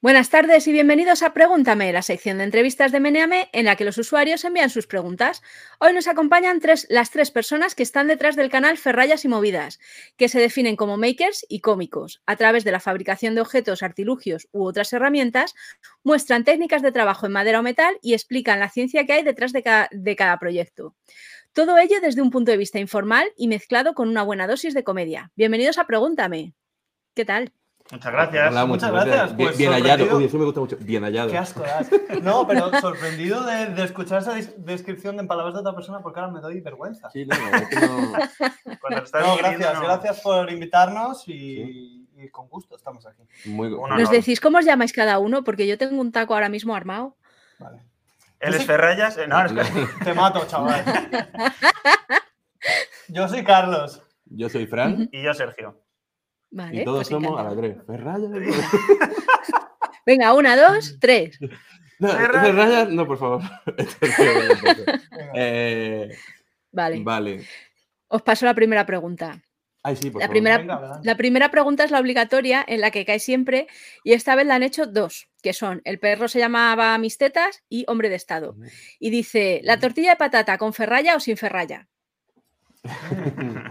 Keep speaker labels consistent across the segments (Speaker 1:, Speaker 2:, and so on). Speaker 1: Buenas tardes y bienvenidos a Pregúntame, la sección de entrevistas de Meneame en la que los usuarios envían sus preguntas. Hoy nos acompañan tres, las tres personas que están detrás del canal Ferrayas y Movidas, que se definen como makers y cómicos. A través de la fabricación de objetos, artilugios u otras herramientas, muestran técnicas de trabajo en madera o metal y explican la ciencia que hay detrás de cada, de cada proyecto. Todo ello desde un punto de vista informal y mezclado con una buena dosis de comedia. Bienvenidos a Pregúntame. ¿Qué tal?
Speaker 2: Muchas gracias.
Speaker 3: Hola,
Speaker 2: muchas, gracias.
Speaker 3: Bien,
Speaker 2: Pues,
Speaker 3: bien hallado.
Speaker 2: sorprendido-
Speaker 3: Uy, eso me gusta mucho. Bien hallado.
Speaker 2: Qué asco das. No, pero sorprendido de, de escuchar esa dis- descripción en palabras de otra persona porque ahora me doy vergüenza.
Speaker 3: Sí, no, no, es que no-
Speaker 4: Cuando lo estás
Speaker 2: No,
Speaker 4: diciendo,
Speaker 2: gracias.
Speaker 4: no.
Speaker 2: Gracias por invitarnos y, y con gusto estamos aquí.
Speaker 3: Muy
Speaker 4: Una-
Speaker 1: ¿Nos
Speaker 4: honor.
Speaker 1: decís cómo os llamáis cada uno? Porque yo tengo un taco ahora mismo armado.
Speaker 2: Vale.
Speaker 4: Él
Speaker 2: Yo
Speaker 4: es
Speaker 2: soy-
Speaker 4: Ferrayas. eh, No, es que-
Speaker 2: Te mato, chaval. Yo soy Carlos.
Speaker 3: Yo soy Fran
Speaker 4: Y yo, Sergio.
Speaker 1: Vale,
Speaker 3: y todos
Speaker 1: pues
Speaker 3: somos a
Speaker 1: encantado.
Speaker 3: la tres. Ferraya. No,
Speaker 1: Venga, una, dos, tres.
Speaker 4: Ferraya.
Speaker 3: Ferraya, este no, por favor. Esto es terrible, por favor.
Speaker 2: Venga.
Speaker 3: Eh,
Speaker 1: Vale.
Speaker 3: vale.
Speaker 1: Os paso la primera pregunta.
Speaker 3: Ay, sí, por
Speaker 1: La
Speaker 3: favor.
Speaker 1: primera-
Speaker 2: Venga, ¿verdad?
Speaker 1: La primera pregunta es la obligatoria en la que cae siempre y esta vez la han hecho dos, que son el perro se llamaba Mis tetas y Hombre de Estado. Y dice, ¿la tortilla de patata con ferralla o sin ferralla?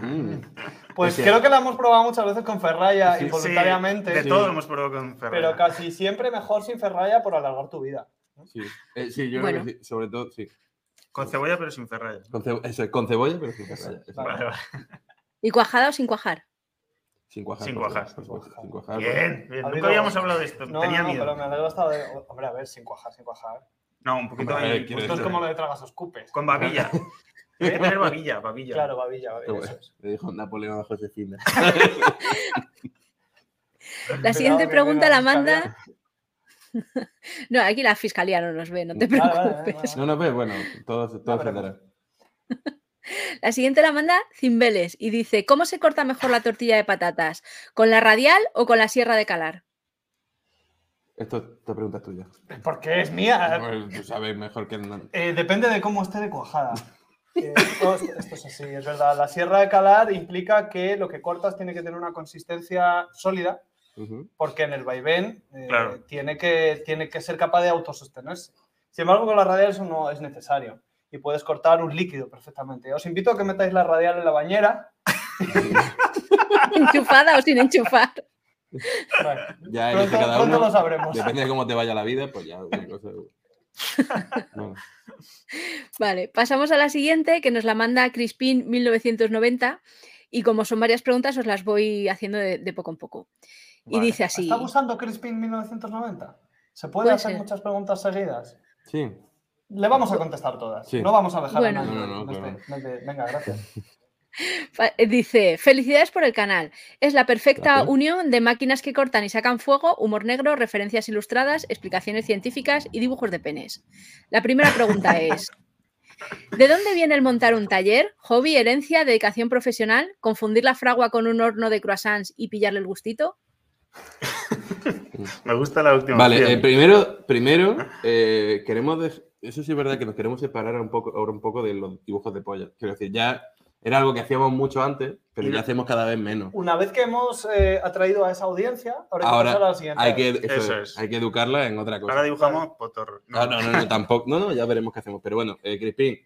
Speaker 3: Mm,
Speaker 2: Pues
Speaker 3: Es que-
Speaker 2: creo que la hemos probado muchas veces con Ferraya
Speaker 3: Sí, sí,
Speaker 2: involuntariamente,
Speaker 4: de
Speaker 3: Sí.
Speaker 4: todo lo hemos probado con Ferrayas.
Speaker 2: pero casi siempre mejor sin Ferraya por alargar tu vida.
Speaker 3: sí. Eh, sí, yo
Speaker 1: Bueno.
Speaker 3: creo que sí. Sobre todo, sí.
Speaker 4: Con cebolla, pero sin Ferrayas.
Speaker 3: Con, cebo- eso es, con cebolla, pero sin ferralla. Eso es.
Speaker 2: Vale.
Speaker 4: Vale, vale.
Speaker 1: ¿Y cuajada o sin cuajar?
Speaker 3: Sin cuajar.
Speaker 4: Sin
Speaker 3: por
Speaker 4: cuajar.
Speaker 3: favor, por favor, Sin cuajar.
Speaker 4: Bien, bien.
Speaker 2: Ha
Speaker 4: Nunca
Speaker 2: habido-
Speaker 4: habíamos hablado de esto.
Speaker 2: No,
Speaker 4: Tenía
Speaker 2: no,
Speaker 4: miedo.
Speaker 2: pero me alegro hasta de... Hombre, a ver, sin cuajar, sin cuajar.
Speaker 4: No, un poquito
Speaker 3: Hombre, a ver,
Speaker 4: ahí.
Speaker 3: quiero
Speaker 2: Esto es
Speaker 3: decir-
Speaker 2: como lo de tragas o escupes.
Speaker 4: Con babilla. Voy a tener babilla, babilla.
Speaker 2: Claro, babilla, babilla.
Speaker 3: Qué bueno.
Speaker 2: eso es.
Speaker 3: Me dijo Napoleón a Josefina.
Speaker 1: La siguiente
Speaker 2: que
Speaker 1: pregunta la
Speaker 2: venga la fiscalía.
Speaker 1: manda... No, aquí la fiscalía no nos ve, no te
Speaker 2: Vale, vale,
Speaker 1: preocupes.
Speaker 2: vale,
Speaker 3: No
Speaker 2: vale.
Speaker 3: nos ves, bueno, todo, todo
Speaker 2: No, pero-
Speaker 3: saldrá.
Speaker 1: La siguiente la manda Cimbeles y dice, ¿cómo se corta mejor la tortilla de patatas? ¿Con la radial o con la sierra de calar?
Speaker 3: Esto, esta pregunta es tuya.
Speaker 2: Porque es mía.
Speaker 3: Bueno, Tú sabes mejor que nadie.
Speaker 2: Eh, depende de cómo esté de cuajada. Eh, esto, esto es así, es verdad. La sierra de calar implica que lo que cortas tiene que tener una consistencia sólida,
Speaker 3: Ujú.
Speaker 2: porque en el vaivén eh,
Speaker 4: Claro.
Speaker 2: tiene, que, tiene que ser capaz de autosostenerse. Sin embargo, con la radial eso no es necesario y puedes cortar un líquido perfectamente. Os invito a que metáis la radial en la bañera.
Speaker 1: ¿Enchufada o sin enchufar?
Speaker 2: Bueno,
Speaker 3: Ya elige
Speaker 2: pronto,
Speaker 3: cada
Speaker 2: pronto
Speaker 3: uno.
Speaker 2: lo sabremos.
Speaker 3: Depende de cómo te vaya la vida, pues ya. una cosa- Bueno,
Speaker 1: Vale, pasamos a la siguiente que nos la manda Crispin 1990 y como son varias preguntas os las voy haciendo de, de poco en poco. Y
Speaker 3: Vale.
Speaker 1: dice así,
Speaker 2: ¿Está usando Crispin 1990? ¿Se puede
Speaker 1: Puede
Speaker 2: hacer
Speaker 1: ser.
Speaker 2: muchas preguntas seguidas?
Speaker 3: sí.
Speaker 2: Le vamos a contestar todas.
Speaker 3: Sí.
Speaker 2: No vamos a dejar
Speaker 1: Bueno.
Speaker 2: a nadie.
Speaker 3: No, no, no,
Speaker 2: con
Speaker 3: claro.
Speaker 2: este- con este- Venga, gracias.
Speaker 1: fa- eh, dice, felicidades por el canal, es la perfecta
Speaker 3: Gracias.
Speaker 1: unión de máquinas que cortan y sacan fuego, humor negro, referencias ilustradas, explicaciones científicas y dibujos de penes. La primera pregunta es, ¿de dónde viene el montar un taller, hobby, herencia, dedicación profesional, confundir la fragua con un horno de croissants y pillarle el gustito?
Speaker 4: Me gusta la última.
Speaker 3: Vale, eh,
Speaker 4: opción.
Speaker 3: primero, primero eh, queremos. dej- Eso sí es verdad que nos queremos separar un poco, ahora un poco de los dibujos de polla. Quiero decir, ya era algo que hacíamos mucho antes, pero
Speaker 4: Y
Speaker 3: ya
Speaker 4: la-
Speaker 3: hacemos cada vez menos.
Speaker 2: Una vez que hemos eh, atraído a esa audiencia, ahora, hay que
Speaker 3: Ahora
Speaker 2: pasar a la siguiente.
Speaker 3: Hay que, eso
Speaker 4: Eso
Speaker 3: es,
Speaker 4: es.
Speaker 3: hay que educarla en otra
Speaker 4: Ahora
Speaker 3: cosa.
Speaker 4: dibujamos Potor.
Speaker 3: Ah, No, no, no, no, tampoco. No, no, ya veremos qué hacemos. Pero bueno, eh, Crispín,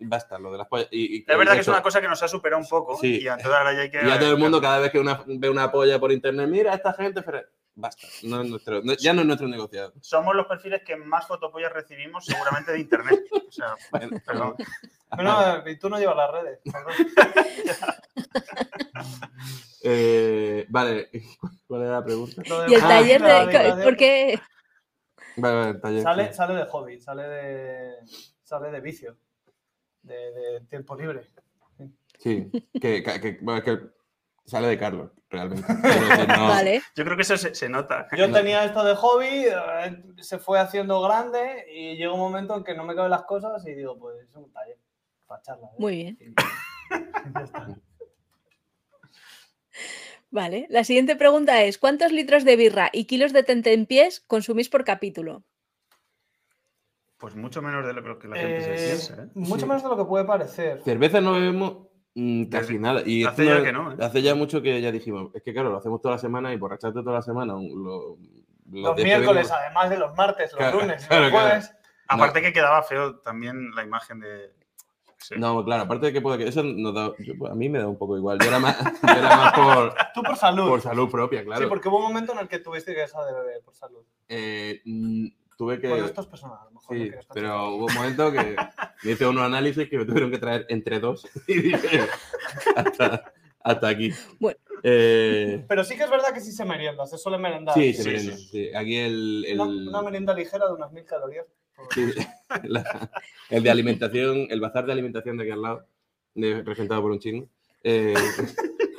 Speaker 3: basta lo de las pollas. Y, y-
Speaker 4: Es verdad que es
Speaker 3: eso.
Speaker 4: una cosa que nos ha superado un poco.
Speaker 3: Sí.
Speaker 4: Y entonces ahora ya hay que.
Speaker 3: Y ya todo el mundo cada vez que una- ve una polla por internet, mira, esta gente, Ferrer". basta, no es nuestro, no- ya no es nuestro negociado.
Speaker 4: Somos los perfiles que más fotopollas recibimos, seguramente de internet. O sea, perdón.
Speaker 2: Bueno, eh, y tú no llevas las redes. perdón.
Speaker 3: Eh, vale, ¿cuál era la pregunta?
Speaker 2: Lo de-
Speaker 1: Y el
Speaker 3: Ah,
Speaker 1: taller
Speaker 2: la
Speaker 3: claro,
Speaker 1: de...
Speaker 2: dedicación
Speaker 1: co- ¿Por qué?
Speaker 3: Vale, vale, taller,
Speaker 2: Sale,
Speaker 3: sí.
Speaker 2: sale de hobby, sale de, sale de vicio, de, de tiempo libre.
Speaker 3: Sí, que, que- que- bueno, es que sale de Carlos, realmente. Quiero decir, no-
Speaker 1: Vale.
Speaker 4: Yo creo que eso se, se nota.
Speaker 2: Yo
Speaker 3: No.
Speaker 2: tenía esto de hobby, eh, se fue haciendo grande y llega un momento en que no me caben las cosas y digo, pues es un taller para charla. ¿eh?
Speaker 1: Muy bien.
Speaker 2: Y- y ya está.
Speaker 1: Vale, la siguiente pregunta es, ¿cuántos litros de birra y kilos de tentempiés consumís por capítulo?
Speaker 4: Pues mucho menos de lo que la gente
Speaker 2: Eh,
Speaker 4: se piensa. ¿eh?
Speaker 2: Mucho
Speaker 3: Sí.
Speaker 2: menos de lo que puede parecer.
Speaker 3: Cerveza no bebemos mm, casi
Speaker 4: Desde-
Speaker 3: nada. Y
Speaker 4: hace
Speaker 3: esto
Speaker 4: ya
Speaker 3: no-
Speaker 4: que no, ¿eh?
Speaker 3: Hace ya mucho que ya dijimos, es que claro, lo este hacemos toda la semana y borracharte toda la semana, un- lo-
Speaker 2: Los
Speaker 3: despedimos.
Speaker 2: miércoles, además de los martes, los
Speaker 3: Claro,
Speaker 2: lunes,
Speaker 3: claro,
Speaker 2: los
Speaker 3: claro.
Speaker 2: jueves.
Speaker 4: Aparte que quedaba feo también la imagen de... sí.
Speaker 3: No, claro, aparte de que pueda que eso nos da, yo- a mí me da un poco igual. Yo era más, yo era más por,
Speaker 2: Tú por salud.
Speaker 3: por salud propia, claro.
Speaker 2: Sí, porque hubo un momento en el que tuviste que dejar de beber por salud.
Speaker 3: Eh, mm, tuve que.
Speaker 2: Bueno, esto es personal, a lo mejor. no
Speaker 3: Sí,
Speaker 2: quieres
Speaker 3: pero
Speaker 2: contar.
Speaker 3: hubo un momento que me hice unos análisis que me tuvieron que traer entre dos y dije, hasta, hasta aquí.
Speaker 1: Bueno.
Speaker 3: Eh,
Speaker 2: Pero sí que es verdad que sí se merienda, se suele merendar.
Speaker 3: sí,
Speaker 4: sí,
Speaker 3: se me
Speaker 4: sí.
Speaker 3: viene, sí. Aquí el, el,
Speaker 2: Una, una merienda ligera de unas mil calorías.
Speaker 3: sí, la- el de alimentación, el bazar de alimentación de aquí al lado, de- regentado por un chino. eh,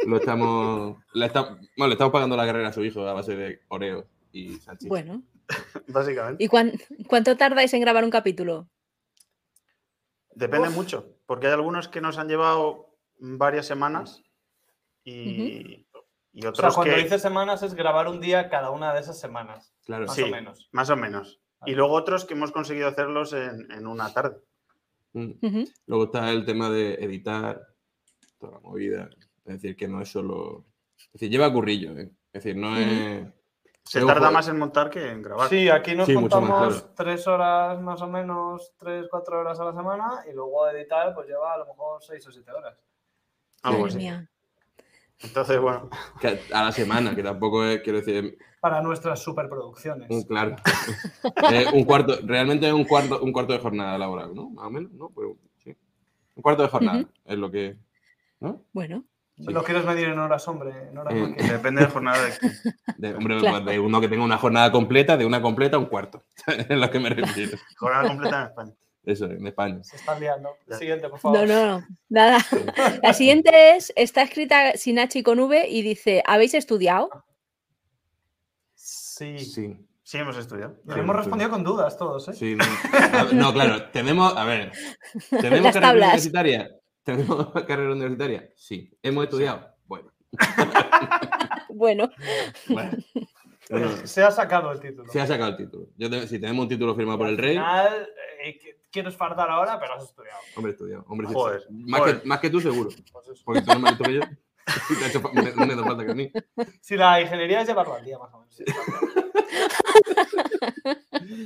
Speaker 3: lo estamos, la esta- bueno, le estamos pagando la carrera a su hijo a base de oreo y salchicha.
Speaker 1: Bueno.
Speaker 4: Básicamente.
Speaker 1: ¿Y cuán- cuánto tardáis en grabar un capítulo?
Speaker 4: Depende
Speaker 2: Uf.
Speaker 4: mucho, porque hay algunos que nos han llevado varias semanas y, y
Speaker 2: O sea,
Speaker 4: otros
Speaker 2: cuando
Speaker 4: que...
Speaker 2: dice semanas es grabar un día cada una de esas semanas,
Speaker 3: claro.
Speaker 2: más
Speaker 4: Sí.
Speaker 2: o menos.
Speaker 4: Más o menos. Y
Speaker 2: Vale.
Speaker 4: luego otros que hemos conseguido hacerlos en, en una tarde.
Speaker 3: Mm.
Speaker 1: Ujú.
Speaker 3: Luego está el tema de editar, toda la movida. Es decir, que no es solo. Es decir, lleva currillo, ¿eh? Es decir, no
Speaker 1: Ujú.
Speaker 3: es.
Speaker 4: Se
Speaker 3: Es un
Speaker 4: tarda
Speaker 3: juego.
Speaker 4: más en montar que en grabar.
Speaker 2: Sí, aquí nos
Speaker 3: Sí, mucho más,
Speaker 2: juntamos
Speaker 3: claro.
Speaker 2: tres horas más o menos, tres, cuatro horas a la semana y luego editar pues lleva a lo mejor seis o siete horas.
Speaker 4: Algo
Speaker 1: Madre
Speaker 4: así.
Speaker 1: mía.
Speaker 4: Entonces, bueno,
Speaker 3: que a la semana, que tampoco es, quiero decir,
Speaker 2: Para nuestras superproducciones.
Speaker 3: un claro. Eh, un cuarto, realmente es un cuarto, un cuarto de jornada laboral, ¿no? Más o menos, ¿no? Pero, sí. Un cuarto de jornada
Speaker 1: Ujú.
Speaker 3: es lo que. ¿No?
Speaker 1: Bueno,
Speaker 3: Sí.
Speaker 2: Pues Lo quieres medir en horas, hombre, en horas
Speaker 3: Eh,
Speaker 2: máquina.
Speaker 4: depende de jornada de
Speaker 3: De, hombre,
Speaker 1: Claro.
Speaker 3: de uno que tenga una jornada completa, de una completa a un cuarto. es lo que me refiero.
Speaker 4: jornada completa en España.
Speaker 3: Eso, en España.
Speaker 2: Se están liando.
Speaker 4: Ya.
Speaker 2: Siguiente, por favor.
Speaker 1: no, no, no, nada. La siguiente es, está escrita sin H y con V y dice, ¿habéis estudiado?
Speaker 2: Sí.
Speaker 3: Sí.
Speaker 4: Sí, hemos estudiado.
Speaker 2: Lo
Speaker 3: Sí,
Speaker 2: hemos
Speaker 3: sí.
Speaker 2: respondido con dudas todos, ¿eh?
Speaker 3: Sí, no. No, claro, tenemos, a ver, ¿tenemos
Speaker 1: Las
Speaker 3: carrera
Speaker 1: tablas.
Speaker 3: universitaria? ¿Tenemos carrera universitaria? Sí. ¿Hemos estudiado? Bueno.
Speaker 1: Bueno,
Speaker 3: bueno.
Speaker 2: Pero
Speaker 3: Bueno,
Speaker 2: Se ha sacado el título.
Speaker 3: se ha sacado el título. Yo te- si tenemos un título firmado por
Speaker 2: Al
Speaker 3: el rey,
Speaker 2: final, eh, que- quieres fardar ahora, pero has estudiado.
Speaker 3: hombre estudiado. Hombre, sí,
Speaker 4: Joder,
Speaker 3: sí. más,
Speaker 4: joder.
Speaker 3: Que, más que tú seguro,
Speaker 2: Pues eso.
Speaker 3: porque tú eres más listo que yo. Y te ha hecho fa- me- me da falta que a mí.
Speaker 2: Si la ingeniería es llevarlo al día, más o menos.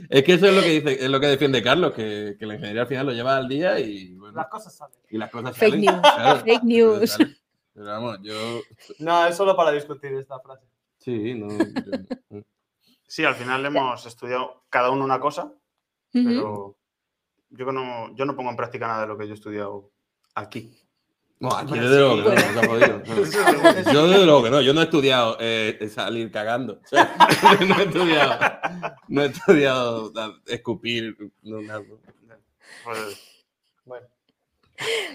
Speaker 3: Es que eso es lo que dice, es lo que defiende Carlos, que, que la ingeniería al final lo lleva al día y bueno,
Speaker 2: Las cosas salen.
Speaker 3: y las cosas
Speaker 1: Fake
Speaker 3: salen.
Speaker 1: news,
Speaker 3: claro,
Speaker 1: fake news.
Speaker 3: salen. Pero vamos, yo
Speaker 2: No, es solo para discutir esta frase.
Speaker 3: sí, no. yo-
Speaker 4: Sí, al final hemos estudiado cada uno una cosa,
Speaker 1: Ujú.
Speaker 4: pero yo no, yo no pongo en práctica nada de lo que yo he estudiado aquí.
Speaker 3: No, aquí
Speaker 2: Bueno,
Speaker 3: desde luego que no,
Speaker 1: sí.
Speaker 3: no se ha podido.
Speaker 4: Eso
Speaker 2: seguro.
Speaker 3: Yo desde luego que no, yo no he estudiado eh, salir cagando. O sea, no he estudiado, no he estudiado da- escupir. No, nada.
Speaker 4: Pues,
Speaker 2: Bueno,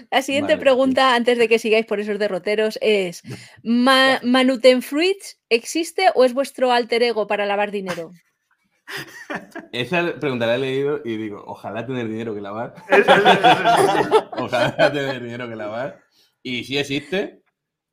Speaker 1: La siguiente
Speaker 3: Vale,
Speaker 1: pregunta, antes de que sigáis por esos derroteros, es ¿Ma ¿Manuten Fruits existe o es vuestro alter ego para lavar dinero?
Speaker 3: Esa pregunta la he leído y digo, ojalá tener dinero que lavar. Ojalá tener dinero que lavar. Y si existe,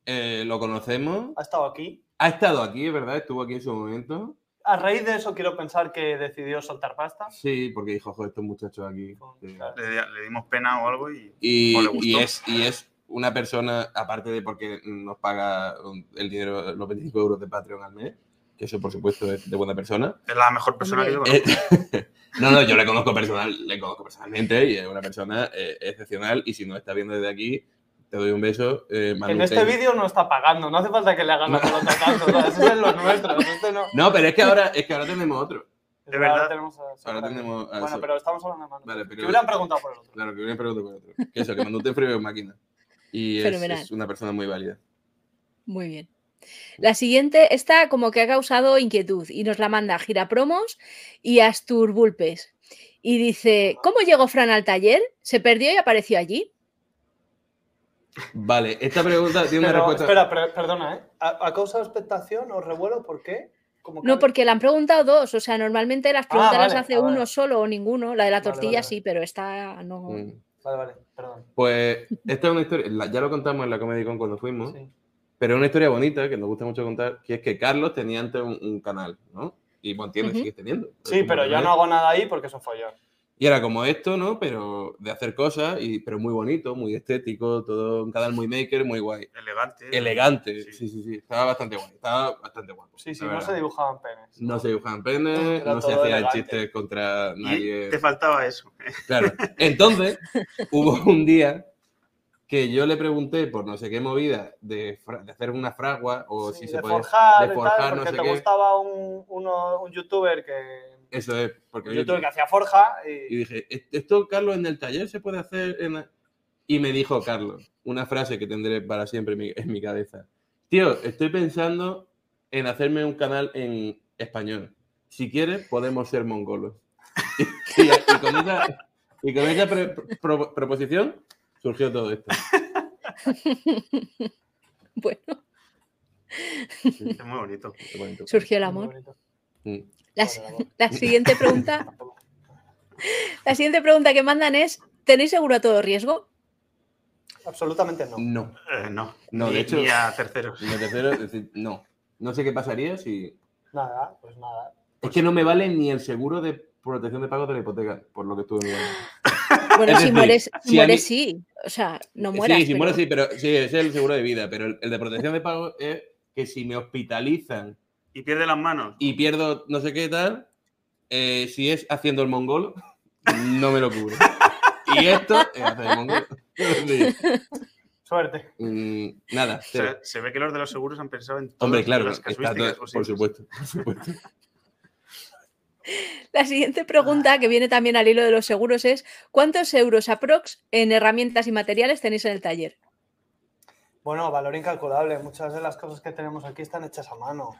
Speaker 3: eh, lo conocemos.
Speaker 2: ha estado aquí.
Speaker 3: Ha estado aquí, es ¿verdad? Estuvo aquí en su momento.
Speaker 2: A raíz de eso, quiero pensar que decidió soltar pasta.
Speaker 3: Sí, porque dijo, joder, estos muchachos aquí. eh,
Speaker 4: le, le dimos pena o algo y...
Speaker 3: Y,
Speaker 4: ¿O le gustó?
Speaker 3: y es, y es una persona, aparte de porque nos paga un- el dinero, los 25 euros de Patreon al mes, que eso por supuesto es de buena persona.
Speaker 4: Es la mejor persona que yo
Speaker 3: Eh,
Speaker 4: conozco.
Speaker 3: no, no, yo le conozco, personal, le conozco personalmente y es una persona eh, excepcional. Y si no está viendo desde aquí, te doy un beso. eh, Manu
Speaker 2: En este
Speaker 3: Ten.
Speaker 2: vídeo no está pagando, no hace falta que le hagan la
Speaker 3: No.
Speaker 2: pelota tanto. ¿sabes? Ese es lo nuestro. Este no.
Speaker 3: No, pero es que ahora, es que ahora tenemos otro.
Speaker 4: De verdad.
Speaker 2: Ahora tenemos a-
Speaker 3: Ahora tenemos. a-
Speaker 2: Bueno, pero estamos hablando de Manu.
Speaker 3: Vale, pero-
Speaker 2: Que hubieran preguntado por el otro.
Speaker 3: Claro, que viene preguntado por otro. Que eso, que Manu Ten frío es máquina. Y es,
Speaker 1: Fenomenal.
Speaker 3: es una persona muy válida.
Speaker 1: Muy bien. La siguiente, esta como que ha causado inquietud y nos la manda Girapromos y Astur Bulpes. Y dice, ¿cómo llegó Fran al taller? ¿Se perdió y apareció allí?
Speaker 3: Vale, esta pregunta tiene una
Speaker 2: Pero,
Speaker 3: respuesta.
Speaker 2: espera, pero- perdona, ¿eh? ¿Ha, ha causado expectación o revuelo? ¿Por qué? Como que-
Speaker 1: No, porque la han preguntado dos. O sea, normalmente las preguntas las
Speaker 2: vale,
Speaker 1: hace
Speaker 2: ah, vale.
Speaker 1: uno solo o ninguno. La de la
Speaker 2: Vale, vale,
Speaker 1: tortilla
Speaker 2: vale.
Speaker 1: sí, pero esta no.
Speaker 3: Mm.
Speaker 2: Vale, vale, perdón.
Speaker 3: Pues esta es una historia, la- ya lo contamos en la Comedy Con cuando fuimos,
Speaker 2: Sí.
Speaker 3: pero es una historia bonita que nos gusta mucho contar, que es que Carlos tenía antes un, un canal, ¿no? Y bueno, tiene,
Speaker 1: Ujú.
Speaker 3: sigues teniendo.
Speaker 2: Sí, pero yo no hago nada ahí porque son follón.
Speaker 3: Y era como esto, ¿no? Pero de hacer cosas, y, pero muy bonito, muy estético, todo un canal muy maker, muy guay.
Speaker 4: Elegante.
Speaker 3: e
Speaker 4: ¿eh?
Speaker 3: Elegante,
Speaker 4: Sí.
Speaker 3: sí, sí, sí. Estaba bastante guay, estaba bastante guapo.
Speaker 2: Sí, sí,
Speaker 3: la
Speaker 2: no
Speaker 3: verdad.
Speaker 2: se dibujaban penes.
Speaker 3: Ah, No se dibujaban penes,
Speaker 2: Era
Speaker 3: no se
Speaker 2: todo
Speaker 3: hacían
Speaker 2: elegante.
Speaker 3: chistes contra
Speaker 4: Y
Speaker 3: nadie.
Speaker 4: te faltaba eso.
Speaker 3: Claro. Entonces, hubo un día que yo le pregunté por no sé qué movida de, fra- de hacer una fragua o
Speaker 2: Sí,
Speaker 3: si se
Speaker 2: de
Speaker 3: puede.
Speaker 2: forjar,
Speaker 3: de
Speaker 2: y
Speaker 3: forjar,
Speaker 2: tal,
Speaker 3: no
Speaker 2: porque
Speaker 3: sé
Speaker 2: te
Speaker 3: qué.
Speaker 2: gustaba un, uno- un youtuber que.
Speaker 3: Eso es, porque
Speaker 2: Un
Speaker 3: oye,
Speaker 2: youtuber que hacía forja
Speaker 3: Y
Speaker 2: y.
Speaker 3: dije, "¿E- esto, Carlos, en el taller se puede hacer. en la-?" Y me dijo, Carlos, una frase que tendré para siempre en mi, en mi cabeza. Tío, estoy pensando en hacerme un canal en español. Si quieres, podemos ser mongolos. Y, y- y con esa, y con esa pre- pro- proposición surgió todo esto.
Speaker 1: Bueno,
Speaker 4: Es muy bonito.
Speaker 3: Qué bonito.
Speaker 1: surgió el
Speaker 2: Muy
Speaker 1: amor.
Speaker 2: bonito.
Speaker 3: Mm.
Speaker 1: La,
Speaker 2: Bueno, el amor.
Speaker 1: la siguiente pregunta, la siguiente pregunta que mandan es: ¿tenéis seguro a todo riesgo?
Speaker 2: Absolutamente no.
Speaker 3: No.
Speaker 4: Eh, no.
Speaker 3: No, de
Speaker 4: Ni-
Speaker 3: hecho-
Speaker 4: Ni a terceros.
Speaker 3: Lo tercero, es decir, no. No sé qué pasaría si.
Speaker 2: Nada, pues nada.
Speaker 3: Es que no me vale ni el seguro de protección de pagos de la hipoteca, por lo que estuve mirando.
Speaker 1: Bueno,
Speaker 3: Es
Speaker 1: si
Speaker 3: decir,
Speaker 1: mueres, si
Speaker 3: si a mí-
Speaker 1: mueres, sí. O sea, no mueras.
Speaker 3: sí, si
Speaker 1: pero-
Speaker 3: muero, sí, pero sí, ese es el seguro de vida. Pero el, el de protección de pago es que si me hospitalizan
Speaker 4: Y pierde las manos.
Speaker 3: y pierdo no sé qué tal, eh, si es haciendo el mongol, no me lo cubre. Y esto es hacer el mongol. Sí.
Speaker 2: Suerte.
Speaker 3: Mm, nada,
Speaker 4: O
Speaker 3: cero.
Speaker 4: sea, se ve que los de los seguros han pensado en todas
Speaker 3: Hombre, claro,
Speaker 4: las
Speaker 3: está
Speaker 4: casuísticas
Speaker 3: todo- por
Speaker 4: posibles.
Speaker 3: supuesto, por supuesto.
Speaker 1: La siguiente pregunta que viene también al hilo de los seguros es ¿cuántos euros aprox en herramientas y materiales tenéis en el taller?
Speaker 2: Bueno, valor incalculable. Muchas de las cosas que tenemos aquí están hechas a mano.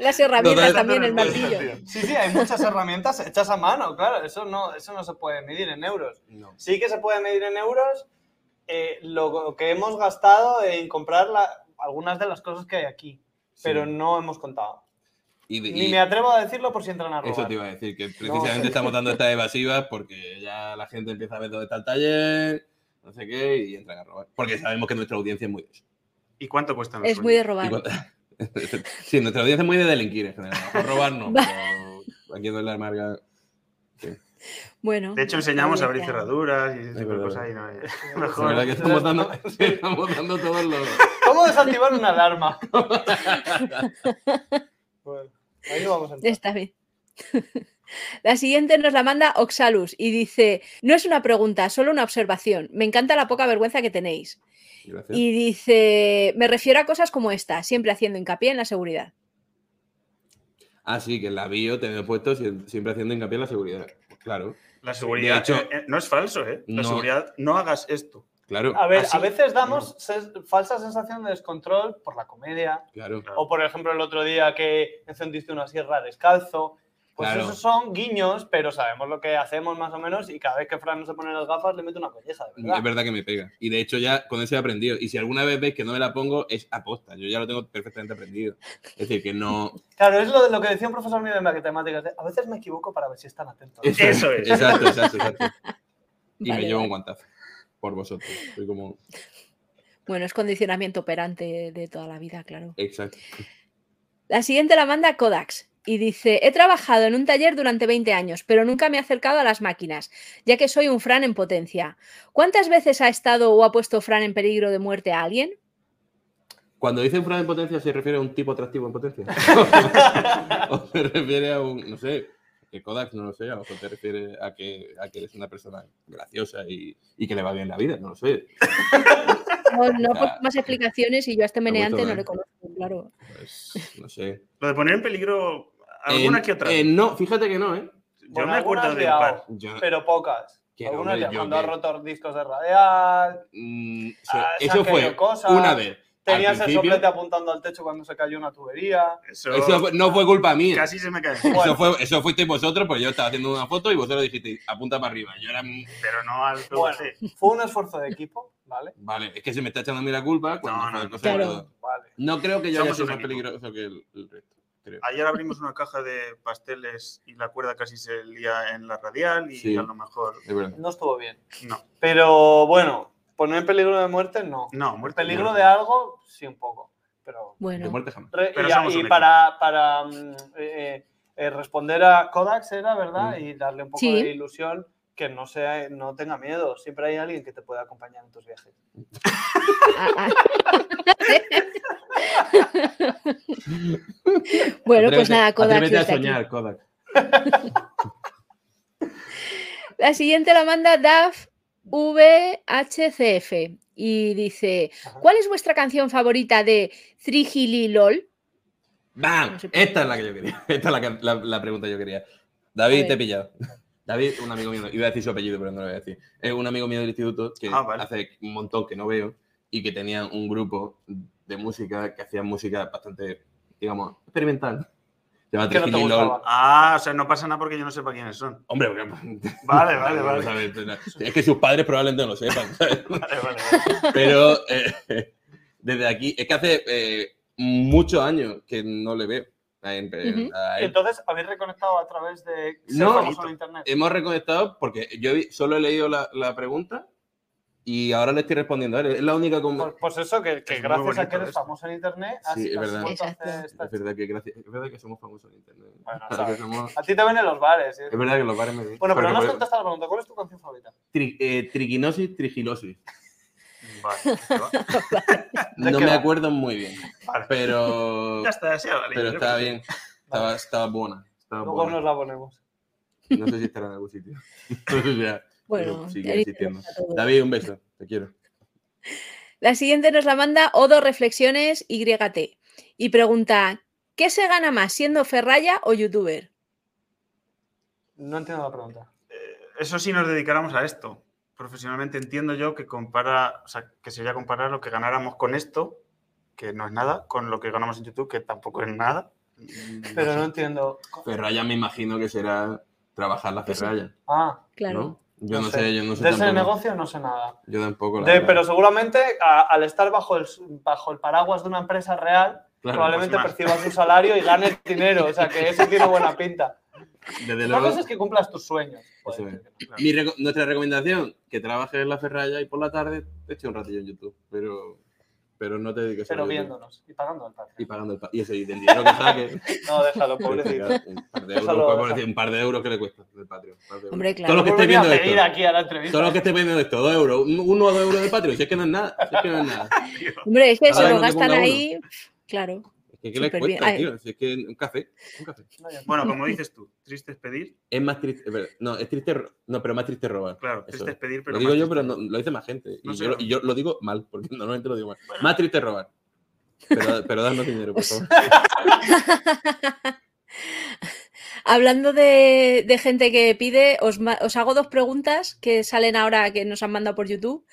Speaker 1: Las herramientas
Speaker 3: Total-
Speaker 1: también, el
Speaker 4: Total-
Speaker 1: martillo.
Speaker 2: Sí, sí, hay muchas herramientas hechas a mano, claro. Eso no, eso no se puede medir en euros.
Speaker 3: No.
Speaker 2: Sí que se puede medir en euros eh, lo que hemos gastado en comprar la- algunas de las cosas que hay aquí, pero
Speaker 3: Sí.
Speaker 2: no hemos contado.
Speaker 3: Y, de-
Speaker 2: Ni
Speaker 3: y
Speaker 2: me atrevo a decirlo por si entran a robar.
Speaker 3: eso te iba a decir, que precisamente estamos dando estas evasivas porque ya la gente empieza a ver dónde está el taller, no sé qué, y entran a robar. Porque sabemos que nuestra audiencia es muy de eso.
Speaker 4: ¿Y cuánto cuestan los
Speaker 1: Es muy de
Speaker 4: sueños?
Speaker 1: robar.
Speaker 3: Igual- sí, nuestra audiencia es muy de delinquir en general. Por robar no, pero aquí en la amarga.
Speaker 1: Bueno.
Speaker 4: De hecho, enseñamos a abrir
Speaker 1: audiencia.
Speaker 4: cerraduras y ese tipo de
Speaker 3: verdad.
Speaker 4: cosas. y no- eh,
Speaker 3: La
Speaker 4: Mejor.
Speaker 3: verdad que estamos dando, estamos dando todos los.
Speaker 2: ¿Cómo desactivar una alarma? Bueno, ahí no vamos a entrar.
Speaker 1: Está bien. La siguiente nos la manda Oxalus y dice, no es una pregunta, solo una observación. Me encanta la poca vergüenza que tenéis.
Speaker 3: Gracias.
Speaker 1: Y dice, me refiero a cosas como esta, siempre haciendo hincapié en la seguridad.
Speaker 3: Así Ah, que en la bio tenemos puesto sie- siempre haciendo hincapié en la seguridad. Pues Claro,
Speaker 4: La seguridad.
Speaker 3: hecho-
Speaker 4: eh, eh, no es falso, ¿eh? La
Speaker 3: No.
Speaker 4: seguridad. No hagas esto.
Speaker 3: claro,
Speaker 2: A ver,
Speaker 4: Así.
Speaker 2: a veces damos ses- falsa sensación de descontrol por la comedia,
Speaker 3: claro.
Speaker 4: Claro.
Speaker 2: O por ejemplo el otro día que encendiste una sierra descalzo. Pues
Speaker 3: Claro.
Speaker 2: esos son guiños, pero sabemos lo que hacemos más o menos y cada vez que Fran no se pone las gafas le mete una colleja, de verdad.
Speaker 3: Es verdad que me pega. Y de hecho ya con eso he aprendido. Y si alguna vez veis que no me la pongo, es aposta. Yo ya lo tengo perfectamente aprendido. Es decir, que no...
Speaker 2: Claro, es lo, lo que decía un profesor mío de matemáticas. de, A veces me equivoco para ver si están atentos.
Speaker 4: Eso es.
Speaker 3: Exacto, exacto, exacto. Y
Speaker 1: Vale,
Speaker 3: me llevo
Speaker 1: vale.
Speaker 3: un guantazo. Por vosotros. Soy como...
Speaker 1: Bueno, es condicionamiento operante de toda la vida, claro.
Speaker 3: Exacto.
Speaker 1: La siguiente la manda Kodax y dice, he trabajado en un taller durante 20 años, pero nunca me he acercado a las máquinas, ya que soy un Fran en potencia. ¿Cuántas veces ha estado o ha puesto Fran en peligro de muerte a alguien?
Speaker 3: Cuando dicen fraude en potencia, ¿se refiere a un tipo atractivo en potencia? ¿O se refiere a un, no sé, que Kodak, no lo sé, a lo mejor te refiere a que, a que eres una persona graciosa y, y que le va bien la vida, no lo sé.
Speaker 1: No, no
Speaker 3: O sea,
Speaker 1: aporta más explicaciones y yo a este meneante no
Speaker 3: bueno.
Speaker 1: le conozco, claro.
Speaker 3: Pues, no sé.
Speaker 4: Lo de poner en peligro alguna
Speaker 3: Eh,
Speaker 4: que otra.
Speaker 3: eh, no, fíjate que no, ¿eh?
Speaker 4: Yo
Speaker 2: Bueno,
Speaker 4: me acuerdo
Speaker 2: algunas
Speaker 4: de
Speaker 2: le
Speaker 4: un
Speaker 2: hago.
Speaker 4: par.
Speaker 3: Yo,
Speaker 2: Pero pocas.
Speaker 3: Que
Speaker 2: Algunas
Speaker 3: hombre,
Speaker 2: ya,
Speaker 3: yo
Speaker 2: cuando
Speaker 3: que-
Speaker 2: ha roto discos de radial,
Speaker 3: mm, o sea,
Speaker 2: Ah, se
Speaker 3: eso
Speaker 2: han caído
Speaker 3: fue
Speaker 2: cosas.
Speaker 3: una vez. Al
Speaker 2: tenías el
Speaker 3: principio-
Speaker 2: soplete apuntando al techo cuando se cayó una tubería.
Speaker 4: Eso,
Speaker 3: Eso fue- no fue culpa mía.
Speaker 4: casi se me cae.
Speaker 3: Eso,
Speaker 2: Bueno.
Speaker 3: fue, eso fuisteis vosotros, porque yo estaba haciendo una foto y vosotros dijisteis, apunta para arriba. Yo era mm, un-
Speaker 4: Pero no al
Speaker 2: Bueno.
Speaker 4: PVC.
Speaker 2: Fue un esfuerzo de equipo, ¿vale?
Speaker 3: Vale, es que se me está echando a mí la culpa. Cuando
Speaker 4: No, no,
Speaker 3: fue
Speaker 4: no.
Speaker 3: cosa de
Speaker 1: Claro.
Speaker 3: todo.
Speaker 2: Vale.
Speaker 3: No creo que yo haya
Speaker 4: Somos
Speaker 3: sido
Speaker 4: un
Speaker 3: más
Speaker 4: equipo.
Speaker 3: peligroso que el, el resto, creo.
Speaker 4: Ayer abrimos una caja de pasteles y la cuerda casi se lía en la radial y
Speaker 3: Sí.
Speaker 4: a lo mejor
Speaker 3: Es verdad.
Speaker 2: No estuvo bien.
Speaker 4: no.
Speaker 2: Pero bueno, poner en peligro de muerte no.
Speaker 4: No, muerte.
Speaker 2: Peligro
Speaker 4: no.
Speaker 2: de algo, sí, un poco. Pero
Speaker 3: De
Speaker 1: Bueno,
Speaker 3: muerte jamás.
Speaker 2: Re-
Speaker 4: Pero
Speaker 2: y a-
Speaker 4: somos
Speaker 2: y
Speaker 4: un
Speaker 2: para, para, mm, eh, eh, eh, responder a Kodak, era verdad,
Speaker 3: Mm.
Speaker 2: y darle un poco
Speaker 1: Sí.
Speaker 2: de ilusión, que no, sea, no tenga miedo. Siempre hay alguien que te pueda acompañar en tus viajes.
Speaker 1: Ah, ah. bueno, pues
Speaker 3: Atrévete-
Speaker 1: nada, Kodak.
Speaker 3: Atrévete a
Speaker 1: desde aquí.
Speaker 3: soñar, Kodak.
Speaker 1: La siguiente la manda DAF VHCF y dice:
Speaker 2: Ajá.
Speaker 1: ¿Cuál es vuestra canción favorita de Trigili LOL?
Speaker 3: ¡Bam!
Speaker 1: No sé por
Speaker 3: Esta es la que yo quería. Esta es la, que- la- la pregunta que yo quería. David,
Speaker 1: A
Speaker 3: te he
Speaker 1: ver.
Speaker 3: pillado. David, un amigo mío, iba a decir su apellido, pero no lo voy a decir. Es un amigo mío del instituto que
Speaker 4: Ah, vale.
Speaker 3: hace un montón que no veo y que tenía un grupo de música que hacía música bastante, digamos, experimental. Se llama
Speaker 2: Que no te
Speaker 3: Trigililol.
Speaker 2: gustaba.
Speaker 4: Ah, o sea, no pasa nada porque yo no sepa quiénes son.
Speaker 3: Hombre, porque-
Speaker 4: Vale, vale,
Speaker 3: no
Speaker 4: vale.
Speaker 3: sabes, no. es que sus padres probablemente no lo sepan, ¿sabes?
Speaker 4: Vale, vale, vale.
Speaker 3: Pero eh, desde aquí, es que hace eh, muchos años que no le veo. a él,
Speaker 1: Ujú.
Speaker 3: a él.
Speaker 2: Entonces, ¿habéis reconectado a través de ser
Speaker 3: No.
Speaker 2: famoso en internet?
Speaker 3: Hemos reconectado porque yo he- solo he leído la, la pregunta y ahora le estoy respondiendo. a él. Es la única
Speaker 2: Pues,
Speaker 3: con...
Speaker 2: pues eso, que, que
Speaker 4: Es muy
Speaker 2: gracias a que
Speaker 4: bonito
Speaker 2: eres
Speaker 4: esto.
Speaker 2: famoso en internet, has,
Speaker 3: Sí, es
Speaker 2: has
Speaker 3: verdad.
Speaker 2: vuelto a hacer
Speaker 1: Exacto.
Speaker 2: esta-
Speaker 3: Es verdad que gracias- es verdad que somos famosos en internet.
Speaker 2: Bueno,
Speaker 3: Ahora
Speaker 2: sabes.
Speaker 3: que somos-
Speaker 2: A ti te ven en los bares. ¿eh?
Speaker 3: Es verdad que los bares me ven.
Speaker 2: Bueno, pero
Speaker 3: Porque
Speaker 2: no has
Speaker 3: por-
Speaker 2: contestado la pregunta. ¿Cuál es tu canción favorita?
Speaker 3: tri- eh, triquinosis, trigilosis.
Speaker 4: Vale,
Speaker 2: ¿De
Speaker 3: No
Speaker 2: qué
Speaker 3: me
Speaker 2: va?
Speaker 3: acuerdo muy bien,
Speaker 4: Vale.
Speaker 3: pero,
Speaker 4: Ya está, sí, vale.
Speaker 3: pero
Speaker 4: Yo
Speaker 3: estaba
Speaker 4: creo que-
Speaker 3: bien. Estaba, estaba buena. Estaba
Speaker 2: Luego
Speaker 3: buena.
Speaker 2: nos la ponemos.
Speaker 3: No sé si estará en algún sitio. O sea,
Speaker 1: Bueno,
Speaker 3: sigue
Speaker 1: ahí
Speaker 3: existiendo.
Speaker 1: tenemos a todos.
Speaker 3: David, un beso. Te quiero.
Speaker 1: La siguiente nos la manda Odo Reflexiones YT y pregunta: ¿Qué se gana más siendo ferraya o youtuber?
Speaker 2: No entiendo la pregunta.
Speaker 4: Eh, Eso sí nos dedicáramos a esto. Profesionalmente entiendo yo que compara, o sea, que sería comparar lo que ganáramos con esto, que no es nada, con lo que ganamos en YouTube, que tampoco es nada. Mm, no
Speaker 2: Pero
Speaker 4: sé.
Speaker 2: no entiendo.
Speaker 3: Ferraya me imagino que será trabajar la
Speaker 1: Eso.
Speaker 3: ferralla.
Speaker 2: Ah,
Speaker 1: Claro.
Speaker 3: ¿no? Yo
Speaker 2: No
Speaker 3: no, sé.
Speaker 2: sé.
Speaker 3: yo no sé
Speaker 2: de ese
Speaker 3: tampoco.
Speaker 2: negocio no sé nada.
Speaker 3: Yo tampoco. la
Speaker 2: De-
Speaker 3: verdad.
Speaker 2: pero seguramente a- al estar bajo el, bajo el paraguas de una empresa real,
Speaker 3: Claro,
Speaker 2: probablemente
Speaker 4: pues más.
Speaker 2: percibas un salario y ganes dinero. O sea que eso tiene buena pinta.
Speaker 3: Desde
Speaker 2: La
Speaker 3: luego,
Speaker 2: cosa es que cumplas tus sueños. Joder,
Speaker 3: Eso es.
Speaker 2: tío, que no.
Speaker 3: mi reco- nuestra recomendación, que trabajes en la ferralla y por la tarde te eche un ratillo en YouTube, pero, pero no te dediques
Speaker 2: Pero
Speaker 3: solo a YouTube.
Speaker 2: viéndonos y pagando al
Speaker 3: Y
Speaker 2: Patreon.
Speaker 3: pagando el pa- y ese y del dinero que saques.
Speaker 2: No, déjalo, pobrecito.
Speaker 3: un, par de euros,
Speaker 2: Déjalo,
Speaker 3: por decir,
Speaker 2: déjalo.
Speaker 3: un par de euros que le cuesta del Patreon. un par de euros.
Speaker 1: Hombre,
Speaker 3: Todo lo
Speaker 1: claro.
Speaker 3: que
Speaker 2: Volvería
Speaker 3: estés viendo
Speaker 2: a pedir
Speaker 3: esto.
Speaker 2: aquí a la entrevista.
Speaker 3: Todo lo que estés viendo esto, dos euros, un- uno o dos euros de Patreon, si es que no es nada, si es que no es nada.
Speaker 1: Hombre, es que
Speaker 3: Ahora
Speaker 1: se lo
Speaker 3: que no te
Speaker 1: gastan
Speaker 3: ponga uno.
Speaker 1: ahí. Claro.
Speaker 3: Es que ¿qué le
Speaker 1: Súper
Speaker 3: cuesta,
Speaker 1: bien. Ay.
Speaker 3: tío? Si es que un café, un café.
Speaker 2: No, ya está.
Speaker 4: Bueno, como dices tú, triste es pedir,
Speaker 3: Es más triste, es verdad, no, es triste, ro- no, pero más triste robar.
Speaker 4: claro,
Speaker 3: Eso
Speaker 4: triste
Speaker 3: es.
Speaker 4: es pedir, pero.
Speaker 3: Lo digo
Speaker 4: más
Speaker 3: yo,
Speaker 4: triste-
Speaker 3: pero no- lo dice más gente. Y,
Speaker 4: No sé.
Speaker 3: yo, y yo lo digo mal, porque normalmente lo digo mal. Más triste es robar. Pero, pero dadnos dinero, por favor.
Speaker 1: Hablando de, de gente que pide, os, ma- os hago dos preguntas que salen ahora que nos han mandado por YouTube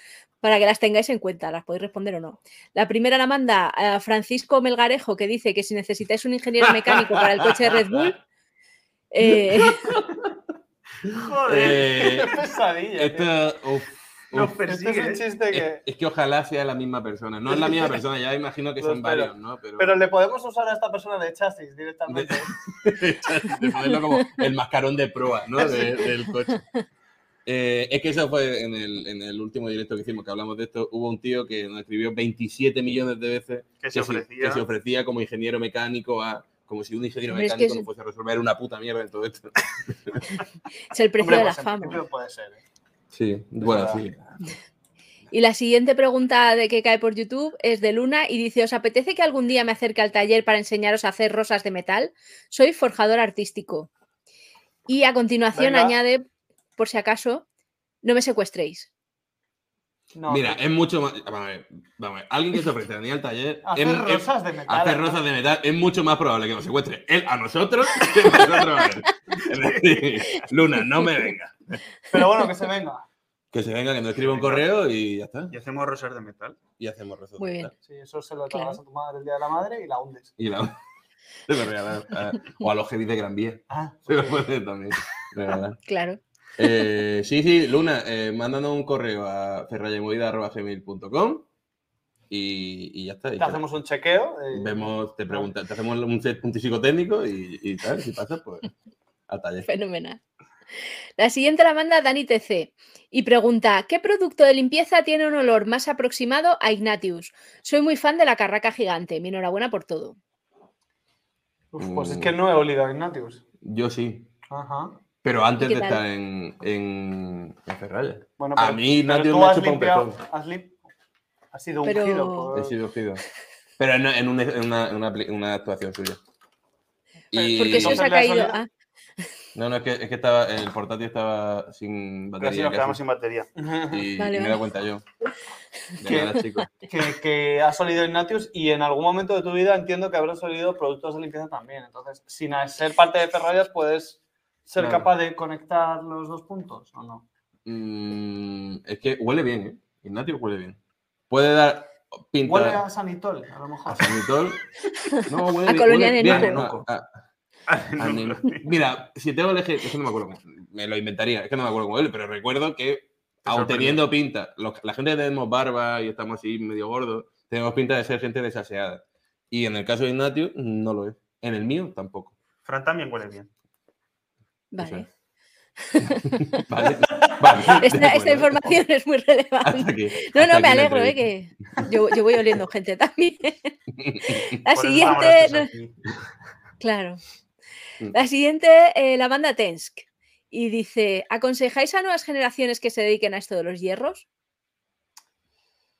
Speaker 1: para que las tengáis en cuenta, las podéis responder o no. La primera la manda eh, Francisco Melgarejo, que dice que si necesitáis un ingeniero mecánico para el coche de Red Bull, eh,
Speaker 4: Joder,
Speaker 3: Eh,
Speaker 2: Qué pesadilla. tío.
Speaker 3: esto, uf,
Speaker 4: nos
Speaker 3: uf.
Speaker 2: Este es
Speaker 4: persigue.
Speaker 2: un
Speaker 4: ¿eh?
Speaker 2: chiste
Speaker 3: Es,
Speaker 2: que.
Speaker 3: es que ojalá sea la misma persona. No es la misma persona, ya imagino que
Speaker 2: Lo
Speaker 3: son
Speaker 2: espero.
Speaker 3: varios, ¿no? Pero,
Speaker 2: Pero le podemos usar a esta persona de chasis directamente.
Speaker 3: de ponerlo como el mascarón de proa, ¿no? De- del coche. Eh, es que eso fue en el, en el último directo que hicimos, que hablamos de esto. Hubo un tío que nos escribió 27 millones de veces
Speaker 4: Que se ofrecía.
Speaker 3: que se ofrecía como ingeniero mecánico a como si un ingeniero
Speaker 1: Hombre, es que
Speaker 3: mecánico
Speaker 1: es-
Speaker 3: no fuese a resolver una puta mierda en todo esto.
Speaker 1: es el precio
Speaker 2: Hombre,
Speaker 1: de la
Speaker 2: pues en
Speaker 1: fama.
Speaker 2: principio puede ser. ¿eh?
Speaker 3: Sí, bueno, sí.
Speaker 1: Y la siguiente pregunta de que cae por YouTube es de Luna y dice, ¿os apetece que algún día me acerque al taller para enseñaros a hacer rosas de metal? Soy forjador artístico. Y a continuación
Speaker 2: Venga.
Speaker 1: añade, por si acaso, no me secuestréis.
Speaker 2: No,
Speaker 3: Mira, es mucho más. Vamos a ver, vamos a ver. Alguien que se ofrece a venir al taller.
Speaker 2: hacer
Speaker 3: es- es-
Speaker 2: rosas de metal.
Speaker 3: hacer
Speaker 2: ¿no?
Speaker 3: rosas de metal es mucho más probable que nos secuestre él a nosotros que nosotros a él. Es decir, Luna, no me venga.
Speaker 2: Pero bueno, que se venga.
Speaker 3: Que se venga, que nos escriba un correo y ya está.
Speaker 4: Y hacemos rosas de metal.
Speaker 3: Y hacemos rosas
Speaker 1: Muy
Speaker 3: de
Speaker 1: bien.
Speaker 3: metal.
Speaker 2: Sí, eso se lo
Speaker 1: Claro.
Speaker 2: tragas a tu madre el día de la madre y la hundes.
Speaker 3: Y la... Se lo regalan a- o a los heavy de Gran Vía.
Speaker 2: Ah,
Speaker 3: Se lo pueden también regalar.
Speaker 1: Claro.
Speaker 3: Eh, sí, sí, Luna, eh, mándanos un correo a ferrayamovida.gmail.com y, y ya está. Y
Speaker 2: te hacemos un chequeo. eh,
Speaker 3: Vemos, te pregunta, te hacemos un set puntístico técnico y, y tal, si pasa, pues a taller.
Speaker 1: Fenomenal. La siguiente la manda Dani TC y pregunta, ¿qué producto de limpieza tiene un olor más aproximado a Ignatius? Soy muy fan de la carraca gigante. Mi enhorabuena por todo.
Speaker 3: Mm.
Speaker 2: uf, pues es que no he olido a Ignatius.
Speaker 3: Yo sí.
Speaker 2: Ajá.
Speaker 3: Pero antes
Speaker 1: ¿Qué
Speaker 3: de
Speaker 1: tal?
Speaker 3: estar en, en, en Ferralla.
Speaker 2: Bueno,
Speaker 3: A
Speaker 2: pero-
Speaker 3: mí
Speaker 2: pero
Speaker 3: Nati
Speaker 2: tú
Speaker 3: me
Speaker 2: has
Speaker 3: chupa un
Speaker 2: limpiado-
Speaker 3: pezón.
Speaker 2: Has, lim- has sido
Speaker 1: Pero-
Speaker 2: ungido por...
Speaker 3: He sido ungido. Pero en, en un- en una, en una pli- en una actuación suya. Y-
Speaker 1: Porque se os ha
Speaker 2: Entonces, la
Speaker 1: caído.
Speaker 2: soledad-
Speaker 1: Ah,
Speaker 3: No, no, es que, es que estaba, el portátil estaba sin
Speaker 4: Casi nos
Speaker 3: batería.
Speaker 4: quedamos
Speaker 3: casi.
Speaker 4: sin batería.
Speaker 3: Y
Speaker 1: Vale,
Speaker 3: me he
Speaker 1: vale.
Speaker 3: dado cuenta yo. De
Speaker 2: ¿Qué?
Speaker 3: nada, chicos.
Speaker 2: que, que ha salido Ignatius y en algún momento de tu vida entiendo que habrán salido productos de limpieza también. Entonces, sin ser parte de Ferrarias, puedes ser
Speaker 3: Claro.
Speaker 2: capaz de conectar los dos puntos o no.
Speaker 3: Mm, es que huele bien, ¿eh? Ignacio huele bien. Puede dar pinta
Speaker 2: Huele a Sanitol, a lo mejor.
Speaker 3: a sanitol. No, huele
Speaker 1: A
Speaker 3: bien,
Speaker 1: colonia
Speaker 3: huele
Speaker 1: de
Speaker 3: bien,
Speaker 4: Nenuco.
Speaker 3: a- a-
Speaker 4: Ah,
Speaker 3: a Nen- Mira, si tengo el eje, es que no me acuerdo cómo. Me lo inventaría, es que no me acuerdo cómo él, pero recuerdo que, aun
Speaker 4: sorprendió.
Speaker 3: teniendo pinta, los- la gente que tenemos barba y estamos así medio gordos, tenemos pinta de ser gente desaseada. Y en el caso de Ignacio, no lo es. En el mío, tampoco.
Speaker 4: Fran también huele bien.
Speaker 1: vale.
Speaker 3: Vale, vale,
Speaker 1: Esta,
Speaker 3: de
Speaker 1: esta
Speaker 3: acuerdo.
Speaker 1: información es muy
Speaker 3: Hasta
Speaker 1: relevante.
Speaker 3: aquí,
Speaker 1: No, no,
Speaker 3: hasta
Speaker 1: me
Speaker 3: aquí la
Speaker 1: alegro, eh,
Speaker 3: entrevista.
Speaker 1: que yo, yo voy oliendo gente también. La
Speaker 4: Por eso estamos los
Speaker 1: siguiente,
Speaker 4: tres
Speaker 1: no-
Speaker 4: aquí.
Speaker 1: claro.
Speaker 3: Mm.
Speaker 1: La siguiente, eh, la banda Tensk. Y dice, ¿aconsejáis a nuevas generaciones que se dediquen a esto de los hierros?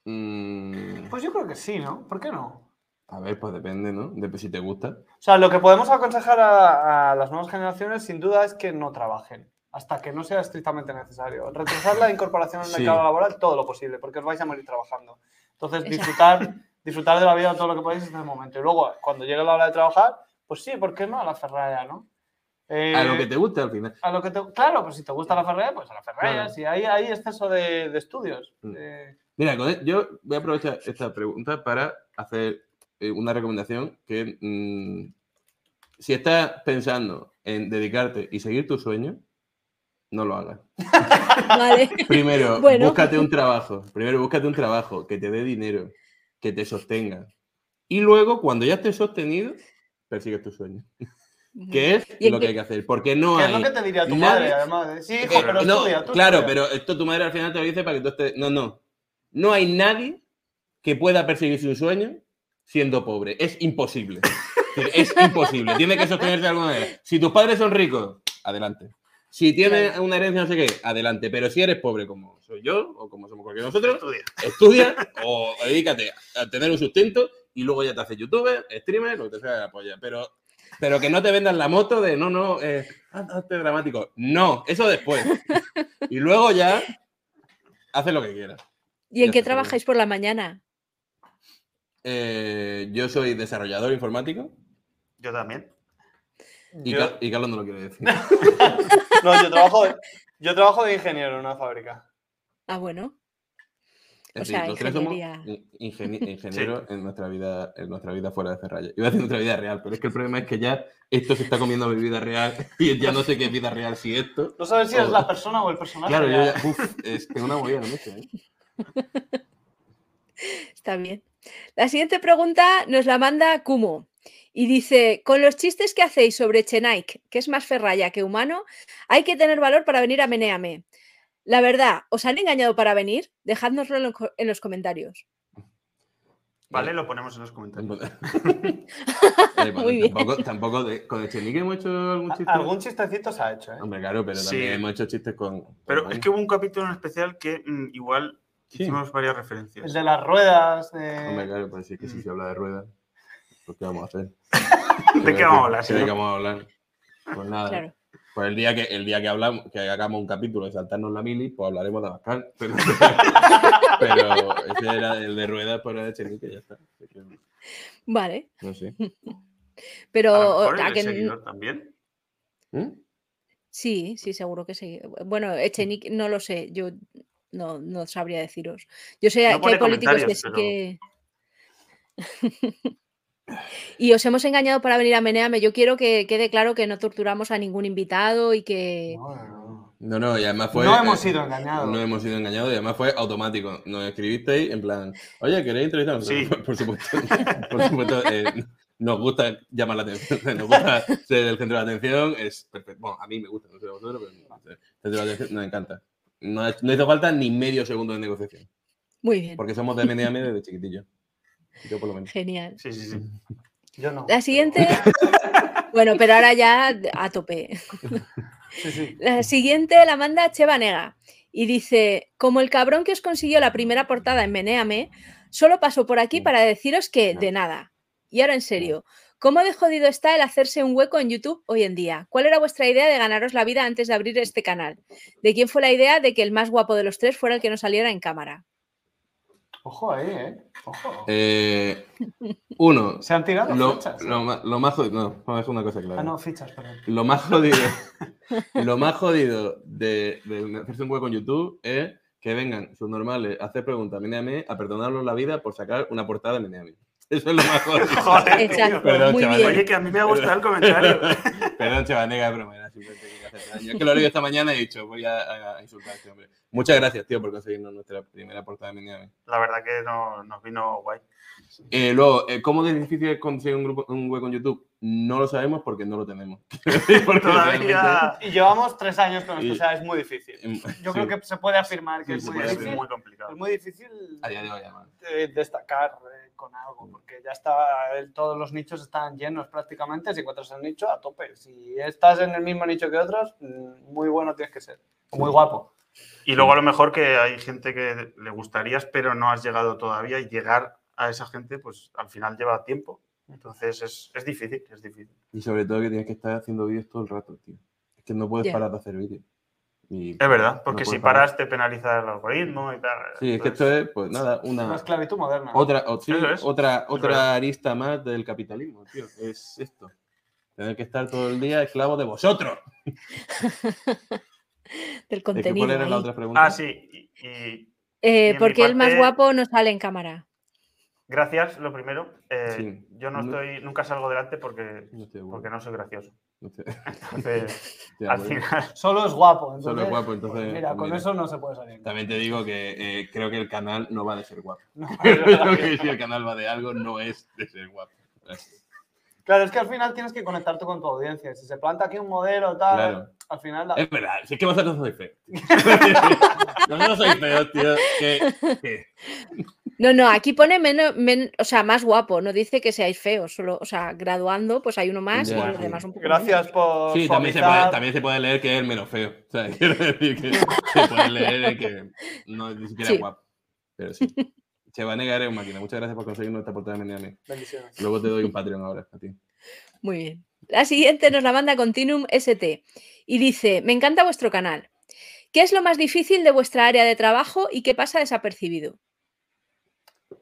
Speaker 3: Mm,
Speaker 2: Pues yo creo que sí, ¿no? ¿Por qué no?
Speaker 3: a ver, pues depende, ¿no? Dep- si te gusta.
Speaker 2: O sea, lo que podemos aconsejar a, a las nuevas generaciones, sin duda, es que no trabajen hasta que no sea estrictamente necesario. Retrasar la incorporación al
Speaker 3: Sí.
Speaker 2: mercado laboral todo lo posible, porque os vais a morir trabajando. Entonces,
Speaker 1: Exacto.
Speaker 2: disfrutar, disfrutar de la vida todo lo que podáis en el momento. Y luego, cuando llegue la hora de trabajar, pues sí, ¿por qué no? A la ferralla, ¿no? Eh,
Speaker 3: A lo que te guste al final.
Speaker 2: a lo que te- Claro, pues si te gusta la ferralla, pues a la ferralla.
Speaker 3: Claro.
Speaker 2: Si hay, hay exceso de, de estudios.
Speaker 3: Mm.
Speaker 2: eh,
Speaker 3: Mira, con e- yo voy a aprovechar esta pregunta para hacer eh, una recomendación que mm, si estás pensando en dedicarte y seguir tu sueño, no lo hagas.
Speaker 1: Vale.
Speaker 3: Primero,
Speaker 1: Bueno.
Speaker 3: búscate un trabajo. Primero, búscate un trabajo que te dé dinero, que te sostenga. Y luego, cuando ya estés sostenido, persigues tu sueño. Que es
Speaker 1: ¿Y en
Speaker 3: lo que
Speaker 1: qué-
Speaker 3: hay que hacer. Porque no
Speaker 2: que
Speaker 3: hay...
Speaker 2: es lo que te diría tu
Speaker 3: nadie-
Speaker 2: madre, además. de, Sí, hijo,
Speaker 3: Que-
Speaker 2: pero
Speaker 3: no,
Speaker 2: estudia. tú
Speaker 3: claro,
Speaker 2: estudia".
Speaker 3: pero esto tu madre al final te lo dice para que tú estés. No, no. No hay nadie que pueda perseguir su sueño siendo pobre. Es imposible. Es imposible. Tiene que sostenerse de alguna manera. Si tus padres son ricos, adelante. Si tienes
Speaker 1: Claro.
Speaker 3: una herencia, no sé qué, adelante. Pero si eres pobre, como soy yo o como somos cualquiera de nosotros,
Speaker 4: Estudia.
Speaker 3: estudia o dedícate a tener un sustento y luego ya te haces youtuber, streamer, lo que te sea de la polla. Pero, pero que no te vendan la moto de no, no, eh, haz- hazte dramático. No, eso después. Y luego ya haces lo que quieras.
Speaker 1: ¿Y en
Speaker 3: Ya
Speaker 1: qué
Speaker 3: está, perdón.
Speaker 1: trabajáis por la mañana?
Speaker 3: Eh, yo soy desarrollador informático
Speaker 4: Yo también.
Speaker 3: y,
Speaker 2: Yo-
Speaker 3: Ca- y Carlos no lo quiere decir.
Speaker 2: No, yo trabajo, de- yo trabajo de ingeniero en una fábrica.
Speaker 1: Ah, bueno.
Speaker 3: Es
Speaker 1: O sea,
Speaker 3: los tres somos
Speaker 1: ingeniería.
Speaker 3: in- ingeni- ingenieros en, nuestra vida, en nuestra vida fuera de Ferralla. Iba a decir nuestra vida real, pero es que el problema es que ya esto se está comiendo mi vida real y ya no sé qué es vida real si esto.
Speaker 2: No sabes si es
Speaker 3: Oh.
Speaker 2: la persona o el personaje.
Speaker 3: Claro, yo
Speaker 2: ya.
Speaker 3: ya. Uf, es que una movida no me ¿eh?
Speaker 1: Está bien. La siguiente pregunta nos la manda Kumo y dice, con los chistes que hacéis sobre Chenaik, que es más ferralla que humano, hay que tener valor para venir a Meneame. La verdad, ¿os han engañado para venir? Dejádnoslo en los co- en los comentarios.
Speaker 4: Vale, lo ponemos en los comentarios.
Speaker 3: Tampoco- Eh, bueno,
Speaker 1: Muy bien.
Speaker 3: Tampoco, tampoco de- con el Chenique hemos hecho algún chiste.
Speaker 2: Algún chistecito se ha hecho, ¿eh?
Speaker 3: Hombre, claro, pero
Speaker 4: Sí.
Speaker 3: también hemos hecho chistes con. con
Speaker 4: Pero es
Speaker 3: varios.
Speaker 4: que hubo un capítulo en especial que mm, igual
Speaker 3: Sí.
Speaker 4: hicimos varias
Speaker 2: El
Speaker 4: referencias.
Speaker 2: de las ruedas. de-
Speaker 3: Hombre, claro, pues sí, es que si se habla de ruedas, pues ¿qué vamos a hacer?
Speaker 4: ¿De Mm. qué vamos a hablar? si
Speaker 3: Sí, ¿De
Speaker 4: no?
Speaker 3: qué vamos a hablar? Pues nada.
Speaker 1: Claro.
Speaker 3: Pues el día que el día que hablamos, que hagamos un capítulo de saltarnos la mili, pues hablaremos de Abascal. Pero, pero ese era el de ruedas, pues era de Chenique, ya está. Así que,
Speaker 1: Vale,
Speaker 3: No sé.
Speaker 1: pero
Speaker 4: A lo mejor
Speaker 1: a
Speaker 4: el
Speaker 1: que n-
Speaker 4: seguidor también.
Speaker 3: ¿Mm?
Speaker 1: sí, sí, seguro que sí. Bueno,
Speaker 4: Mm.
Speaker 1: Echenique no lo sé, yo no, no sabría deciros. Yo sé
Speaker 4: No
Speaker 1: que hay
Speaker 4: pone
Speaker 1: políticos que
Speaker 4: comentarios,
Speaker 1: sí
Speaker 4: pero-
Speaker 1: que... Y os hemos engañado para venir a Meneame. Yo quiero que quede claro que no torturamos a ningún invitado y que...
Speaker 2: No, no,
Speaker 3: No, no, y además
Speaker 2: no.
Speaker 3: fue.
Speaker 2: No hemos
Speaker 3: eh,
Speaker 2: sido engañados.
Speaker 3: No hemos sido engañados y además fue automático. Nos escribisteis en plan, oye, ¿queréis entrevistarnos?
Speaker 4: Sí.
Speaker 3: Por supuesto. Por supuesto eh, nos gusta llamar la atención. Nos gusta ser el centro de atención. Es perfecto. Bueno, a mí me gusta, no sé a vosotros, pero me gusta. El centro de atención nos encanta. No, ha- no hizo falta ni medio segundo de negociación.
Speaker 1: Muy bien,
Speaker 3: Porque somos de MDM desde chiquitillo. Yo por lo menos.
Speaker 1: genial.
Speaker 4: Sí, sí, sí.
Speaker 2: Yo no.
Speaker 1: La siguiente, Bueno, pero ahora ya a tope.
Speaker 2: Sí, sí.
Speaker 1: La siguiente la manda Chevanega y dice, como el cabrón que os consiguió la primera portada en Meneame, solo pasó por aquí para deciros que de nada. Y ahora en serio, ¿cómo de jodido está el hacerse un hueco en YouTube hoy en día? ¿Cuál era vuestra idea de ganaros la vida antes de abrir este canal? ¿De quién fue la idea de que el más guapo de los tres fuera el que no saliera en cámara?
Speaker 2: Ojo ahí, ¿eh? Ojo.
Speaker 3: Eh, uno,
Speaker 2: ¿Se han tirado
Speaker 3: lo,
Speaker 2: fichas? ¿eh?
Speaker 3: lo ma- lo más jodido. No, vamos a dejar una cosa clara.
Speaker 2: Ah, no, fichas, perdón.
Speaker 3: Lo más jodido, lo más jodido de, de hacerse un hueco en YouTube es que vengan sus normales a hacer preguntas a Meneame a perdonarnos la vida por sacar una portada de Meneame. Eso es lo más jodido.
Speaker 4: Joder, tío.
Speaker 1: Exacto,
Speaker 3: Perdón,
Speaker 1: muy
Speaker 3: chavales.
Speaker 1: bien.
Speaker 4: Oye, que a mí me ha gustado el comentario.
Speaker 3: Perdón, chavanega, pero me da simplemente que hacer daño. Es que lo he leído esta mañana y he dicho, voy a, a- a insultar a este hombre. Muchas gracias, tío, por conseguirnos nuestra primera portada de Meneame.
Speaker 4: La verdad que no, nos vino guay.
Speaker 3: Eh, luego, eh, ¿cómo de difícil es conseguir un, grupo, un hueco en YouTube? No lo sabemos porque no lo tenemos. Porque realmente-
Speaker 4: Todavía
Speaker 2: Y llevamos tres años con esto,
Speaker 3: Y-
Speaker 2: o sea, es muy difícil.
Speaker 3: Sí,
Speaker 2: Yo creo que se puede afirmar que
Speaker 3: Sí,
Speaker 2: es,
Speaker 3: se
Speaker 2: muy
Speaker 3: puede
Speaker 4: es
Speaker 2: difícil,
Speaker 4: muy
Speaker 3: afirmar.
Speaker 2: es
Speaker 4: complicado.
Speaker 2: muy difícil
Speaker 3: A día de hoy, además.
Speaker 2: eh, destacar eh, con
Speaker 3: Mm.
Speaker 2: algo, porque ya está, el- todos los nichos están llenos prácticamente, si encuentras el nicho, a tope. Si estás en el mismo nicho que otros, mm, muy bueno tienes que ser, o muy guapo.
Speaker 4: Y luego a lo mejor que hay gente que le gustarías, pero no has llegado todavía. Y llegar a esa gente, pues al final lleva tiempo. Entonces es, es difícil, es difícil.
Speaker 3: Y sobre todo que tienes que estar haciendo vídeos todo el rato, tío. Es que no puedes
Speaker 1: Ya.
Speaker 3: parar de hacer vídeos. Y-
Speaker 4: Es verdad, porque
Speaker 3: No
Speaker 4: si
Speaker 3: puedes parar.
Speaker 4: paras te penaliza el algoritmo y tal.
Speaker 3: Sí, es que esto es, pues nada,
Speaker 2: La
Speaker 3: una...
Speaker 2: esclavitud moderna.
Speaker 3: Otra, o- sí,
Speaker 4: Eso es.
Speaker 3: otra,
Speaker 4: verdad.
Speaker 3: otra arista más del capitalismo, tío. Es esto. Tener que estar todo el día esclavo de vosotros.
Speaker 1: Del
Speaker 3: Es que,
Speaker 1: contenido.
Speaker 3: ¿Cuál era la
Speaker 1: ahí.
Speaker 3: otra pregunta?
Speaker 4: Ah, sí. Y, y
Speaker 1: Eh,
Speaker 4: Y en mi
Speaker 1: porque el más
Speaker 4: parte-
Speaker 1: guapo no sale en cámara.
Speaker 4: gracias, lo primero. Eh,
Speaker 3: Sí.
Speaker 4: Yo no
Speaker 3: No-
Speaker 4: estoy, nunca salgo delante porque,
Speaker 3: No estoy de acuerdo.
Speaker 4: porque no soy gracioso.
Speaker 3: No estoy-
Speaker 4: Entonces,
Speaker 3: estoy de
Speaker 4: al
Speaker 3: acuerdo.
Speaker 4: final,
Speaker 2: Solo es guapo, entonces.
Speaker 3: Solo es guapo,
Speaker 2: pues
Speaker 3: entonces.
Speaker 2: mira,
Speaker 3: pues
Speaker 2: con
Speaker 3: mira.
Speaker 2: eso no se puede salir.
Speaker 3: También te digo que eh, creo que el canal no va de ser guapo.
Speaker 2: No, es
Speaker 3: creo
Speaker 2: verdad.
Speaker 3: que si el canal va de algo, no es de ser guapo.
Speaker 2: claro, es que al final tienes que conectarte con tu audiencia. Si se planta aquí un modelo, tal,
Speaker 3: Claro.
Speaker 2: al final. la-
Speaker 3: Es verdad, si es que vosotros sois feos. tío. vosotros sois feos, tío. Que, que-
Speaker 1: No, no, aquí pone menos, men- o sea, más guapo, no dice que seáis feos, solo, o sea, graduando, pues hay uno más
Speaker 3: Ya,
Speaker 1: y los
Speaker 3: sí.
Speaker 1: demás un poco menos.
Speaker 2: Gracias por.
Speaker 3: Sí, también se, puede,
Speaker 2: suavizar.
Speaker 3: también se puede leer que es el menos feo. O sea, quiero decir que se puede leer que no es ni siquiera
Speaker 1: Sí.
Speaker 3: guapo. Pero sí. Chevanega, eres un máquina. Muchas gracias por conseguir nuestra portada de Mendiane.
Speaker 2: Bendiciones.
Speaker 3: Luego te doy un Patreon ahora a ti.
Speaker 1: Muy bien. La siguiente nos la manda Continuum ST y dice, me encanta vuestro canal. ¿Qué es lo más difícil de vuestra área de trabajo y qué pasa desapercibido?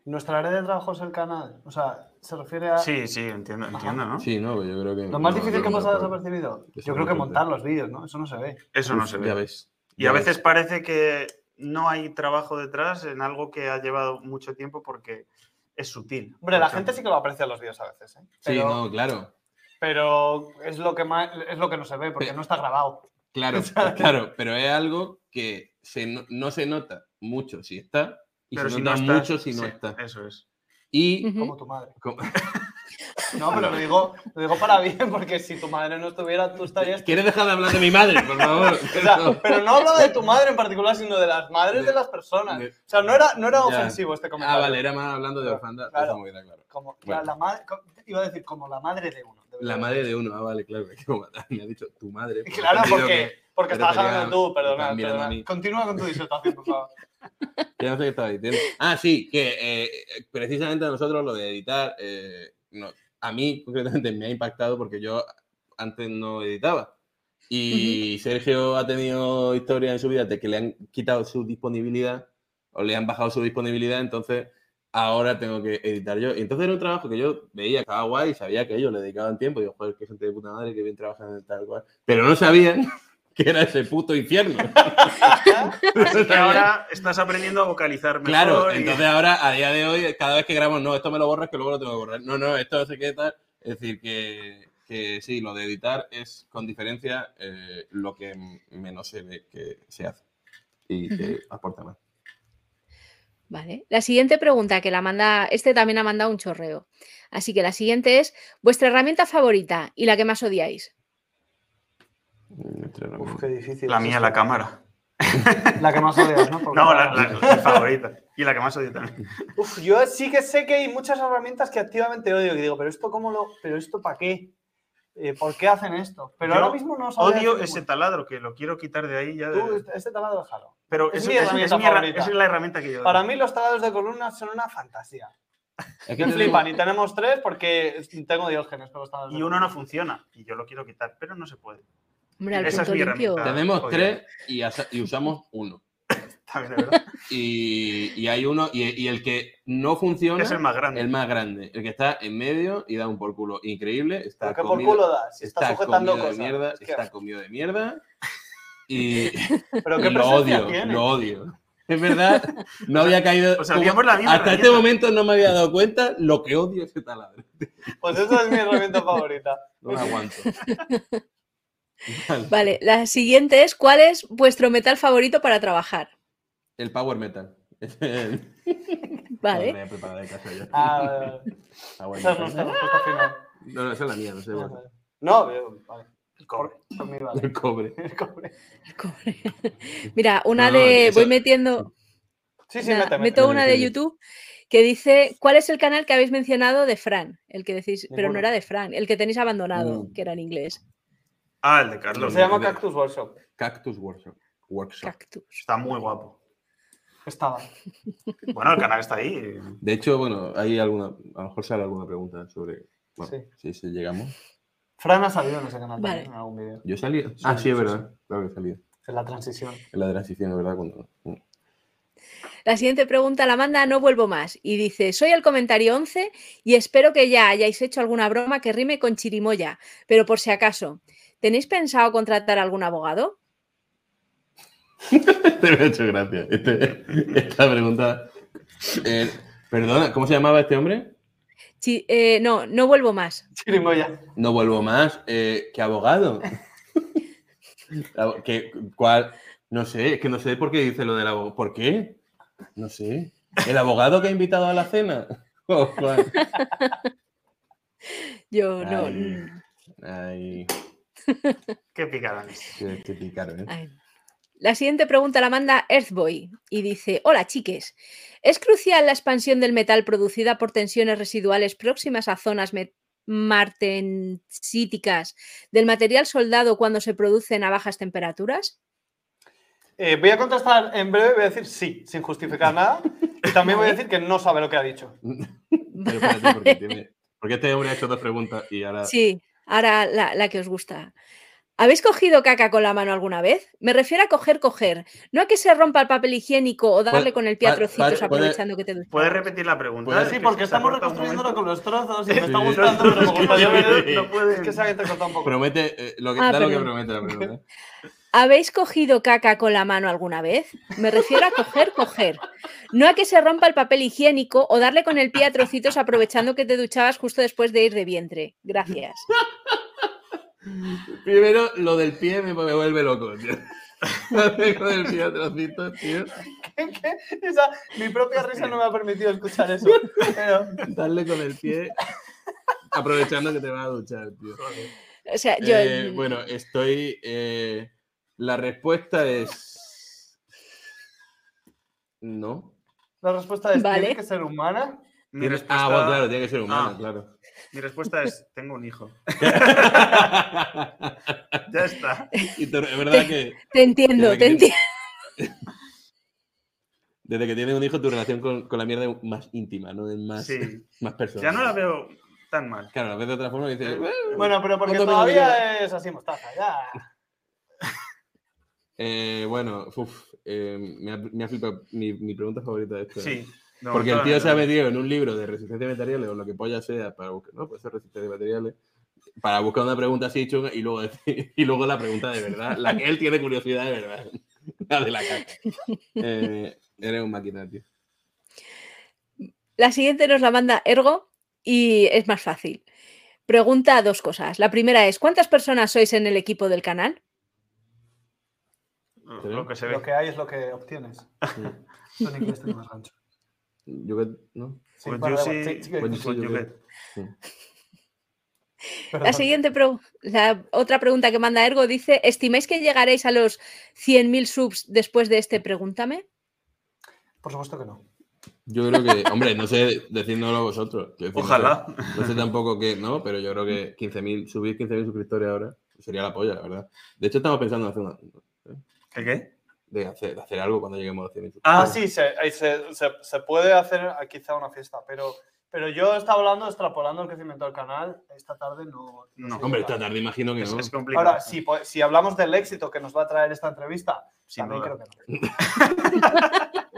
Speaker 2: Nuestra área de trabajo es el canal. O sea, se refiere a.
Speaker 4: sí, sí, entiendo, entiendo, ¿no?
Speaker 3: Sí, no, pues yo creo que.
Speaker 2: Lo más
Speaker 3: no,
Speaker 2: difícil
Speaker 3: yo
Speaker 2: que
Speaker 3: no
Speaker 2: pasa
Speaker 3: lo puedo.
Speaker 2: desapercibido.
Speaker 3: Eso
Speaker 2: Yo
Speaker 3: no
Speaker 2: creo que
Speaker 3: lo puedo
Speaker 2: montar los vídeos, ¿no? Eso no se ve.
Speaker 4: Eso no
Speaker 3: Uf,
Speaker 4: se
Speaker 3: Ya
Speaker 4: ve.
Speaker 3: ves.
Speaker 4: Y
Speaker 3: ya
Speaker 4: a
Speaker 3: ves.
Speaker 4: veces parece que no hay trabajo detrás en algo que ha llevado mucho tiempo porque es sutil.
Speaker 2: Hombre,
Speaker 4: Por
Speaker 2: la
Speaker 4: ejemplo.
Speaker 2: gente sí que lo aprecia en los vídeos a veces, ¿eh?
Speaker 3: Sí,
Speaker 2: Pero,
Speaker 3: no, claro.
Speaker 2: pero es lo que más, es lo que no se ve, porque
Speaker 3: Pe-
Speaker 2: no está grabado.
Speaker 3: Claro,
Speaker 2: ¿Sabes?
Speaker 3: claro, pero es algo que se no, no se nota mucho si está y
Speaker 4: Pero
Speaker 3: se
Speaker 4: si
Speaker 3: nota
Speaker 4: no estás-
Speaker 3: mucho si no
Speaker 4: sí,
Speaker 3: está.
Speaker 4: Eso es.
Speaker 3: Y
Speaker 1: Ujú.
Speaker 2: Como tu madre.
Speaker 3: como-
Speaker 2: No, pero lo digo, lo digo para bien, porque si tu madre no estuviera, tú estarías.
Speaker 3: ¿quieres dejar de hablar de mi madre, por favor?
Speaker 2: O sea, pero no hablo de tu madre en particular, sino de las madres
Speaker 3: De-
Speaker 2: de las personas.
Speaker 3: de-
Speaker 2: O sea, no era, no era
Speaker 3: Ya.
Speaker 2: ofensivo este
Speaker 3: Ah,
Speaker 2: comentario.
Speaker 3: vale, era más hablando de orfandad.
Speaker 2: Claro.
Speaker 3: esa movida, claro.
Speaker 2: Como,
Speaker 3: Bueno.
Speaker 2: la, la madre, co- iba a decir, como la madre de uno. de
Speaker 3: La
Speaker 2: verdad.
Speaker 3: madre de uno, ah, vale, claro. es que como me ha dicho tu madre. pues, he
Speaker 2: Claro,
Speaker 3: entendido
Speaker 2: porque, porque
Speaker 3: que te
Speaker 2: estabas
Speaker 3: tenía-
Speaker 2: hablando tú,
Speaker 3: me
Speaker 2: perdona.
Speaker 3: estaban mirando a mí.
Speaker 2: perdona. Continúa con tu disertación, por favor.
Speaker 3: que- ya no sé qué estaba diciendo. Ah, sí, que eh, precisamente a nosotros lo de editar, eh, no, a mí concretamente me ha impactado porque yo antes no editaba. Y Sergio ha tenido historias en su vida de que le han quitado su disponibilidad o le han bajado su disponibilidad, entonces ahora tengo que editar yo. Y entonces era un trabajo que yo veía que estaba guay y sabía que ellos le dedicaban tiempo. Y digo, joder, qué gente de puta madre, que bien trabajan en tal cual. Pero no sabían que era ese puto infierno.
Speaker 4: Así que ahora estás aprendiendo a vocalizar mejor.
Speaker 3: Claro,
Speaker 4: y-
Speaker 3: entonces ahora, a día de hoy, cada vez que grabamos, no, esto me lo borras que luego lo tengo que borrar. No, no, esto no sé qué tal. Es decir, que, que sí, lo de editar es con diferencia eh, lo que m- menos se ve que se hace y que aporta más.
Speaker 1: Vale. La siguiente pregunta que la manda, este también ha mandado un chorreo. Así que la siguiente es, vuestra herramienta favorita y la que más odiáis.
Speaker 2: Uf, qué difícil.
Speaker 4: La mía, la cámara.
Speaker 2: La que más odias, ¿no? Porque-
Speaker 4: No, la, la- mi favorita. Y la que más odio también.
Speaker 2: Uf, yo sí que sé que hay muchas herramientas que activamente odio, que digo, pero esto cómo lo, pero esto para qué. eh, ¿por qué hacen esto? Pero
Speaker 4: Yo
Speaker 2: ahora mismo no sabía
Speaker 4: Odio
Speaker 2: decir,
Speaker 4: ese taladro que lo quiero quitar de ahí ya. de-
Speaker 2: Tú, este taladro, déjalo.
Speaker 4: Pero
Speaker 2: es
Speaker 4: eso- es,
Speaker 2: mi
Speaker 4: mi-
Speaker 2: herramienta
Speaker 4: es mi herra-
Speaker 2: favorita.
Speaker 4: esa es la herramienta que yo. odio.
Speaker 2: Para mí los taladros de columna son una fantasía.
Speaker 3: Es que
Speaker 2: Me
Speaker 3: te digo-
Speaker 2: flipan y tenemos tres porque tengo diógenes con los taladros.
Speaker 4: Y uno no funciona. Y yo lo quiero quitar, pero no se puede.
Speaker 1: Hombre, al
Speaker 4: Esa es
Speaker 1: punto
Speaker 4: mi
Speaker 1: limpio.
Speaker 4: herramienta.
Speaker 3: Tenemos
Speaker 4: Oye.
Speaker 3: tres y, asa- y usamos uno.
Speaker 4: También, de verdad.
Speaker 3: Y, y hay uno, y, y el que no funciona
Speaker 4: es el más grande.
Speaker 3: el más grande, el que está en medio y da un por culo increíble. Está
Speaker 2: ¿Por qué por
Speaker 3: comido-
Speaker 2: culo das? Si está, sujetando
Speaker 3: comido
Speaker 2: cosas.
Speaker 3: de mierda,
Speaker 2: Es que-
Speaker 3: está comido de mierda. Y,
Speaker 2: Pero
Speaker 3: y
Speaker 2: qué
Speaker 3: lo
Speaker 2: presencia
Speaker 3: odio,
Speaker 2: tiene.
Speaker 3: lo odio. Es verdad, no había caído.
Speaker 4: O sea, odiamos la misma
Speaker 3: hasta este
Speaker 4: herramienta.
Speaker 3: momento no me había dado cuenta lo que odio ese taladro.
Speaker 2: Pues esa es mi Ah, herramienta favorita.
Speaker 3: No lo aguanto. Vale,
Speaker 1: Vale, la siguiente es ¿cuál es vuestro metal favorito para trabajar?
Speaker 3: El power metal.
Speaker 1: Vale.
Speaker 3: No, me he preparado de casa ya.
Speaker 2: Ah,
Speaker 3: Power
Speaker 2: esa
Speaker 3: metal.
Speaker 2: es nuestra respuesta final.
Speaker 3: No, no, esa es la mía, no sé.
Speaker 2: Vale. No, eh, vale.
Speaker 4: El cobre.
Speaker 2: Por mí vale.
Speaker 3: El cobre.
Speaker 2: El cobre.
Speaker 1: Cobre. Mira, una
Speaker 3: No,
Speaker 1: de.
Speaker 3: eso-
Speaker 1: Voy metiendo.
Speaker 2: Sí, sí,
Speaker 1: nada,
Speaker 2: mete, mete.
Speaker 1: meto una de
Speaker 3: mete.
Speaker 1: YouTube que dice: ¿Cuál es el canal que habéis mencionado de Fran? El que decís, pero no
Speaker 2: Ninguno.
Speaker 1: era de Fran, el que tenéis abandonado,
Speaker 3: Mm.
Speaker 1: que era en inglés.
Speaker 4: Ah, el de Carlos.
Speaker 2: Se llama
Speaker 3: Mete.
Speaker 2: Cactus Workshop.
Speaker 3: Cactus Workshop. Workshop.
Speaker 1: Cactus.
Speaker 4: Está muy guapo.
Speaker 2: Estaba.
Speaker 4: Bueno, el canal está ahí.
Speaker 3: De hecho, bueno, hay alguna. A lo mejor sale alguna pregunta sobre. Bueno,
Speaker 2: Sí.
Speaker 3: sí, sí, llegamos.
Speaker 2: Fran ha salido en ese canal
Speaker 1: Vale.
Speaker 2: también, en algún vídeo.
Speaker 3: Yo salí. Ah, sí, es verdad. Claro que he salido.
Speaker 2: En la transición.
Speaker 3: En la transición, es verdad. Cuando...
Speaker 1: La siguiente pregunta la manda No Vuelvo Más y dice: Soy el comentario 11 y espero que ya hayáis hecho alguna broma que rime con chirimoya, pero por si acaso, ¿tenéis pensado contratar algún abogado?
Speaker 3: Te me ha hecho gracia. Este- esta pregunta. Eh, perdona, ¿cómo se llamaba este hombre?
Speaker 1: Chi- eh, no, no vuelvo más.
Speaker 2: Chirimoya.
Speaker 3: No vuelvo más. Eh, ¿Qué abogado? Abo- ¿Qué, ¿Cuál? No sé, es que no sé por qué dice lo del abogado. ¿Por qué? No sé. ¿El abogado que ha invitado a la cena? Oh, Juan.
Speaker 1: Yo no. mm,
Speaker 3: Ay. Ay,
Speaker 4: Qué picada. es.
Speaker 3: qué, qué pícaro, ¿eh?
Speaker 1: Ay. La siguiente pregunta la manda Earthboy y dice, hola chiques, ¿es crucial la expansión del metal producida por tensiones residuales próximas a zonas met- martensíticas del material soldado cuando se producen a bajas temperaturas?
Speaker 2: Eh, voy a contestar en breve, voy a decir sí, sin justificar nada. Y también voy a decir que no sabe lo que ha dicho.
Speaker 3: Pero espérate, porque, tiene- porque este hombre ha hecho dos preguntas y ahora.
Speaker 1: Sí, ahora la, la que os gusta. ¿Habéis cogido caca con la mano alguna vez? Me refiero a coger, coger. No a que se rompa el papel higiénico o darle
Speaker 3: Puede-
Speaker 1: con el
Speaker 3: pa- pa-
Speaker 1: piatrocitos
Speaker 3: puede-
Speaker 1: aprovechando que te duchas.
Speaker 4: ¿Puedes repetir la pregunta?
Speaker 3: Puedes-
Speaker 2: Sí,
Speaker 4: Que
Speaker 2: porque
Speaker 4: se
Speaker 2: estamos
Speaker 4: corta un
Speaker 2: reconstruyéndolo
Speaker 4: momento.
Speaker 2: con los trozos y me está
Speaker 3: Sí.
Speaker 2: gustando, pero me gustaría ver-
Speaker 4: No puede.
Speaker 2: Es que se ha entrecortado un poco.
Speaker 3: Promete eh, lo que,
Speaker 1: Ah,
Speaker 3: da lo que
Speaker 1: perdón.
Speaker 3: promete la pregunta. ¿eh?
Speaker 1: ¿Habéis cogido caca con la mano alguna vez? Me refiero a coger, coger. No a que se rompa el papel higiénico o darle con el pie a trocitos aprovechando que te duchabas justo después de ir de vientre. Gracias.
Speaker 3: Primero, lo del pie me, me vuelve loco, tío. Lo del pie a trocitos, tío.
Speaker 2: ¿Qué? Esa- mi propia risa no me ha permitido escuchar eso. Pero
Speaker 3: Darle con el pie aprovechando que te vas a duchar, tío.
Speaker 1: O sea, yo.
Speaker 3: Eh,
Speaker 1: mm,
Speaker 3: bueno, estoy. eh, la respuesta es. No.
Speaker 2: la respuesta es:
Speaker 1: Vale.
Speaker 2: ¿tiene que ser humana?
Speaker 4: Mi
Speaker 3: Tiene-
Speaker 4: respuesta,
Speaker 3: Ah, bueno, claro, tiene que ser humana,
Speaker 4: Ah.
Speaker 3: claro.
Speaker 4: mi respuesta es: tengo un hijo. Ya está.
Speaker 3: Y te- es verdad que
Speaker 1: te entiendo,
Speaker 3: desde que
Speaker 1: te
Speaker 3: tiene-
Speaker 1: entiendo.
Speaker 3: desde que tienes un hijo, tu relación con, con la mierda es más íntima, ¿no? Es más,
Speaker 4: Sí.
Speaker 3: más
Speaker 4: Ya
Speaker 3: personal.
Speaker 4: no la veo tan mal.
Speaker 3: Claro, la ves de otra forma y dices.
Speaker 2: Bueno, pero porque
Speaker 3: Otro
Speaker 2: todavía es así, mostaza. Ya.
Speaker 3: Eh, bueno, uf, eh, me, ha, me ha flipado mi, mi pregunta favorita de esto.
Speaker 4: Sí. no,
Speaker 3: Porque el
Speaker 4: toda
Speaker 3: tío
Speaker 4: la
Speaker 3: se ha
Speaker 4: verdad.
Speaker 3: metido en un libro de resistencia de materiales o lo que polla sea para buscar, no, puede ser resistencia de materiales, para buscar una pregunta así chunga y luego, decir- y luego la pregunta de verdad, la que él tiene curiosidad de verdad, la de la caca. Eh, eres un máquina, tío.
Speaker 1: La siguiente nos la manda Ergo y es más fácil. Pregunta dos cosas. La primera es: ¿cuántas personas sois en el equipo del canal?
Speaker 4: Lo que se
Speaker 2: Lo
Speaker 4: ve.
Speaker 2: que hay es lo que obtienes. Yo en inglés tengo más gancho.
Speaker 3: Yo que, ¿no?
Speaker 2: Sí,
Speaker 4: What
Speaker 2: para-
Speaker 4: you
Speaker 2: sí,
Speaker 4: see-
Speaker 2: sí,
Speaker 3: What you see,
Speaker 4: what
Speaker 3: you
Speaker 4: you
Speaker 3: get.
Speaker 4: get.
Speaker 2: perdón.
Speaker 1: La siguiente pro- la otra pregunta que manda Ergo dice: ¿Estimáis que llegaréis a los 100.000 subs después de este? Pregúntame.
Speaker 2: Por supuesto que no.
Speaker 3: Yo creo que, hombre, no sé decíndolo vosotros. quiero decir, no sé-
Speaker 4: Ojalá.
Speaker 3: No sé tampoco que, no, pero yo creo que 15.000, subir 15.000 suscriptores ahora sería la polla, la verdad. De hecho, estamos pensando en hacer, una-
Speaker 4: ¿El qué?
Speaker 3: de hacer, de hacer algo cuando lleguemos a 100.000 suscriptores.
Speaker 4: Ah,
Speaker 2: Ah, sí, se, ahí se, se- se puede hacer ah, quizá una fiesta, pero, pero yo estaba hablando, extrapolando el crecimiento del canal, esta tarde no...
Speaker 4: No.
Speaker 2: se
Speaker 3: Hombre,
Speaker 2: llega.
Speaker 3: esta tarde imagino que
Speaker 4: Es,
Speaker 3: no.
Speaker 4: es complicado.
Speaker 2: Ahora, si, po- si hablamos del éxito que nos va a traer esta entrevista,
Speaker 4: Sin
Speaker 2: también
Speaker 4: duda.
Speaker 2: creo que no.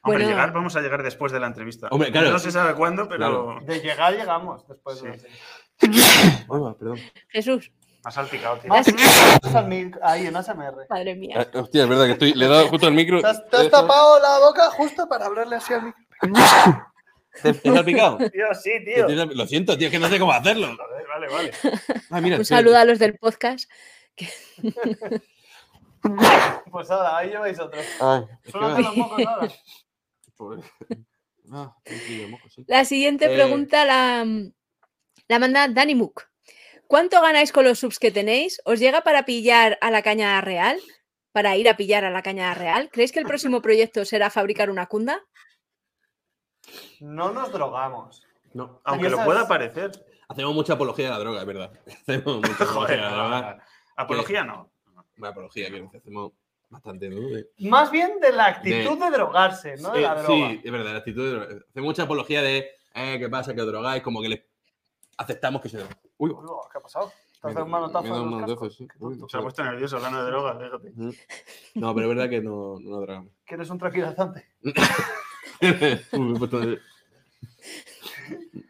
Speaker 4: Hombre,
Speaker 1: Bueno.
Speaker 4: llegar, vamos a llegar después de la entrevista.
Speaker 3: Hombre, claro.
Speaker 4: No se sabe cuándo, pero
Speaker 2: De llegar llegamos después de...
Speaker 4: Sí.
Speaker 3: Vamos, perdón.
Speaker 1: Jesús,
Speaker 4: ha salpicado, tío.
Speaker 2: Más mil- Ahí, en ASMR.
Speaker 1: madre mía.
Speaker 3: Ah, hostia, es verdad que estoy, le he dado justo al micro.
Speaker 2: Te has, te has tapado la boca justo para hablarle así al micro.
Speaker 3: ¿Te te has picado?
Speaker 4: Tío, sí, tío.
Speaker 3: Lo siento, tío, es que no sé cómo hacerlo.
Speaker 4: Joder, Vale, vale.
Speaker 3: Ah, mira,
Speaker 1: Un
Speaker 3: espera.
Speaker 1: saludo a los del podcast.
Speaker 2: Pues nada, ahí lleváis otro.
Speaker 3: Ay, es que
Speaker 2: Solo
Speaker 3: va-
Speaker 2: los mocos ahora.
Speaker 3: Pobre. Ah, un kilo de moco, sí.
Speaker 1: La siguiente
Speaker 3: Eh.
Speaker 1: pregunta la, la manda Dani Mook. ¿Cuánto ganáis con los subs que tenéis? ¿Os llega para pillar a la caña real? ¿Para ir a pillar a la caña real? ¿Creéis que el próximo proyecto será fabricar una cunda?
Speaker 2: No nos drogamos.
Speaker 3: No.
Speaker 4: Aunque
Speaker 2: Y
Speaker 4: lo
Speaker 2: esas-
Speaker 4: pueda parecer.
Speaker 3: Hacemos mucha apología de la droga, es verdad. Hacemos mucha apología
Speaker 4: Joder,
Speaker 3: de la droga.
Speaker 4: apología no.
Speaker 3: Una apología, quiero decir, hacemos bastante, ¿no? De-
Speaker 2: Más bien de la actitud de, drogarse, no de la
Speaker 3: Eh,
Speaker 2: droga.
Speaker 3: sí, es verdad, la actitud. de droga. Hacemos mucha apología de, eh, ¿qué pasa? Que os drogáis, como que les aceptamos que se drogan. Uy,
Speaker 2: Uy, "Oh, ¿Qué ha pasado? ¿Te has
Speaker 3: Me-
Speaker 2: dado un manotazo
Speaker 3: me he dado
Speaker 2: en
Speaker 3: un
Speaker 2: los
Speaker 3: manotazo,
Speaker 2: cascos?
Speaker 3: sí.
Speaker 2: Qué
Speaker 3: Uy,
Speaker 2: tonto.
Speaker 4: Se ha puesto nervioso hablando de drogas, fíjate.
Speaker 3: ujú. No, pero es verdad que no, no drogamos.
Speaker 2: Que eres un tranquilizante.
Speaker 3: Uy, me he puesto de-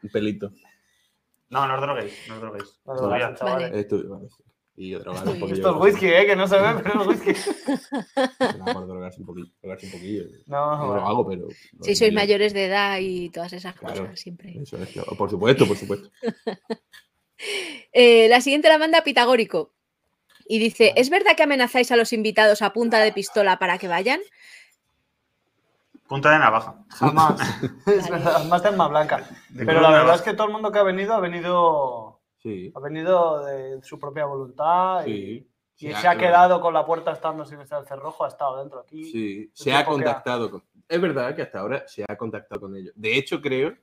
Speaker 3: Un pelito.
Speaker 4: No, no os droguéis, no os droguéis.
Speaker 2: No
Speaker 3: Vale.
Speaker 2: drogarse, chavales.
Speaker 3: Eh, Estudio, vale. sí. Y drogar un
Speaker 1: Estudio.
Speaker 3: poquillo.
Speaker 2: Esto es whisky, ¿eh? que no se ve, pero es whisky.
Speaker 3: Nada, por drogarse un poquillo. Drogarse un poquillo.
Speaker 2: No,
Speaker 3: No lo
Speaker 2: bueno.
Speaker 3: hago, pero. lo
Speaker 1: Si sois
Speaker 3: haría.
Speaker 1: mayores de edad y todas esas
Speaker 3: Pues Claro.
Speaker 1: cosas, siempre.
Speaker 3: Eso es, claro. por supuesto, por supuesto.
Speaker 1: Eh, la siguiente la manda Pitagórico. Y dice, ¿es verdad que amenazáis a los invitados a punta de pistola para que vayan?
Speaker 4: Punta de navaja.
Speaker 2: jamás. es verdad, más de arma blanca.
Speaker 4: De
Speaker 2: Pero la
Speaker 4: navaja.
Speaker 2: verdad es que todo el mundo que ha venido ha venido,
Speaker 3: Sí.
Speaker 2: ha venido de su propia voluntad y,
Speaker 3: Sí. ah,
Speaker 2: y
Speaker 3: ha-
Speaker 2: se ha quedado con la puerta estando sin estar el cerrojo, ha estado dentro aquí.
Speaker 3: Sí,
Speaker 2: el
Speaker 3: se ha
Speaker 2: tiempo que ha-
Speaker 3: contactado con. Es verdad que hasta ahora se ha contactado con ellos. De hecho, creo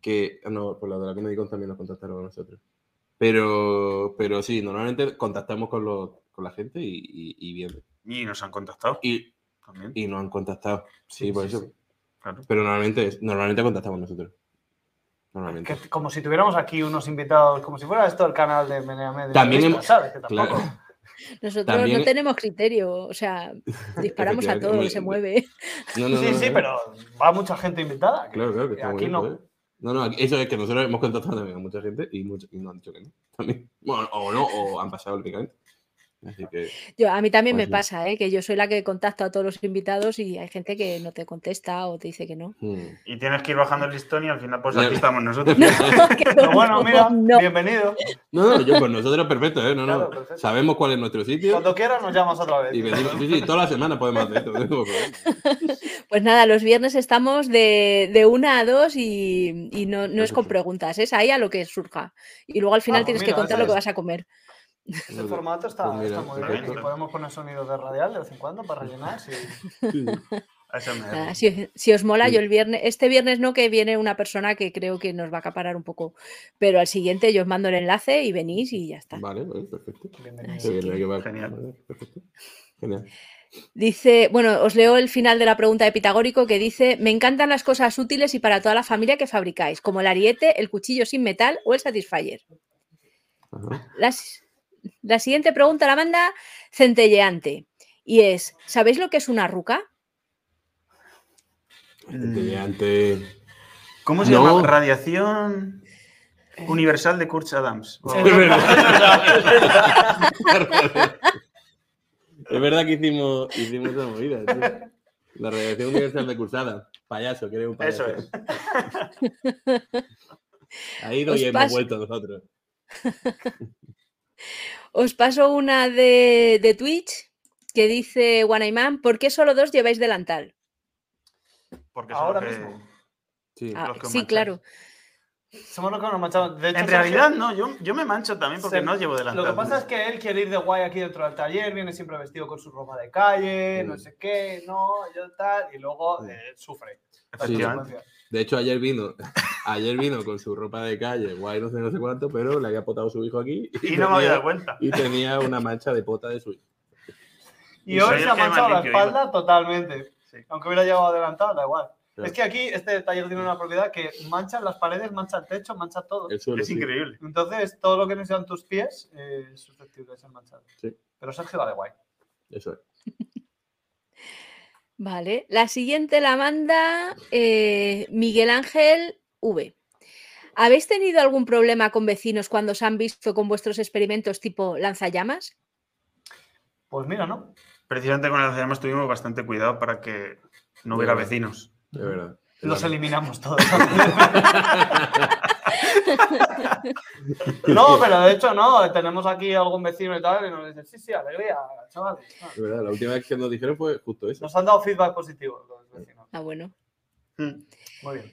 Speaker 3: que. ah, No, por la de la Comedy Con también nos contactaron a nosotros. Pero, pero sí, normalmente contactamos con, los, con la gente y, y, y bien.
Speaker 4: Y nos han contactado
Speaker 3: Y,
Speaker 4: también.
Speaker 3: y nos han contactado. Sí,
Speaker 4: Sí,
Speaker 3: por
Speaker 4: sí,
Speaker 3: eso.
Speaker 4: sí. Claro.
Speaker 3: Pero normalmente, normalmente contactamos nosotros. Normalmente.
Speaker 2: Ah, Que, como si tuviéramos aquí unos invitados, como si fuera esto el canal de Meneame. de
Speaker 3: También
Speaker 2: Entrevistas,
Speaker 3: hemos-
Speaker 2: ¿sabes? Que tampoco.
Speaker 3: Claro.
Speaker 1: Nosotros
Speaker 3: También-
Speaker 1: no tenemos criterio, o sea, disparamos a
Speaker 3: Efectivamente,
Speaker 1: todo lo que
Speaker 3: hombre, eh,
Speaker 1: se mueve.
Speaker 3: No, no,
Speaker 2: sí,
Speaker 3: no,
Speaker 2: sí,
Speaker 3: no.
Speaker 2: pero va mucha gente invitada.
Speaker 3: Claro, claro, que
Speaker 2: que
Speaker 3: está muy
Speaker 2: Eh, aquí
Speaker 3: bien.
Speaker 2: no.
Speaker 3: joder. No, no, aquí- eso es que nosotros hemos contactado también a mucha gente y, mucho, y nos han dicho que no. También. Bueno, o no, o han pasado el picante. Así que.
Speaker 1: Yo, a mí también me
Speaker 3: Pues sí.
Speaker 1: pasa, ¿eh? que yo soy la que contacto a todos los invitados y hay gente que no te contesta o te dice que no.
Speaker 3: hmm.
Speaker 4: Y tienes que ir bajando el listón y al final, pues aquí
Speaker 3: Ya.
Speaker 4: estamos nosotros.
Speaker 1: Que
Speaker 2: Pero
Speaker 1: no,
Speaker 2: bueno, mira,
Speaker 1: no.
Speaker 2: bienvenido.
Speaker 3: No, no, yo, pues nosotros perfecto, ¿eh? No,
Speaker 2: Claro,
Speaker 3: no.
Speaker 2: perfecto.
Speaker 3: Sabemos cuál es nuestro sitio.
Speaker 2: Cuando quieras nos llamas otra vez.
Speaker 3: Y venimos, sí, sí, toda la semana podemos hacer esto. no tengo problema.
Speaker 1: Pues nada, los viernes estamos de, de una a dos y, y no, no es con
Speaker 3: Perfecto.
Speaker 1: preguntas, es ahí a lo que surja. Y luego al final
Speaker 2: pues
Speaker 1: tienes
Speaker 2: mira,
Speaker 1: que contar lo que
Speaker 2: eso es.
Speaker 1: vas a comer.
Speaker 2: Este formato está,
Speaker 3: Pues mira,
Speaker 2: está muy
Speaker 3: perfecto.
Speaker 2: bien. Y podemos poner sonidos de radial de vez en cuando para rellenar. sí.
Speaker 3: Sí, sí.
Speaker 1: Nada,
Speaker 4: ASMR.
Speaker 1: si, si os mola,
Speaker 3: Sí.
Speaker 1: yo el viernes, este viernes no, que viene una persona que creo que nos va a acaparar un poco, pero al siguiente yo os mando el enlace y venís y ya está.
Speaker 3: Vale, vale, perfecto.
Speaker 2: Bienvenido.
Speaker 1: Así
Speaker 3: Qué bien,
Speaker 1: que-
Speaker 3: hay que ver.
Speaker 4: Genial.
Speaker 3: Vale, perfecto. Genial.
Speaker 1: Dice, bueno, os leo el final de la pregunta de Pitagórico que dice, me encantan las cosas útiles y para toda la familia que fabricáis, como el ariete, el cuchillo sin metal o el satisfyer.
Speaker 3: Ajá.
Speaker 1: Las- la siguiente pregunta la manda centelleante y es, ¿sabéis lo que es una ruca?
Speaker 2: Mm.
Speaker 3: Centelleante.
Speaker 4: ¿Cómo se
Speaker 3: No.
Speaker 4: llama? Radiación Universal de Kurtz Adams. O-
Speaker 3: Es verdad. Es verdad que hicimos, hicimos esa movida. tío. La radiación universal de cursada. Payaso, que eres un
Speaker 4: Eso
Speaker 3: payaso.
Speaker 4: es.
Speaker 3: Ahí
Speaker 1: Os
Speaker 3: doy hemos
Speaker 1: paso.
Speaker 3: vuelto nosotros.
Speaker 1: Os paso una de, de Twitch que dice Wanaiman, ¿por qué solo dos lleváis delantal?
Speaker 4: Porque
Speaker 2: Ahora
Speaker 4: Ahora
Speaker 2: mismo.
Speaker 1: Ah,
Speaker 4: los que os
Speaker 1: sí,
Speaker 4: mancháis.
Speaker 1: claro.
Speaker 2: Somos los que nos manchamos. De hecho,
Speaker 4: En
Speaker 2: Sergio-
Speaker 4: realidad, no, yo, yo me mancho también porque
Speaker 2: Se-
Speaker 4: no llevo delante.
Speaker 2: Lo que pasa es que él quiere ir de guay aquí dentro del taller, viene siempre vestido con su ropa de calle, no
Speaker 3: Mm.
Speaker 2: sé qué, no, yo tal, y luego
Speaker 3: Mm.
Speaker 2: eh, sufre. las
Speaker 4: Efectivamente.
Speaker 2: consecuencias.
Speaker 3: De hecho, ayer vino, ayer vino con su ropa de calle, guay, no sé, no sé cuánto, pero le había potado su hijo aquí
Speaker 4: Y no me había dado
Speaker 3: tenía,
Speaker 4: cuenta.
Speaker 3: y tenía una mancha de pota de su hijo.
Speaker 2: Y,
Speaker 4: Y soy
Speaker 2: hoy
Speaker 4: el
Speaker 2: se ha
Speaker 4: que más
Speaker 2: manchado la
Speaker 4: limpio iba.
Speaker 2: espalda totalmente.
Speaker 4: Sí.
Speaker 2: Aunque hubiera llevado adelantado, da igual.
Speaker 3: Claro.
Speaker 2: Es que aquí este taller tiene una propiedad que mancha las paredes, mancha el techo, mancha todo.
Speaker 3: El suelo,
Speaker 4: Es
Speaker 3: sí.
Speaker 4: increíble.
Speaker 2: Entonces, todo lo que no sean tus pies eh, es susceptible de ser manchado.
Speaker 3: Sí.
Speaker 2: Pero Sergio va de guay.
Speaker 3: Eso es.
Speaker 1: Vale, la siguiente la manda eh, Miguel Ángel V. ¿Habéis tenido algún problema con vecinos cuando os han visto con vuestros experimentos tipo lanzallamas?
Speaker 2: Pues mira, ¿no?
Speaker 4: Precisamente con el Alzheimer tuvimos bastante cuidado para que no hubiera
Speaker 3: Bueno.
Speaker 4: vecinos.
Speaker 3: Es verdad.
Speaker 2: Los
Speaker 3: Claro.
Speaker 2: eliminamos todos. no, pero de hecho no. Tenemos aquí algún vecino y tal y nos dicen, sí, sí, alegría, chavales.
Speaker 3: Es verdad, la última vez que nos dijeron fue justo eso.
Speaker 2: Nos han dado feedback positivo los vecinos.
Speaker 1: Ah, bueno.
Speaker 4: Mm.
Speaker 2: Muy bien.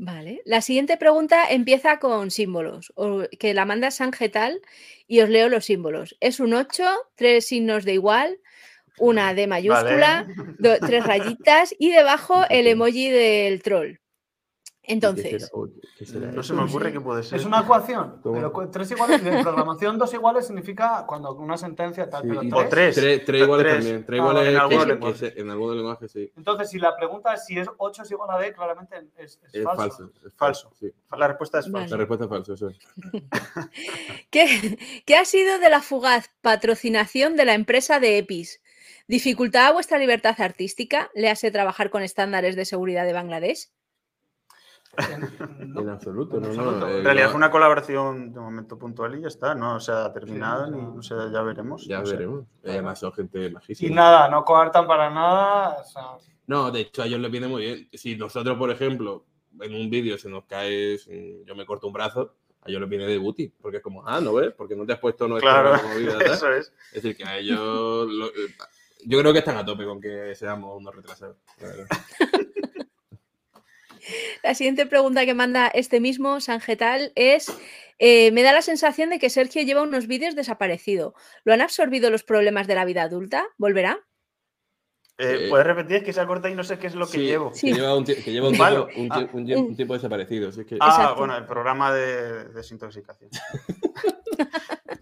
Speaker 1: Vale. La siguiente pregunta empieza con símbolos, o- que la manda Sangetal y os leo los símbolos. Es un 8, tres signos de igual, una D mayúscula, do- tres rayitas y debajo el emoji del troll.
Speaker 3: ¿Qué será?
Speaker 1: Entonces,
Speaker 3: Oh, ¿qué será
Speaker 4: No se
Speaker 3: eso?
Speaker 4: me ocurre qué puede ser.
Speaker 2: Es una ecuación.
Speaker 3: Toma.
Speaker 2: Pero cu- tres iguales, de programación dos iguales significa cuando una sentencia tal,
Speaker 3: Sí,
Speaker 2: pero
Speaker 3: y-
Speaker 4: O
Speaker 2: tres.
Speaker 4: tres.
Speaker 3: Tres, tres iguales
Speaker 4: Tres.
Speaker 3: también. Tres
Speaker 2: Ah,
Speaker 3: iguales
Speaker 4: en
Speaker 3: que-
Speaker 4: algunos
Speaker 3: que
Speaker 4: lenguajes.
Speaker 3: se- en algunos lenguajes sí.
Speaker 2: Entonces, si la pregunta es si es 8 es igual a D, claramente es, es
Speaker 3: Es
Speaker 2: falso.
Speaker 3: falso. es
Speaker 4: Falso.
Speaker 3: sí.
Speaker 4: La respuesta es
Speaker 1: Vale.
Speaker 4: falsa.
Speaker 3: La respuesta es falso, eso es.
Speaker 1: ¿qué, qué ha sido de la fugaz patrocinación de la empresa de EPIS? ¿Dificultaba vuestra libertad artística? ¿Le hace trabajar con estándares de seguridad de Bangladesh?
Speaker 2: En- no.
Speaker 3: En absoluto,
Speaker 2: En
Speaker 3: no, no,
Speaker 2: absoluto.
Speaker 3: eh,
Speaker 4: En realidad
Speaker 3: no-
Speaker 4: fue una colaboración de momento puntual y ya está. No se ha terminado
Speaker 2: Sí,
Speaker 4: ni
Speaker 2: no.
Speaker 4: no sé, ya veremos.
Speaker 3: Ya
Speaker 4: no sé.
Speaker 3: veremos. Eh, Además son gente
Speaker 2: Y
Speaker 3: majísima.
Speaker 2: nada, no coartan para nada. o sea,
Speaker 3: No, de hecho a ellos les viene muy bien. Si nosotros, por ejemplo, en un vídeo se nos cae, mm, yo me corto un brazo, a ellos les viene de booty, porque es como, ah, no ves, porque no te has puesto nuestra
Speaker 4: Claro,
Speaker 3: movida, tal?
Speaker 4: Eso es.
Speaker 3: Es decir, que a ellos, lo- eh, yo creo que están a tope con que seamos unos retrasados. la verdad.
Speaker 1: La siguiente pregunta que manda este mismo Sangetal es, eh, me da la sensación de que Sergio lleva unos vídeos desaparecido. ¿Lo han absorbido los problemas de la vida adulta? ¿Volverá?
Speaker 4: Eh,
Speaker 3: Eh,
Speaker 4: ¿Puedes repetir? Es que se ha cortado y no sé qué es lo que
Speaker 3: Sí,
Speaker 4: llevo.
Speaker 1: Sí.
Speaker 3: Que lleva un, tie- que lleva un
Speaker 4: Malo.
Speaker 3: tiempo, un, tie- un tie- un tiempo desaparecido. así que-
Speaker 4: Ah,
Speaker 1: Exacto.
Speaker 4: bueno, el programa de desintoxicación.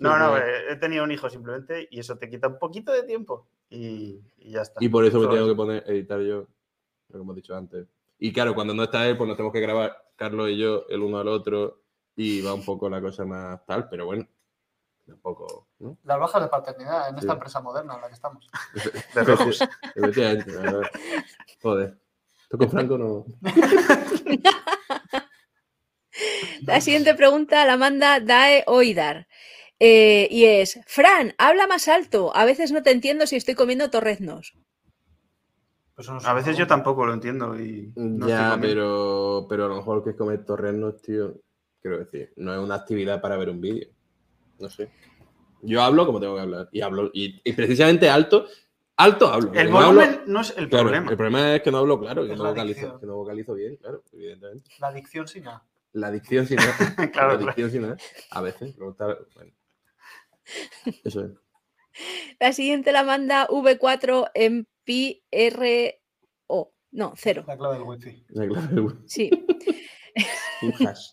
Speaker 4: no, no, eh, he tenido un hijo simplemente y eso te quita un poquito de tiempo y, y ya está.
Speaker 3: y pues, por eso me
Speaker 4: Solo
Speaker 3: tengo que poner editar yo, como hemos dicho antes. Y claro, cuando no está él, pues nos tenemos que grabar Carlos y yo el uno al otro y va un poco la cosa más tal, pero bueno, tampoco. ¿no?
Speaker 2: las bajas de paternidad en
Speaker 3: Sí.
Speaker 2: esta empresa moderna en la que estamos.
Speaker 4: de rojos.
Speaker 3: Efectivamente, la verdad. Joder. Esto con Franco no.
Speaker 1: La siguiente pregunta la manda Dae Oidar. eh, y es, Fran, habla más alto. A veces no te entiendo si estoy comiendo torreznos.
Speaker 2: Pues no es
Speaker 4: A
Speaker 2: una
Speaker 4: veces yo
Speaker 2: pregunta.
Speaker 4: tampoco lo entiendo y no estoy
Speaker 3: ya,
Speaker 4: comiendo.
Speaker 3: pero, pero a lo mejor que es comer torrenos, tío. Quiero decir, no es una actividad para ver un vídeo. No sé. Yo hablo como tengo que hablar. Y hablo. Y, y precisamente alto. Alto hablo.
Speaker 4: El
Speaker 3: No hablo-
Speaker 4: volumen no es el
Speaker 3: Claro,
Speaker 4: problema.
Speaker 3: El problema es que no hablo claro, que
Speaker 2: Es
Speaker 3: no,
Speaker 2: la
Speaker 3: vocalizo,
Speaker 2: dicción.
Speaker 3: que no vocalizo bien, claro, evidentemente.
Speaker 2: La adicción sin nada.
Speaker 3: La dicción sin nada.
Speaker 4: Claro,
Speaker 3: la
Speaker 4: claro.
Speaker 3: dicción sin nada. A veces. luego está- bueno. Eso es.
Speaker 1: La siguiente la manda V4MPRO. No, cero.
Speaker 2: La clave del wifi.
Speaker 3: La clave del wifi.
Speaker 1: Sí.
Speaker 3: Un hash.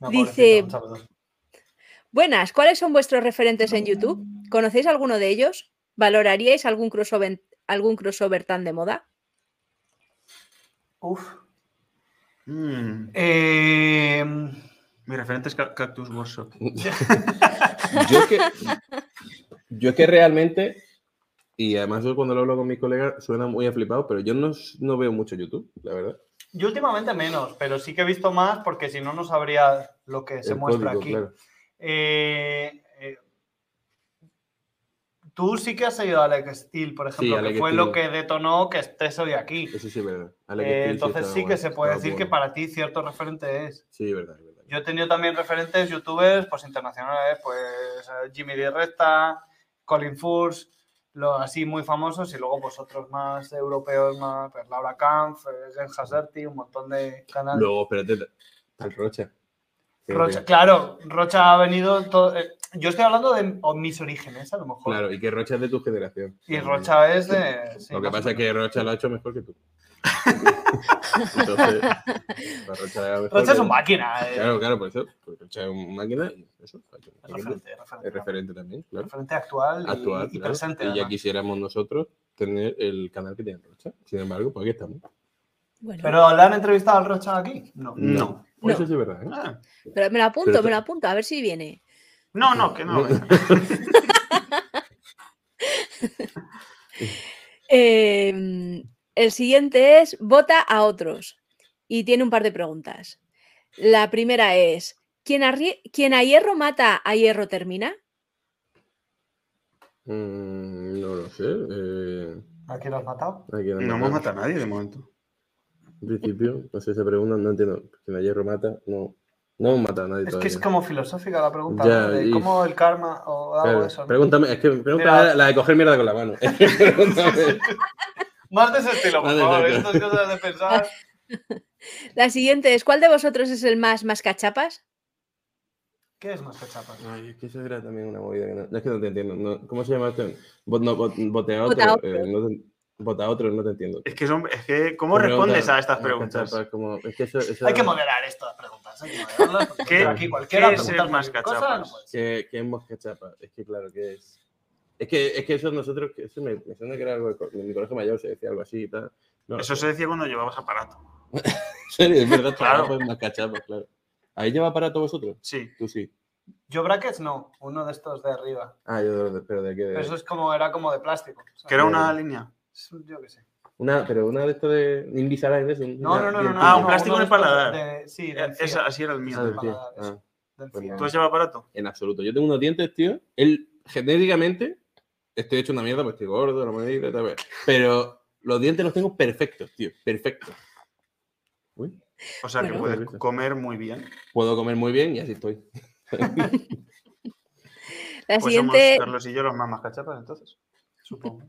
Speaker 2: No,
Speaker 1: Dice-
Speaker 2: pobrecito, un saludo.
Speaker 1: Buenas, ¿cuáles son vuestros referentes en YouTube? ¿Conocéis alguno de ellos? ¿Valoraríais algún crossover, algún crossover tan de moda?
Speaker 2: Uf.
Speaker 4: Mm,
Speaker 2: Eh,
Speaker 4: mi referente es Ca- Cactus Workshop.
Speaker 3: Yo es que, yo es que realmente, y además yo cuando lo hablo con mis colegas suena muy aflipado, pero yo no, s- no veo mucho YouTube, la verdad.
Speaker 2: yo últimamente menos, pero sí que he visto más porque si no, no sabría lo que se
Speaker 3: El
Speaker 2: muestra
Speaker 3: código,
Speaker 2: aquí.
Speaker 3: claro.
Speaker 2: Eh, eh, tú sí que has seguido a Alex Steel, por ejemplo, que
Speaker 3: Alex
Speaker 2: fue
Speaker 3: Steel.
Speaker 2: lo que detonó que estés hoy aquí.
Speaker 3: Eso sí es verdad. Alex
Speaker 2: Eh,
Speaker 3: Steel
Speaker 2: entonces
Speaker 3: estaba
Speaker 2: sí que
Speaker 3: guay,
Speaker 2: se puede
Speaker 3: estaba
Speaker 2: decir que
Speaker 3: bueno.
Speaker 2: para ti cierto referente es.
Speaker 3: Sí, es verdad, es verdad.
Speaker 2: Yo he tenido también referentes youtubers pues internacionales, pues eh, Jimmy Di Resta, Colin Furs, los así muy famosos y luego pues otros más europeos, más pues, Laura Kampf, eh, Jen Haserty, un montón de canales.
Speaker 3: Luego, espérate, tal Rocha. Eh,
Speaker 2: Rocha, claro, Rocha ha venido. todo- eh, yo estoy hablando de o mis orígenes, a lo mejor.
Speaker 3: Claro, y que Rocha es de tu generación.
Speaker 2: Y Rocha es de. sí,
Speaker 3: lo que
Speaker 2: más
Speaker 3: pasa
Speaker 2: o
Speaker 3: es que Rocha lo ha hecho mejor que tú. Entonces, pues Rocha, era
Speaker 2: menos.
Speaker 3: mejor
Speaker 2: Rocha es
Speaker 3: que-
Speaker 2: un máquina. eh,
Speaker 3: Claro, claro, por eso. pues Rocha es una máquina y eso. lo ha hecho
Speaker 2: es
Speaker 3: mejor que tú.
Speaker 2: referente, referente,
Speaker 3: Es referente también, claro.
Speaker 2: referente actual, y-
Speaker 3: Actual,
Speaker 2: y,
Speaker 3: claro.
Speaker 2: presente.
Speaker 3: Y ya
Speaker 2: además.
Speaker 3: quisiéramos nosotros tener el canal que tiene Rocha. Sin embargo, pues aquí estamos.
Speaker 1: Bueno, pero,
Speaker 2: Pero ¿le han entrevistado al Rocha aquí? No.
Speaker 4: No.
Speaker 3: Pues
Speaker 1: No.
Speaker 3: Eso sí es verdad, ¿eh?
Speaker 4: Ah,
Speaker 1: me lo apunto,
Speaker 3: pero-
Speaker 1: me lo apunto, a ver si viene.
Speaker 4: No, no, que no.
Speaker 1: Eh, el siguiente es vota a otros y tiene un par de preguntas. La primera es, ¿quién a, ri- quien a hierro mata, a hierro termina?
Speaker 3: Mm, no lo sé. Eh,
Speaker 2: ¿A quién lo has matado?
Speaker 3: ¿a quién han
Speaker 4: No hemos
Speaker 3: matado?
Speaker 4: matado a nadie de momento.
Speaker 3: En principio, no sé, esa pregunta no entiendo. Si la hierro mata, no. No mata a nadie
Speaker 2: Es que
Speaker 3: todavía.
Speaker 2: es como filosófica la pregunta,
Speaker 3: Ya,
Speaker 2: ¿no? de
Speaker 3: y-
Speaker 2: cómo el karma o algo
Speaker 3: Claro,
Speaker 2: de eso. ¿no?
Speaker 3: pregúntame, es que me pregunta
Speaker 2: Mira.
Speaker 3: la- la de coger mierda con la mano. Pregúntame.
Speaker 2: Más de ese estilo, por
Speaker 3: Vale,
Speaker 2: favor,
Speaker 3: vale.
Speaker 2: estas cosas de pensar.
Speaker 1: La siguiente es, ¿cuál de vosotros es el más mascachapas?
Speaker 2: ¿Qué es más cachapa?
Speaker 3: Ay, es que eso era también una movida que no, no es que no te entiendo. no- ¿Cómo se llama esto? Bot, no, bot- botea otro.
Speaker 1: Bota otro.
Speaker 3: eh, no te- bota otro, no te entiendo.
Speaker 4: Es que, son, es que ¿cómo
Speaker 3: Pregunta-
Speaker 4: respondes a estas
Speaker 3: ah,
Speaker 4: preguntas?
Speaker 3: cachapas, como- es que eso- eso-
Speaker 2: Hay que moderar estas preguntas, hay que moderarlas. porque
Speaker 4: ¿Qué-
Speaker 2: aquí cualquiera
Speaker 4: qué es
Speaker 2: pregunta
Speaker 4: el más
Speaker 2: cualquier cosa,
Speaker 4: cachapas?
Speaker 2: no puede ser.
Speaker 3: ¿Qué, qué es moscachapa? Es que claro, que es? Es que, es que eso nosotros, que eso me, me suena que era algo de co- de mi colegio mayor, se decía algo así y tal. No,
Speaker 4: Eso se decía cuando llevabas aparato.
Speaker 3: en serio, es verdad,
Speaker 4: Claro.
Speaker 3: claro. es moscachapa, claro. ¿Ahí lleva para todos vosotros?
Speaker 4: Sí.
Speaker 3: Tú sí.
Speaker 2: Yo brackets no, uno de estos de arriba.
Speaker 3: Ah, yo, de- pero de qué? De,
Speaker 2: Pero eso es como, era como de plástico. o sea,
Speaker 4: Que era una
Speaker 3: Claro.
Speaker 4: línea.
Speaker 2: Yo qué sé.
Speaker 3: Una, pero una de estas de Invisalign, ¿es? Un-
Speaker 2: No,
Speaker 3: una-
Speaker 2: no, no, no. no,
Speaker 3: bien-
Speaker 4: Ah, un
Speaker 2: no,
Speaker 4: plástico
Speaker 2: uno
Speaker 4: en
Speaker 2: de
Speaker 4: el
Speaker 2: estos
Speaker 4: paladar.
Speaker 2: de- sí, de
Speaker 4: Eh, esa-
Speaker 2: encía,
Speaker 4: así era el mío.
Speaker 3: Ah, del pie.
Speaker 2: paladar,
Speaker 3: Ah,
Speaker 2: de
Speaker 3: pues
Speaker 2: encía.
Speaker 3: no.
Speaker 4: ¿Tú has llevado aparato?
Speaker 3: en absoluto. Yo tengo unos dientes, tío. Él, genéticamente, estoy hecho una mierda, pues estoy gordo, la manera, y tal, vez. Pero los dientes los tengo perfectos, tío. Perfectos. Uy.
Speaker 4: O sea, que
Speaker 1: Bueno.
Speaker 4: puedes comer muy bien.
Speaker 3: Puedo comer muy bien y así estoy.
Speaker 1: La
Speaker 4: Pues somos
Speaker 1: siguiente,
Speaker 4: Carlos y yo los más mascachapas, entonces.
Speaker 2: Supongo.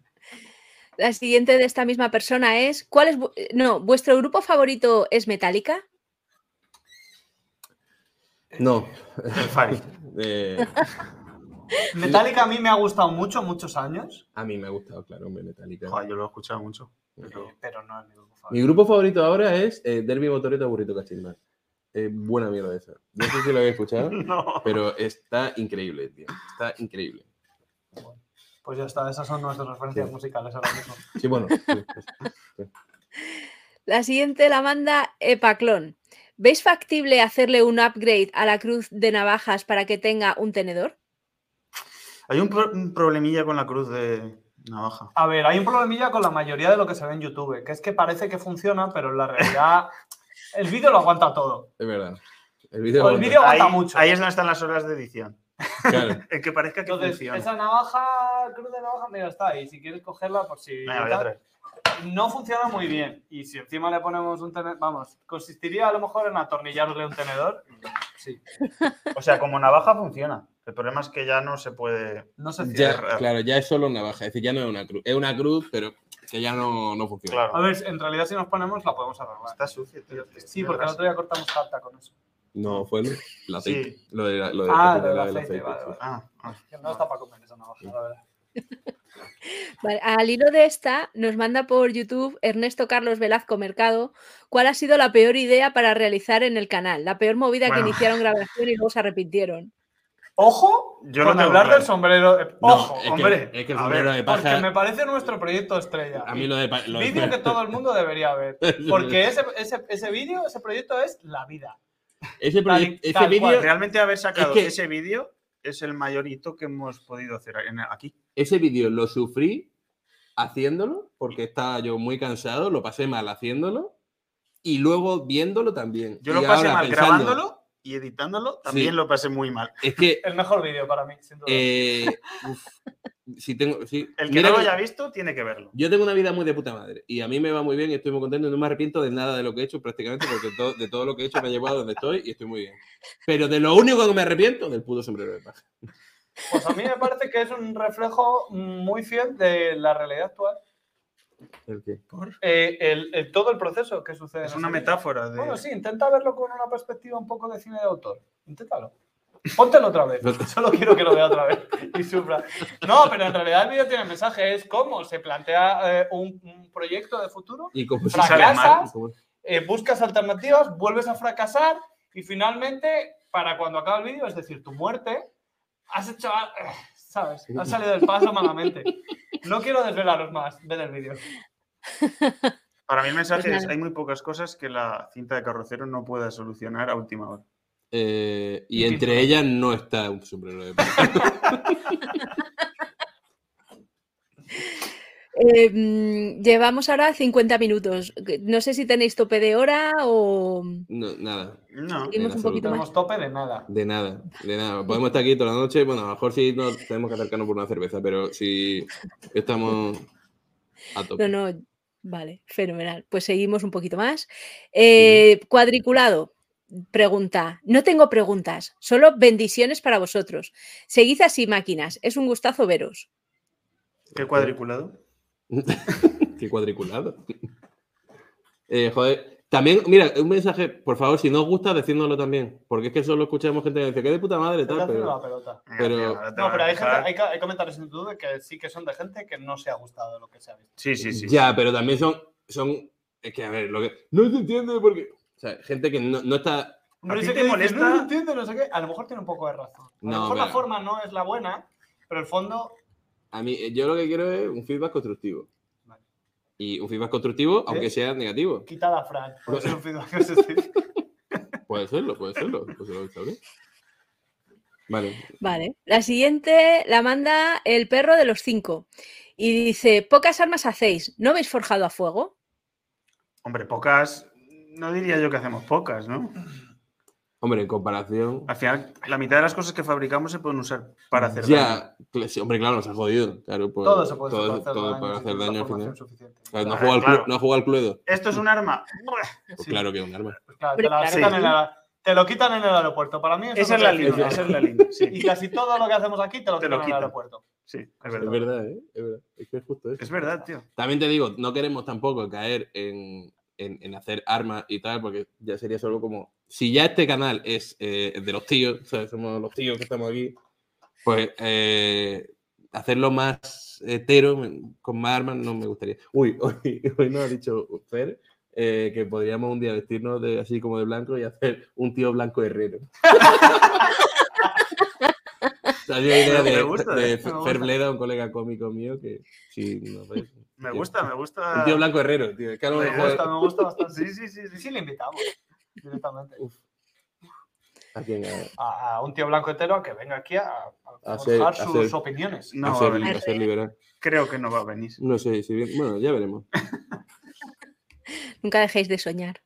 Speaker 1: la siguiente de esta misma persona es, ¿cuál es, vu- eh, no, vuestro grupo favorito es Metallica?
Speaker 3: No.
Speaker 4: El Fari.
Speaker 3: eh,
Speaker 4: pues,
Speaker 2: Metallica a mí me ha gustado mucho, muchos años,
Speaker 3: a mí me ha gustado, claro, hombre, Metallica.
Speaker 4: Joder, yo lo he escuchado mucho. Pero-
Speaker 2: eh, pero no es mi grupo
Speaker 3: Mi
Speaker 2: favorito.
Speaker 3: grupo favorito ahora es eh, Derby Motoreto Burrito Cachimba. Eh, buena mierda esa. No sé si lo habéis escuchado,
Speaker 4: No.
Speaker 3: pero está increíble, tío. Está increíble.
Speaker 2: Pues ya está, esas son nuestras referencias
Speaker 3: Sí.
Speaker 2: musicales ahora mismo.
Speaker 3: Sí, bueno. sí, pues,
Speaker 1: La siguiente la manda Epaclón. ¿Veis factible hacerle un upgrade a la cruz de navajas para que tenga un tenedor?
Speaker 4: Hay un, pro- un problemilla con la cruz de navaja.
Speaker 2: A ver, hay un problemilla con la mayoría de lo que se ve en YouTube, que es que parece que funciona, pero en la realidad el vídeo lo aguanta todo.
Speaker 3: es verdad. El vídeo.
Speaker 2: O el vídeo- Te
Speaker 4: Ahí,
Speaker 2: aguanta mucho. ¿eh?
Speaker 4: ahí es donde están las horas de edición.
Speaker 3: Claro.
Speaker 4: El que parezca que
Speaker 2: Entonces,
Speaker 4: funciona.
Speaker 2: esa navaja, cruz de navaja, mira, está ahí. Si quieres cogerla, por si.
Speaker 4: Venga, voy a traer.
Speaker 2: no funciona muy bien. Y si encima le ponemos un tenedor. Vamos, consistiría a lo mejor en atornillarle un tenedor. Sí.
Speaker 4: O sea, como navaja funciona. El problema es que ya no se puede.
Speaker 2: No se cierra.
Speaker 3: Ya, claro, ya es solo navaja. Es decir, ya no es una cruz. Es una cruz, pero que ya no, no funciona.
Speaker 4: Claro.
Speaker 2: A ver, en realidad, si nos ponemos, la podemos arreglar.
Speaker 4: está sucio, tío.
Speaker 2: Sí, porque el otro día cortamos carta con eso.
Speaker 3: No, fue el el aceite.
Speaker 4: Sí.
Speaker 3: Lo de, la- lo de-
Speaker 2: Ah,
Speaker 3: lo de
Speaker 2: del
Speaker 3: la- del
Speaker 2: aceite, vale,
Speaker 3: sí.
Speaker 2: vale.
Speaker 4: Ah, ah.
Speaker 2: Que no está para comer esa navaja, la verdad.
Speaker 1: Vale, al hilo de esta, nos manda por YouTube Ernesto Carlos Velazco Mercado cuál ha sido la peor idea para realizar en el canal, la peor movida
Speaker 4: Bueno.
Speaker 1: que iniciaron grabación y luego se arrepintieron.
Speaker 2: Ojo,
Speaker 4: Yo
Speaker 2: con
Speaker 4: no tengo
Speaker 2: hablar
Speaker 4: claro.
Speaker 2: del sombrero. eh,
Speaker 3: No,
Speaker 2: Ojo,
Speaker 3: es que-
Speaker 2: hombre.
Speaker 3: es que el
Speaker 2: A
Speaker 3: sombrero
Speaker 2: ver,
Speaker 3: de paja-
Speaker 2: Porque me parece nuestro proyecto estrella.
Speaker 3: A mí lo de. pa- lo de-
Speaker 2: Vídeo que todo el mundo debería ver. Porque ese, ese, ese vídeo, ese proyecto es la vida.
Speaker 3: Ese, proye- ese
Speaker 2: tal
Speaker 3: vídeo
Speaker 2: cual.
Speaker 4: Realmente haber sacado
Speaker 3: Es que-
Speaker 4: ese vídeo es el mayor hito que hemos podido hacer en- aquí.
Speaker 3: ese vídeo lo sufrí haciéndolo, porque estaba yo muy cansado, lo pasé mal haciéndolo, y luego viéndolo también.
Speaker 4: Yo
Speaker 3: Y
Speaker 4: lo pasé
Speaker 3: ahora
Speaker 4: mal
Speaker 3: pensando,
Speaker 4: grabándolo y editándolo también
Speaker 3: Sí.
Speaker 4: lo pasé muy mal.
Speaker 3: Es que,
Speaker 2: El mejor vídeo para mí, sin duda.
Speaker 3: eh, uf, si tengo, sí,
Speaker 4: El que
Speaker 3: mira
Speaker 4: no lo
Speaker 3: que-
Speaker 4: haya visto tiene que verlo.
Speaker 3: Yo tengo una vida muy de puta madre y a mí me va muy bien y estoy muy contento y no me arrepiento de nada de lo que he hecho prácticamente porque to- de todo lo que he hecho me ha llevado a donde estoy y estoy muy bien. Pero de lo único que me arrepiento del puto sombrero de paja.
Speaker 2: Pues a mí me parece que es un reflejo muy fiel de la realidad actual.
Speaker 3: ¿El qué?
Speaker 2: Eh, el- el- todo el proceso que sucede.
Speaker 4: Es
Speaker 2: en
Speaker 4: una
Speaker 2: ese
Speaker 4: metáfora de.
Speaker 2: libro. Bueno, sí, intenta verlo con una perspectiva un poco de cine de autor. Inténtalo. Póntelo otra vez. Solo quiero que lo vea otra vez y sufra. No, pero en realidad el vídeo tiene mensaje. Es cómo se plantea eh, un- un proyecto de futuro
Speaker 3: Y como si sale
Speaker 2: Fracasas.
Speaker 3: mal, como-
Speaker 2: eh, buscas alternativas, vuelves a fracasar y finalmente, para cuando acaba el vídeo, es decir, tu muerte, has hecho, a- ¿sabes? Has salido del paso malamente. No quiero desvelaros más, ved el vídeo.
Speaker 4: Para mí el mensaje
Speaker 1: Pues
Speaker 4: es: hay muy pocas cosas que la cinta de carrocero no pueda solucionar a última hora.
Speaker 3: Eh, y entre ellas no está un sombrero de paja.
Speaker 1: Eh, mm, llevamos ahora 50 minutos. Que- No sé si tenéis tope de hora o...
Speaker 3: No, nada.
Speaker 4: No.
Speaker 1: Seguimos
Speaker 3: en
Speaker 1: un poquito
Speaker 3: absoluto.
Speaker 1: más.
Speaker 2: Tenemos tope de nada.
Speaker 3: De nada, de nada. Podemos estar aquí toda la noche. Bueno, a lo mejor sí nos tenemos que acercarnos por una cerveza, pero si estamos a
Speaker 1: No,
Speaker 3: tope.
Speaker 1: no. Vale, fenomenal. Pues seguimos un poquito más. Eh, Cuadriculado, pregunta. No tengo preguntas, solo bendiciones para vosotros. Seguid así, máquinas. Es un gustazo veros.
Speaker 4: ¿Qué cuadriculado?
Speaker 3: Qué cuadriculado. Eh, joder. También, mira, un mensaje, por favor, si no os gusta, decídnoslo también. Porque es que solo escuchamos gente que dice, que de puta madre,
Speaker 2: Estás
Speaker 3: tal,
Speaker 2: haciendo
Speaker 3: pero
Speaker 2: la pelota.
Speaker 4: Venga,
Speaker 3: Pero-
Speaker 4: tío, ahora te
Speaker 2: No,
Speaker 4: van a
Speaker 2: pero hay, gente,
Speaker 4: Ah, empezar.
Speaker 2: hay, ca- hay comentarios en YouTube que sí que son de gente que no se ha gustado lo que se ha visto.
Speaker 4: Sí, sí, sí.
Speaker 3: Ya, pero también son, son. Es que, a ver, lo que. No se entiende porque. O sea, gente que no, no está.
Speaker 4: ¿A ti
Speaker 2: ese
Speaker 4: te
Speaker 2: que
Speaker 4: molesta?
Speaker 2: no, lo entiendo, no sé qué. A lo mejor tiene un poco de razón. A lo
Speaker 3: No,
Speaker 2: mejor la
Speaker 3: pero-
Speaker 2: forma no es la buena, pero el fondo.
Speaker 3: A mí, eh, yo lo que quiero es un feedback constructivo.
Speaker 2: Vale.
Speaker 3: Y un feedback constructivo, aunque sea negativo.
Speaker 2: Quita la Fran. Puede ser un feedback que se esté-
Speaker 3: Puede serlo, puede serlo. pues se lo sabré. Vale.
Speaker 1: Vale. La siguiente la manda el perro de los cinco. Y dice, pocas armas hacéis. ¿No habéis forjado a fuego?
Speaker 4: Hombre, pocas. No diría yo que hacemos pocas, ¿no?
Speaker 3: Hombre, en comparación.
Speaker 4: Al final, la mitad de las cosas que fabricamos se pueden usar para hacer daño.
Speaker 3: Ya, cl- sí, hombre, claro, nos ha jodido. Claro, por-
Speaker 2: Todo se puede
Speaker 3: todo-
Speaker 2: hacer
Speaker 3: todo para
Speaker 2: daño,
Speaker 3: hacer
Speaker 2: sin la
Speaker 3: daño al
Speaker 2: formación
Speaker 3: final.
Speaker 2: suficiente.
Speaker 3: Claro, no,
Speaker 4: Ah,
Speaker 3: juega al
Speaker 4: claro.
Speaker 3: clu- no juega al Cluedo.
Speaker 4: Esto es un arma.
Speaker 3: Pues
Speaker 2: Sí.
Speaker 3: claro que es un arma.
Speaker 2: Pues claro, te, la
Speaker 1: Sí.
Speaker 2: quitan en la- te lo quitan en el aeropuerto. Para mí eso
Speaker 4: Esa
Speaker 2: no
Speaker 4: es la
Speaker 2: te
Speaker 4: línea,
Speaker 2: define.
Speaker 4: esa es la línea. Sí,
Speaker 2: Y casi todo lo que hacemos aquí te lo
Speaker 4: Te
Speaker 2: quitan
Speaker 4: lo
Speaker 2: en el
Speaker 4: quitan.
Speaker 2: aeropuerto.
Speaker 4: sí, es
Speaker 3: Es
Speaker 4: verdad.
Speaker 3: verdad, ¿eh? Es verdad. Es que es justo eso.
Speaker 4: Es verdad, tío.
Speaker 3: También te digo, no queremos tampoco caer en, en- en hacer armas y tal, porque ya sería solo como. Si ya este canal es eh, de los tíos, o sea, somos los tíos que estamos aquí, pues eh, hacerlo más hetero, con más armas, no me gustaría. Uy, hoy, hoy nos ha dicho Fer eh, que podríamos un día vestirnos de, así como de blanco y hacer un tío blanco herrero. Salió la idea
Speaker 4: Me
Speaker 3: de,
Speaker 4: gusta,
Speaker 3: de
Speaker 4: eh,
Speaker 3: Fer
Speaker 2: me gusta.
Speaker 3: Bleda, un colega cómico mío, que sí, no sé.
Speaker 4: Me
Speaker 3: Tío.
Speaker 4: gusta, me
Speaker 3: Un
Speaker 4: gusta.
Speaker 3: tío blanco herrero, tío. Es que a lo
Speaker 4: Me
Speaker 2: Me
Speaker 3: mejor-
Speaker 2: gusta, me gusta bastante.
Speaker 4: Pues Sí, sí, sí.
Speaker 2: Sí,
Speaker 4: sí.
Speaker 2: sí, le invitamos directamente
Speaker 3: Uf. ¿A quién? A-
Speaker 2: a, a un tío blanco hetero a que venga aquí a, a
Speaker 3: A
Speaker 2: forjar
Speaker 3: ser- a
Speaker 2: sus
Speaker 3: ser-
Speaker 2: opiniones.
Speaker 4: No,
Speaker 3: a
Speaker 4: va a
Speaker 3: ser-
Speaker 4: venir.
Speaker 3: a ser liberal.
Speaker 4: creo que no va a venir.
Speaker 3: No sé, si bien. Bueno, ya veremos.
Speaker 1: Nunca dejéis de soñar.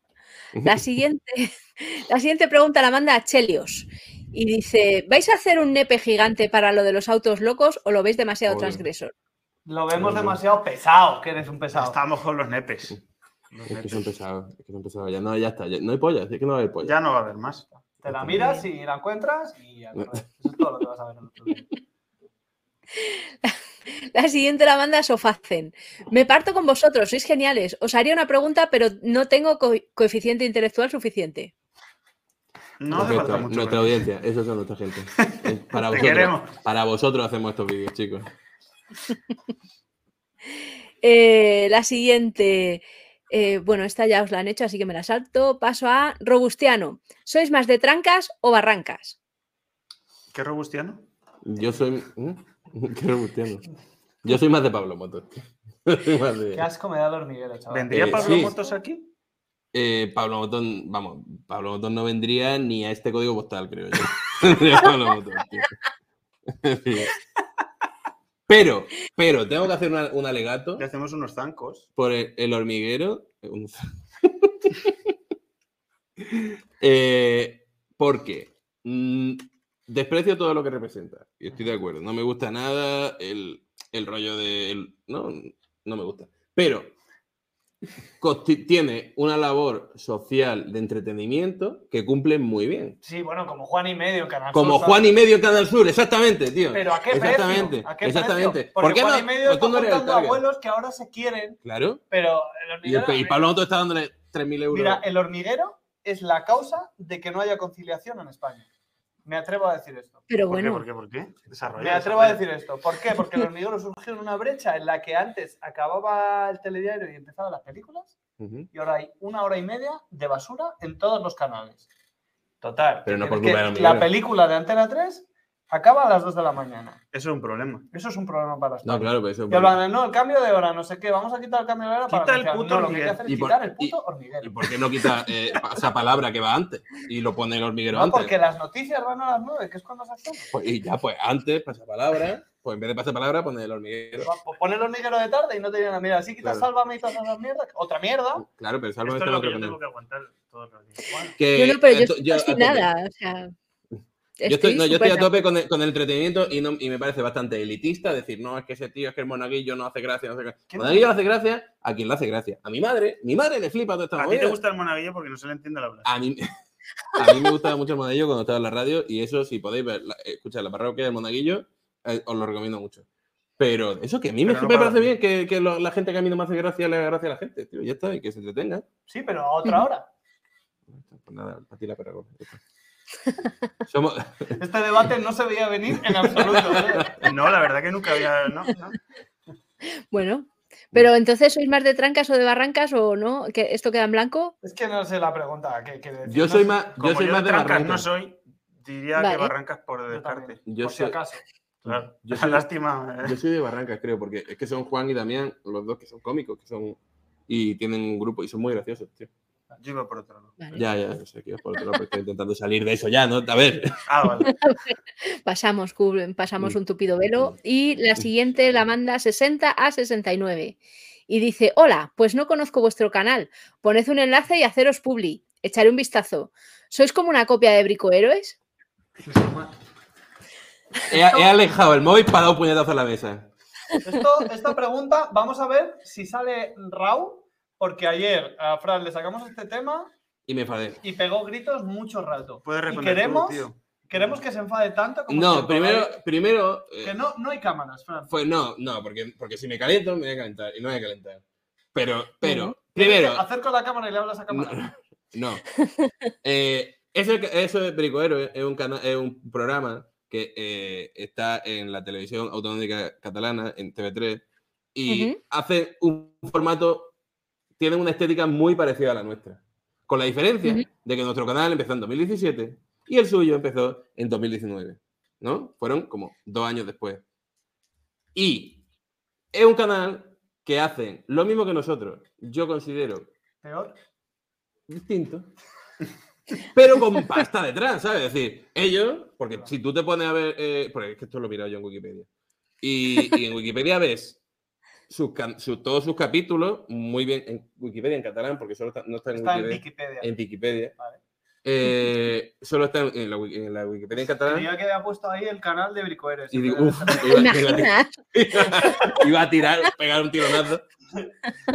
Speaker 1: La siguiente, la siguiente pregunta la manda a Chelios. Y dice, ¿vais a hacer un nepe gigante para lo de los autos locos o lo veis demasiado
Speaker 3: Joder.
Speaker 1: transgresor?
Speaker 2: Lo vemos
Speaker 3: Claro.
Speaker 2: demasiado pesado, que eres un pesado.
Speaker 4: Estamos con los nepes. Los
Speaker 3: Es que
Speaker 4: nepes.
Speaker 3: son pesados. Es que son pesados. Ya no, ya está. ya- no hay pollas. Es que no va a haber pollas.
Speaker 4: Ya no va a haber más.
Speaker 2: Te la miras y la encuentras y a correr. Eso es todo lo que vas a ver en otro vídeo.
Speaker 1: La siguiente la manda a Sofacen. Me parto con vosotros, sois geniales. Os haría una pregunta, pero no tengo co- coeficiente intelectual suficiente.
Speaker 4: No hace
Speaker 3: Nuestra-
Speaker 4: falta mucho.
Speaker 3: nuestra
Speaker 4: ¿verdad?
Speaker 3: audiencia, esos son nuestra gente. Es Para
Speaker 4: Te
Speaker 3: vosotros,
Speaker 4: queremos.
Speaker 3: para vosotros hacemos estos vídeos, chicos.
Speaker 1: Eh, la siguiente, eh, bueno, esta ya os la han hecho, así que me la salto. Paso a Robustiano. ¿Sois más de trancas o barrancas?
Speaker 4: ¿Qué robustiano?
Speaker 3: Yo soy. ¿eh? Qué robustiano. Yo soy más de Pablo Motos. Soy más de-
Speaker 2: Qué asco me da el hormiguero, chaval.
Speaker 4: ¿Vendría
Speaker 3: Eh,
Speaker 4: Pablo
Speaker 3: sí.
Speaker 4: Motos aquí?
Speaker 3: Eh, Pablo Motón, vamos, Pablo Motón no vendría ni a este código postal, creo yo. De Pablo Motón, tío. En fin. pero, pero, tengo que hacer una- un alegato
Speaker 4: Le hacemos unos zancos.
Speaker 3: por el, el hormiguero. Un- Eh, porque mm, desprecio todo lo que representa. Y estoy de acuerdo. No me gusta nada el, el rollo de. el- no, no me gusta. Pero consti- tiene una labor social de entretenimiento que cumple muy bien.
Speaker 2: Sí, bueno, como Juan y medio en Canal
Speaker 3: Como
Speaker 2: Sur, ¿sabes?
Speaker 3: Juan y medio en Canal Sur, exactamente, tío.
Speaker 2: Pero ¿a qué precio?
Speaker 3: exactamente,
Speaker 2: ¿A qué
Speaker 3: exactamente.
Speaker 2: precio? Porque
Speaker 3: ¿Por qué
Speaker 2: Juan
Speaker 3: no?
Speaker 2: y medio
Speaker 3: Pues tú
Speaker 2: está
Speaker 3: no eres el
Speaker 2: juntando
Speaker 3: target.
Speaker 2: abuelos que ahora se quieren,
Speaker 3: Claro.
Speaker 2: pero el
Speaker 3: Y, el
Speaker 2: hormiguero...
Speaker 3: pe- y Pablo Moto está dándole 3.000 euros.
Speaker 2: Mira, eh, el hormiguero es la causa de que no haya conciliación en España. Me atrevo a decir esto.
Speaker 1: Pero
Speaker 4: ¿Por qué?
Speaker 1: bueno,
Speaker 4: ¿Por qué? ¿Por qué? Desarrolla,
Speaker 2: Me atrevo a
Speaker 4: desarrolla.
Speaker 2: decir esto. ¿Por qué? Porque el hormiguero surgió en una brecha en la que antes acababa el telediario y empezaban las películas
Speaker 3: Ujú.
Speaker 2: y ahora hay una hora y media de basura en todos los canales. Total.
Speaker 3: Pero no
Speaker 2: que
Speaker 3: por
Speaker 2: es
Speaker 3: culpa
Speaker 2: que
Speaker 3: del hormiguero.
Speaker 2: La película de Antena 3 acaba a las 2 de la mañana.
Speaker 4: Eso es un problema.
Speaker 2: Eso es un problema para España.
Speaker 3: No, claro, pero eso es
Speaker 2: Y hablan de, no, el cambio de hora, no sé qué, vamos a quitar el cambio de hora para
Speaker 4: Quita el
Speaker 2: anunciar.
Speaker 4: puto
Speaker 2: No, lo que hay que
Speaker 4: hormiguero.
Speaker 2: hacer es
Speaker 3: Y por-
Speaker 2: quitar el
Speaker 3: y-
Speaker 2: puto
Speaker 3: ¿Y
Speaker 2: hormiguero.
Speaker 3: por qué no quita eh, pa- esa palabra que va antes y lo pone el hormiguero
Speaker 2: No,
Speaker 3: antes?
Speaker 2: porque las noticias van a las 9, que es cuando se hacen.
Speaker 3: Pues- y ya, pues antes, pasapalabra, pues en vez de pasapalabra, pone el hormiguero.
Speaker 2: Pues Pon el hormiguero de tarde y no te vienen a mirar. Así quitas
Speaker 3: Claro.
Speaker 2: sálvame y todas esas mierdas. Otra mierda.
Speaker 3: Claro, pero salvo
Speaker 4: Esto
Speaker 3: esto
Speaker 4: es
Speaker 3: lo
Speaker 4: lo que
Speaker 3: que
Speaker 4: yo
Speaker 3: poner.
Speaker 4: tengo que aguantar todos los días. Bueno,
Speaker 3: Que
Speaker 1: yo no, pero yo
Speaker 3: esto-
Speaker 1: estoy
Speaker 3: yo a tope.
Speaker 1: fascinada. O sea,
Speaker 3: Yo estoy, no, yo estoy a
Speaker 1: súper-
Speaker 3: tope con el, con el entretenimiento y, no- y me parece bastante elitista decir, no, es que ese tío, es que el monaguillo no hace gracia, no hace gracia.
Speaker 2: ¿Qué
Speaker 3: Monaguillo no hace gracia a quien le hace gracia. A mi madre, mi madre le flipa toda esta
Speaker 4: a ti te
Speaker 3: movida.
Speaker 4: gusta el monaguillo porque no se le entiende la palabra.
Speaker 3: A mí, a mí me gustaba mucho el monaguillo cuando estaba en la radio y eso, si podéis ver, la- escuchar la parroquia del monaguillo, eh, os lo recomiendo mucho. Pero eso que a mí
Speaker 4: Pero
Speaker 3: me
Speaker 4: no
Speaker 3: siempre
Speaker 4: para.
Speaker 3: parece bien que, que lo- la gente que a mí no me hace gracia le haga gracia a la gente, tío, ya está, y que se entretenga.
Speaker 2: Sí, pero a otra hora.
Speaker 3: Pues nada, para ti la perra, ya está. Somos,
Speaker 2: Este debate no se veía venir en absoluto. ¿eh?
Speaker 4: No, la verdad que nunca había. No, no.
Speaker 1: Bueno,
Speaker 3: Mm.
Speaker 1: pero entonces sois más de trancas o de barrancas o no, que esto queda en blanco.
Speaker 2: Es que no sé la pregunta. ¿qué, qué
Speaker 4: Pues
Speaker 2: decir?
Speaker 3: yo
Speaker 2: No
Speaker 3: soy
Speaker 2: sé,
Speaker 3: más, yo
Speaker 4: Como
Speaker 3: soy
Speaker 4: yo,
Speaker 3: más
Speaker 4: de
Speaker 3: de
Speaker 4: Trancas
Speaker 3: barranca.
Speaker 4: no soy, diría
Speaker 1: Vale.
Speaker 4: que Barrancas por
Speaker 2: yo también,
Speaker 4: descarte.
Speaker 3: Yo
Speaker 2: por si
Speaker 3: soy-
Speaker 2: acaso.
Speaker 4: Claro.
Speaker 3: Yo soy-
Speaker 4: Lástima. eh.
Speaker 3: Yo soy de Barrancas, creo, porque es que son Juan y Damián, los dos que son cómicos, que son y tienen un grupo y son muy graciosos, tío.
Speaker 4: Yo iba por otro lado.
Speaker 1: Vale,
Speaker 3: Ya, ya, no sé qué, por otro lado, pero estoy intentando salir de eso ya, ¿no? A ver,
Speaker 4: Ah, vale.
Speaker 1: Pasamos, cu- pasamos
Speaker 3: Mm.
Speaker 1: un tupido velo y la siguiente la manda 60 a 69. Y dice, hola, pues no conozco vuestro canal. Poned un enlace y haceros publi. Echaré un vistazo. ¿Sois como una copia de Bricohéroes?
Speaker 3: he, he alejado el móvil para dar un puñetazo a la mesa.
Speaker 2: Esto- esta pregunta, vamos a ver si sale Raúl, porque ayer a Fran le sacamos este tema
Speaker 3: Y me enfadé.
Speaker 2: y pegó gritos mucho rato.
Speaker 4: Puedes
Speaker 2: y
Speaker 4: responder tú,
Speaker 2: queremos,
Speaker 4: tío.
Speaker 2: queremos que se enfade tanto como
Speaker 3: No,
Speaker 2: siempre,
Speaker 3: primero,
Speaker 2: ¿vale?
Speaker 3: primero. eh,
Speaker 2: Que no, no hay cámaras, Fran.
Speaker 3: Pues no, no, porque, porque si me caliento, me voy a calentar y no voy a calentar. Pero,
Speaker 1: Ujú.
Speaker 3: pero, primero.
Speaker 2: Acerco la cámara y le hablas a cámara.
Speaker 3: No. Eh, eso, eso de Pericoero es un, cana- es un programa que eh, está en la televisión autonómica catalana, en TV3, y
Speaker 1: Ujú.
Speaker 3: hacen un formato, tienen una estética muy parecida a la nuestra. Con la diferencia
Speaker 1: Ujú.
Speaker 3: de que nuestro canal empezó en 2017 y el suyo empezó en 2019. ¿No? Fueron como dos años después. Y es un canal que hacen lo mismo que nosotros. Yo considero
Speaker 2: Peor.
Speaker 3: distinto. Pero con pasta detrás, ¿sabes? Es decir, ellos, porque si tú te pones a ver, eh, porque es que esto lo he mirado yo en Wikipedia, y, y en Wikipedia ves sus can- su- todos sus capítulos, muy bien, en Wikipedia en catalán, porque solo está- no está en
Speaker 2: Está en
Speaker 3: Wikipedia.
Speaker 2: Wikipedia.
Speaker 3: En Wikipedia.
Speaker 2: Vale.
Speaker 3: Eh, solo está en, en la, wi- en la Wikipedia en catalán.
Speaker 2: Tenía que haber puesto ahí el canal de Bricoeres.
Speaker 3: ¿eh? Y
Speaker 2: en
Speaker 3: digo,
Speaker 2: vez de
Speaker 3: uff, iba,
Speaker 2: hacer-
Speaker 1: ¿Te
Speaker 3: iba a decir-
Speaker 1: imaginas?
Speaker 3: iba a tirar, pegar un tironazo.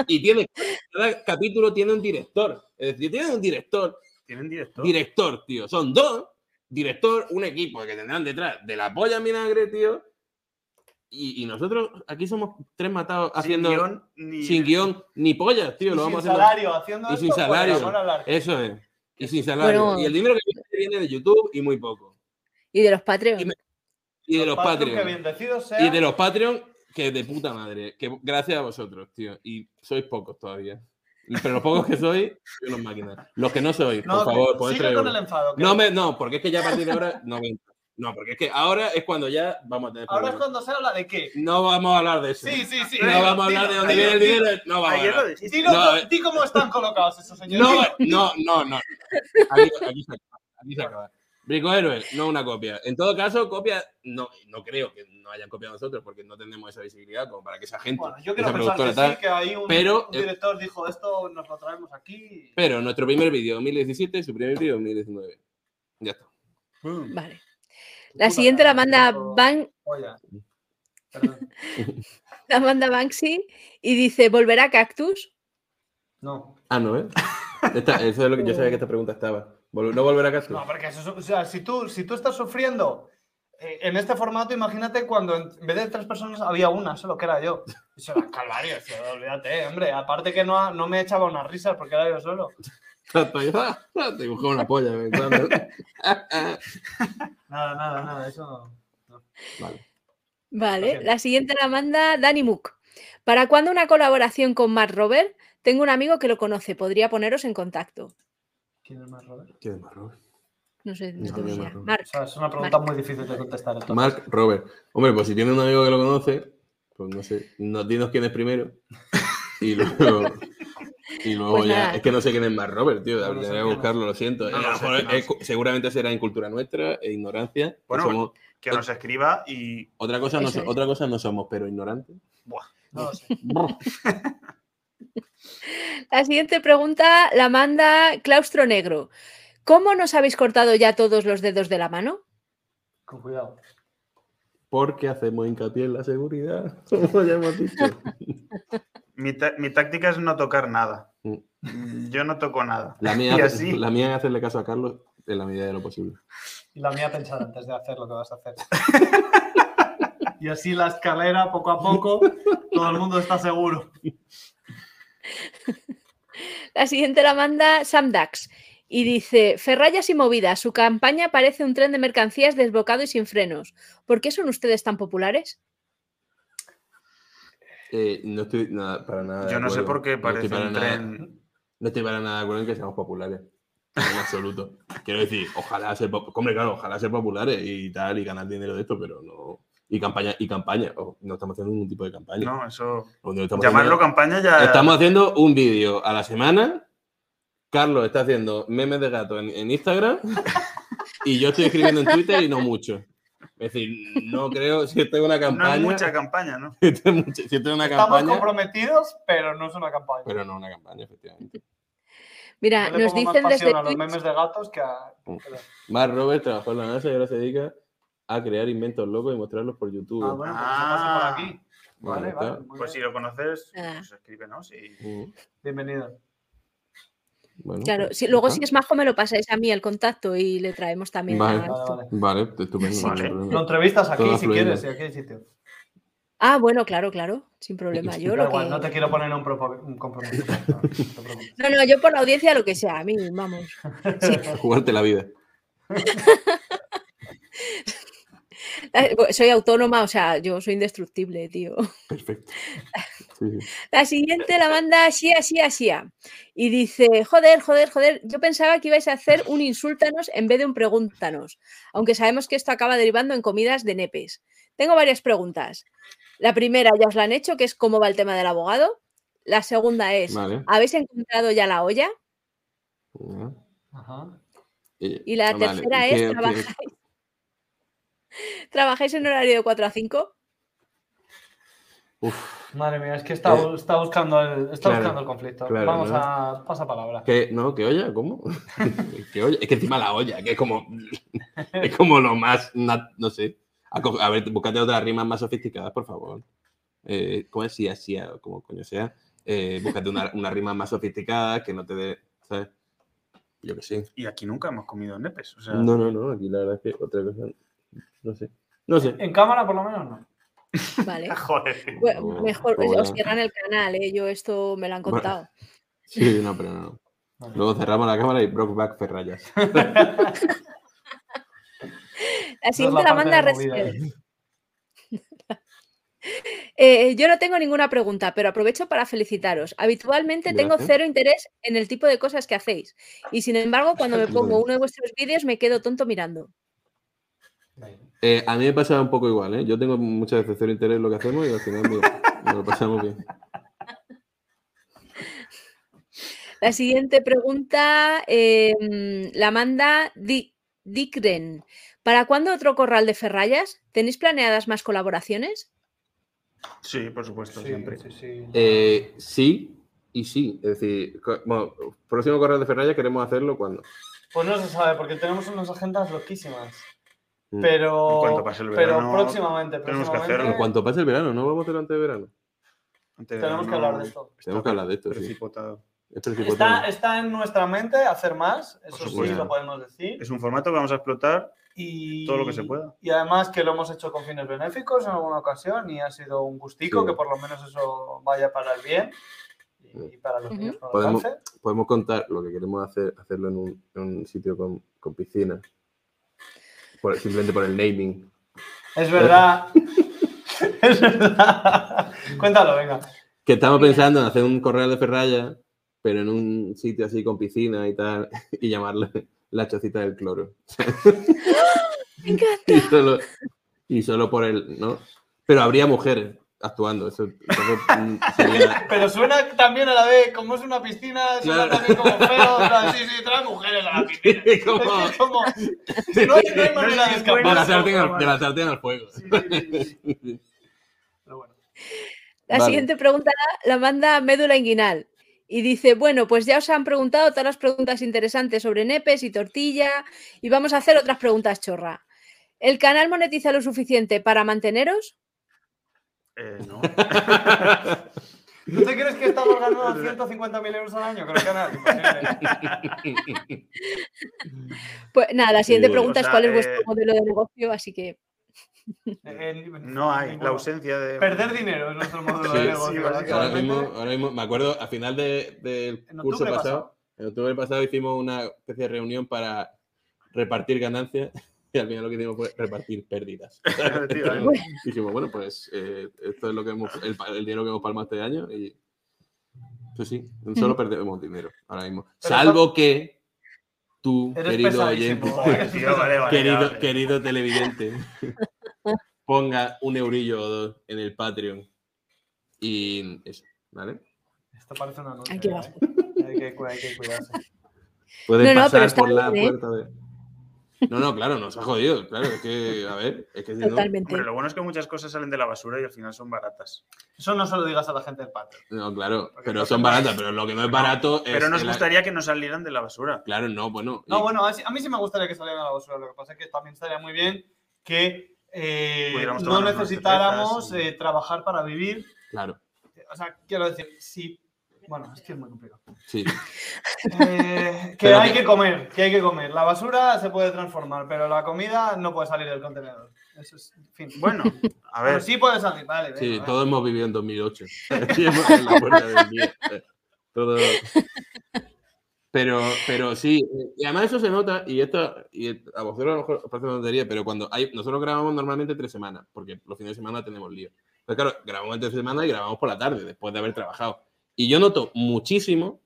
Speaker 3: Y tiene, cada capítulo tiene un director. Es decir, tiene un director
Speaker 4: Tienen director.
Speaker 3: director, tío. Son dos. Director, un equipo que tendrán detrás de la polla en vinagre, tío. Y, y nosotros aquí somos tres matados haciendo
Speaker 4: sin guión ni.
Speaker 3: sin guión ni pollas, tío.
Speaker 2: y
Speaker 3: Lo
Speaker 2: sin
Speaker 3: vamos haciendo.
Speaker 2: salario, haciendo
Speaker 3: y sin
Speaker 2: esto pues, por el
Speaker 3: salario.
Speaker 2: amor al arte.
Speaker 3: Eso es. Y sin salario.
Speaker 1: Bueno.
Speaker 3: Y el dinero que viene, viene de YouTube y muy poco.
Speaker 1: Y de los Patreons.
Speaker 3: Y me- Y de los,
Speaker 2: Patreon, que
Speaker 3: Patreon.
Speaker 2: bendecidos
Speaker 3: Y
Speaker 2: sean.
Speaker 3: de los Patreon, que de puta madre. Que gracias a vosotros, tío. Y sois pocos todavía. Pero los pocos que sois, soy unos máquinas. Los que no sois,
Speaker 2: No,
Speaker 3: por favor,
Speaker 2: que-
Speaker 3: poned
Speaker 2: sigue
Speaker 3: tres
Speaker 2: con
Speaker 3: euros.
Speaker 2: el enfado. que
Speaker 3: No, me, no, porque es que ya a partir de ahora no me- No, porque es que ahora es cuando ya vamos a tener
Speaker 2: Ahora es
Speaker 3: problemas.
Speaker 2: cuando se habla de qué.
Speaker 3: No vamos a hablar de eso.
Speaker 2: Sí, sí, sí.
Speaker 3: no
Speaker 2: dilo,
Speaker 3: vamos a hablar de
Speaker 2: dilo,
Speaker 3: dónde
Speaker 2: dilo,
Speaker 3: viene el
Speaker 2: dilo.
Speaker 3: dinero. No vamos a
Speaker 4: Ayer lo
Speaker 3: hablar.
Speaker 4: dijiste.
Speaker 2: Dilo,
Speaker 3: No, eh.
Speaker 2: di cómo están colocados esos señores.
Speaker 3: No,
Speaker 2: Dilo.
Speaker 3: no, no, no. Aquí, aquí se acaba. Aquí se acaba. Brico Héroe, no una copia. En todo caso, copia, no, no creo que no hayan copiado a nosotros porque no tenemos esa visibilidad como para que esa gente,
Speaker 2: Bueno, yo
Speaker 3: eh, esa
Speaker 2: quiero pensar que
Speaker 3: productora tal.
Speaker 2: sí, que ahí un,
Speaker 3: pero,
Speaker 2: un
Speaker 3: eh,
Speaker 2: director dijo esto nos lo traemos aquí.
Speaker 3: Pero nuestro primer vídeo 2017, su primer vídeo 2019. Ya está.
Speaker 2: Mm.
Speaker 4: Boom.
Speaker 1: Vale. La
Speaker 2: Puta
Speaker 1: siguiente la
Speaker 2: madre,
Speaker 1: manda
Speaker 2: esto-
Speaker 1: Ban-
Speaker 2: Oye. Perdón.
Speaker 1: la manda Banksy y dice, ¿volverá Cactus?
Speaker 2: No.
Speaker 3: Ah, no, ¿eh? Esta- eso es lo que yo sabía que esta pregunta estaba. Vol- ¿No volver a casa?
Speaker 2: No, porque eso es- o sea, si tú, si tú estás sufriendo eh, en este formato, imagínate cuando en en vez de tres personas había una, solo que era yo. Eso era calvario, eso, olvídate, hombre. Aparte que no, ha- no me echaba unas risas porque era yo solo.
Speaker 3: Te buscaba una polla. ¿eh? Claro.
Speaker 2: Nada, nada, nada, eso.
Speaker 3: Vale.
Speaker 1: Vale,
Speaker 2: Paciente.
Speaker 1: la siguiente la manda Dani Mook. ¿Para cuándo una colaboración con Matt Robert? Tengo un amigo que lo conoce, podría poneros en contacto.
Speaker 2: ¿Quién es más Robert?
Speaker 3: ¿Qué de Mark Robert?
Speaker 1: No sé, no
Speaker 3: No,
Speaker 1: tengo
Speaker 3: no,
Speaker 1: ni idea.
Speaker 3: Matt Robert.
Speaker 2: O
Speaker 1: Mark,
Speaker 2: sea, es una pregunta muy difícil de contestar. esto.
Speaker 3: Mark Robert. Hombre, pues si tiene un amigo que lo conoce, pues no sé, no, dinos quién es primero. Y luego, y luego
Speaker 1: Pues
Speaker 3: ya.
Speaker 1: nada.
Speaker 3: Es que no sé quién es Mark Robert, tío.
Speaker 2: No lo
Speaker 3: Habría
Speaker 2: sé,
Speaker 3: que
Speaker 2: no lo
Speaker 3: buscarlo, lo siento.
Speaker 2: No
Speaker 3: Eh, a
Speaker 2: lo
Speaker 3: lo
Speaker 2: sé,
Speaker 3: mejor
Speaker 2: no lo
Speaker 3: es-
Speaker 2: sé.
Speaker 3: seguramente será incultura nuestra e ignorancia. que
Speaker 4: Bueno,
Speaker 3: somos-
Speaker 4: Que nos escriba y.
Speaker 3: otra, cosa no,
Speaker 1: Eso
Speaker 3: so-
Speaker 1: es.
Speaker 3: otra cosa no somos, pero ignorantes.
Speaker 4: Buah.
Speaker 2: No lo sé.
Speaker 1: La siguiente pregunta la manda Claustro Negro. ¿Cómo nos habéis cortado ya todos los dedos de la mano?
Speaker 2: Con cuidado.
Speaker 3: Porque hacemos hincapié en la seguridad, como ya hemos dicho.
Speaker 4: Mi, ta- mi táctica es no tocar nada.
Speaker 3: Mm.
Speaker 4: Mm, Yo no toco nada.
Speaker 3: La mía,
Speaker 4: Y así.
Speaker 3: la mía es hacerle caso a Carlos en la medida de lo posible.
Speaker 2: Y la mía pensar antes de hacer lo que vas a hacer. Y así la escalera, poco a poco, todo el mundo está seguro.
Speaker 1: La siguiente la manda Sam Dax y dice, Ferrayas y movidas, su campaña parece un tren de mercancías desbocado y sin frenos. ¿Por qué son ustedes tan populares?
Speaker 3: Eh, no estoy nada, para nada. Ah, de
Speaker 4: Yo no sé
Speaker 3: acuerdo.
Speaker 4: por qué
Speaker 3: No estoy
Speaker 4: parece
Speaker 3: para
Speaker 4: un
Speaker 3: nada-
Speaker 4: tren.
Speaker 3: No estoy para nada de acuerdo en que seamos populares. En absoluto. Quiero decir, ojalá ser pop- hombre, claro, ojalá ser populares y tal, y ganar dinero de esto, pero no. Y campaña, y campaña. Oh, no estamos haciendo ningún tipo de campaña.
Speaker 4: No, eso.
Speaker 3: Lo único que estamos
Speaker 4: Llamarlo
Speaker 3: haciendo-
Speaker 4: campaña ya.
Speaker 3: Estamos haciendo un vídeo a la semana. Carlos está haciendo memes de gato en, en Instagram. y yo estoy escribiendo en Twitter y no mucho. Es decir, no creo, si esto es una
Speaker 4: No
Speaker 3: campaña.
Speaker 4: es mucha campaña, ¿no?
Speaker 3: si esto es mucha- si esto es una
Speaker 2: Estamos
Speaker 3: campaña.
Speaker 2: comprometidos, pero no es una campaña.
Speaker 3: Pero no una campaña, efectivamente.
Speaker 1: Mira,
Speaker 2: Yo le
Speaker 1: nos
Speaker 2: pongo
Speaker 1: dicen
Speaker 2: más
Speaker 1: desde
Speaker 2: pasión a los
Speaker 1: Twitch-
Speaker 2: memes de gatos que a...
Speaker 3: Mm. Mark Robert trabajó en la NASA y ahora se dedica a crear inventos locos y mostrarlos por YouTube.
Speaker 2: Ah, bueno, pues se pasa
Speaker 4: Ah.
Speaker 2: por aquí.
Speaker 3: Bueno,
Speaker 2: Vale,
Speaker 3: está.
Speaker 2: vale. muy
Speaker 4: Pues si
Speaker 2: bien.
Speaker 4: lo conoces,
Speaker 1: Ah.
Speaker 4: pues escríbenos y.
Speaker 3: Mm,
Speaker 2: Bienvenido.
Speaker 3: bueno,
Speaker 1: Claro,
Speaker 3: pues,
Speaker 1: si,
Speaker 3: ya
Speaker 1: luego
Speaker 3: está.
Speaker 1: si es majo me lo pasáis a mí el contacto y le traemos también a
Speaker 3: Vale.
Speaker 2: Vale,
Speaker 1: esto.
Speaker 2: vale.
Speaker 3: Vale, estupendo.
Speaker 4: Sí, vale.
Speaker 3: no hay
Speaker 2: Lo
Speaker 3: problema.
Speaker 2: entrevistas aquí
Speaker 3: Todo
Speaker 2: si
Speaker 3: fluido.
Speaker 2: quieres, y aquí hay sitio.
Speaker 1: Ah, bueno, claro, claro, sin problema. Yo
Speaker 2: Da
Speaker 1: lo
Speaker 2: igual,
Speaker 1: que-
Speaker 2: no te quiero poner en un, propo- un compromiso. No, no te preocupes.
Speaker 1: No, no, yo por la audiencia lo que sea, a mí, vamos.
Speaker 3: Jugarte la vida.
Speaker 1: Eh, bu- Soy autónoma, o sea, yo soy indestructible, tío.
Speaker 3: Perfecto. Sí, sí.
Speaker 1: La siguiente la manda Shia, Shia, Shia. Y dice, joder, joder, joder, yo pensaba que ibais a hacer un insúltanos en vez de un pregúntanos, aunque sabemos que esto acaba derivando en comidas de nepes. Tengo varias preguntas. La primera ya os la han hecho, que es cómo va el tema del abogado. La segunda es,
Speaker 3: Vale.
Speaker 1: ¿habéis encontrado ya la olla?
Speaker 3: Ya.
Speaker 2: Ajá.
Speaker 1: Y la
Speaker 3: Vale,
Speaker 1: tercera
Speaker 3: ¿qué-
Speaker 1: es,
Speaker 3: qué-
Speaker 1: ¿trabajáis, ¿trabajáis en horario de 4 a 5?
Speaker 3: Uf,
Speaker 2: Madre mía, es que está,
Speaker 3: Eh,
Speaker 2: está, buscando, el, está
Speaker 3: claro,
Speaker 2: buscando el conflicto.
Speaker 3: claro,
Speaker 2: Vamos
Speaker 3: ¿no?
Speaker 2: a pasa palabra.
Speaker 3: ¿qué- no, ¿qué olla? ¿Cómo? ¿Qué olla? Es que encima la olla, que es como, es como lo más, nat- no sé. A, co- a ver, búscate otras rimas más sofisticadas, por favor. Eh, ¿Cómo es? Si así, o como coño sea. Eh, búscate una, una rima más sofisticada que no te dé, ¿sabes? Yo que sé.
Speaker 4: Y aquí nunca hemos comido nepes. O sea,
Speaker 3: No, no, no, aquí la verdad es que otra cosa, no sé. No sé.
Speaker 1: Eh,
Speaker 2: En cámara, por lo menos, no.
Speaker 1: Vale.
Speaker 2: Ah,
Speaker 4: joder.
Speaker 1: Bueno,
Speaker 3: Oh,
Speaker 1: mejor pues,
Speaker 2: pues
Speaker 3: hola.
Speaker 1: os cierran el canal, ¿eh? yo esto me lo han
Speaker 3: Bueno.
Speaker 1: contado.
Speaker 3: Sí, no, pero no.
Speaker 2: Vale.
Speaker 3: Luego cerramos la cámara y Brockback Ferrayas.
Speaker 1: La
Speaker 2: Esa es
Speaker 1: siguiente la,
Speaker 2: parte
Speaker 1: manda
Speaker 2: de movida.
Speaker 1: Red Eh, yo no tengo ninguna pregunta, pero aprovecho para felicitaros. Habitualmente tengo
Speaker 3: Gracias.
Speaker 1: cero interés en el tipo de cosas que hacéis. Y sin embargo, cuando me pongo
Speaker 3: Bueno.
Speaker 1: uno de vuestros vídeos me quedo tonto mirando.
Speaker 3: Eh, a mí me pasa un poco igual, ¿eh? Yo tengo muchas veces cero interés en lo que hacemos y al final mira, nos lo pasamos bien.
Speaker 1: La siguiente pregunta eh, mm, la manda Di- Dikren. ¿Para cuándo otro corral de ferrayas? ¿Tenéis planeadas más colaboraciones?
Speaker 4: Sí, por supuesto,
Speaker 2: Sí,
Speaker 4: siempre.
Speaker 2: sí, sí.
Speaker 3: Pues Eh, sí y sí. Es decir, co- bueno, próximo correo de Ferrayas queremos hacerlo cuando.
Speaker 2: Pues no se sabe, porque tenemos unas agendas loquísimas.
Speaker 3: Mm.
Speaker 2: Pero,
Speaker 4: En cuanto pase el
Speaker 2: pero
Speaker 4: verano,
Speaker 2: próximamente,
Speaker 4: tenemos que
Speaker 2: próximamente,
Speaker 3: En
Speaker 4: hacerlo.
Speaker 3: cuanto pase el verano, ¿no? Vamos a hacerlo antes de verano.
Speaker 4: Antes
Speaker 2: tenemos que
Speaker 4: verano
Speaker 2: hablar de esto.
Speaker 3: Tenemos que hablar de esto, sí.
Speaker 4: precipitado.
Speaker 3: Esto es
Speaker 2: Está, está en nuestra mente hacer más, eso sí
Speaker 3: supuesto.
Speaker 2: lo podemos decir.
Speaker 4: Es un formato que vamos a explotar
Speaker 2: Y,
Speaker 4: todo lo que se pueda.
Speaker 2: Y además que lo hemos hecho con fines benéficos en alguna ocasión y ha sido un gustico
Speaker 3: Sí.
Speaker 2: que por lo menos eso vaya para el bien y para los
Speaker 1: Ujú.
Speaker 2: niños con
Speaker 3: Podemos-
Speaker 2: alcance.
Speaker 3: podemos contar lo que queremos hacer, hacerlo en un, en un sitio con, con piscina. Por- simplemente por el naming.
Speaker 2: Es verdad. es verdad. Cuéntalo, venga.
Speaker 3: Que estamos
Speaker 1: Mira.
Speaker 3: pensando en hacer un correo de Ferraya, pero en un sitio así con piscina y tal, y llamarle la chocita del cloro.
Speaker 1: Me encanta.
Speaker 3: Y solo, y solo por el, ¿no? Pero habría mujeres actuando. Eso, entonces, mm, sería-
Speaker 2: Pero suena también a la vez, como es una piscina, suena
Speaker 3: Claro.
Speaker 2: también como feo. en plan, Sí, sí, trae mujeres a la piscina.
Speaker 3: como-
Speaker 2: Es que como- no hay, no hay manera de escapar.
Speaker 3: de la sartén al, de la sartén al fuego.
Speaker 4: Pero bueno.
Speaker 1: La
Speaker 3: Vale.
Speaker 1: siguiente pregunta la manda Médula Inguinal y dice, bueno, pues ya os han preguntado todas las preguntas interesantes sobre nepes y tortilla y vamos a hacer otras preguntas chorra. ¿El canal monetiza lo suficiente para manteneros?
Speaker 4: Eh, no.
Speaker 2: ¿No te crees que estamos ganando 150.000 euros al año con el canal? Imposible.
Speaker 1: Pues nada, la siguiente
Speaker 3: Sí,
Speaker 1: pregunta
Speaker 4: o
Speaker 1: es
Speaker 4: sea,
Speaker 1: cuál es vuestro
Speaker 4: eh,
Speaker 1: modelo de negocio, así que
Speaker 2: Eh, eh,
Speaker 4: No hay,
Speaker 2: ninguno.
Speaker 4: la ausencia de.
Speaker 2: Perder dinero es nuestro modelo de
Speaker 3: Sí,
Speaker 4: sí,
Speaker 2: negocio.
Speaker 4: básicamente.
Speaker 3: ahora,
Speaker 2: actualmente.
Speaker 3: mismo, ahora mismo, me acuerdo, al final de- del
Speaker 2: En
Speaker 3: curso
Speaker 2: octubre
Speaker 3: pasado,
Speaker 2: pasado.
Speaker 3: en octubre pasado hicimos una especie de reunión para repartir ganancias y al final lo que hicimos fue repartir pérdidas.
Speaker 4: Efectivamente.
Speaker 3: dijimos, bueno, pues eh, esto es lo que hemos, el, pa- el dinero que hemos palmado este año y pues sí, solo perdemos dinero ahora mismo.
Speaker 2: Mm. Pero
Speaker 3: Salvo que tú,
Speaker 2: Eres
Speaker 3: querido
Speaker 2: pesadísimo.
Speaker 3: oyente,
Speaker 2: ¿eh?
Speaker 4: Joder, tío, vale, vale,
Speaker 3: querido,
Speaker 4: vale.
Speaker 3: querido televidente, ponga un eurillo o dos en el Patreon y eso, ¿vale?
Speaker 2: Esto parece una noche. ¿eh?
Speaker 1: hay que bajar.
Speaker 2: Hay que, cu- hay que cuidarse.
Speaker 3: Puedes
Speaker 1: No, no,
Speaker 3: pasar
Speaker 1: pero está
Speaker 3: por la
Speaker 1: bien, ¿eh?
Speaker 3: puerta de... No, no, claro, nos ha jodido, claro, es que, a ver, es que si no...
Speaker 1: Totalmente.
Speaker 4: Hombre, lo bueno es que muchas cosas salen de la basura y al final son baratas.
Speaker 2: Eso no se lo digas a la gente del patio.
Speaker 3: No, claro,
Speaker 2: Porque
Speaker 3: pero
Speaker 2: no
Speaker 3: son
Speaker 2: se-
Speaker 3: baratas, pero lo que no es barato es...
Speaker 4: Pero nos
Speaker 3: el-
Speaker 4: gustaría que no salieran de la basura.
Speaker 3: Claro, no, bueno. y-
Speaker 2: No, bueno, así- a mí sí me gustaría que salieran a la basura. Lo que pasa es que también estaría muy bien que eh,
Speaker 4: Pudiéramos
Speaker 2: no
Speaker 4: tomar unas
Speaker 2: necesitáramos
Speaker 4: cervezas y-
Speaker 2: eh, trabajar para vivir.
Speaker 3: Claro,
Speaker 2: O sea, quiero decir, sí. Bueno, es que es muy complicado.
Speaker 3: sí.
Speaker 2: Eh, que
Speaker 3: Pero
Speaker 2: hay
Speaker 3: que-
Speaker 2: que comer, que hay que comer. La basura se puede transformar, pero la comida no puede salir del contenedor. Eso es, en fin.
Speaker 4: Bueno, a
Speaker 2: Pero
Speaker 4: ver,
Speaker 2: sí puede salir, vale.
Speaker 3: Sí,
Speaker 2: venga,
Speaker 3: todos hemos vivido en 2008. Sí, hemos- en la puerta del día. Todo- Pero, pero sí, eh, y además eso se nota, y esto, y a vosotros a lo mejor os parece una tontería, pero cuando hay, nosotros grabamos normalmente tres semanas, porque los fines de semana tenemos lío. Pero claro, grabamos entre semana y grabamos por la tarde, después de haber trabajado. Y yo noto muchísimo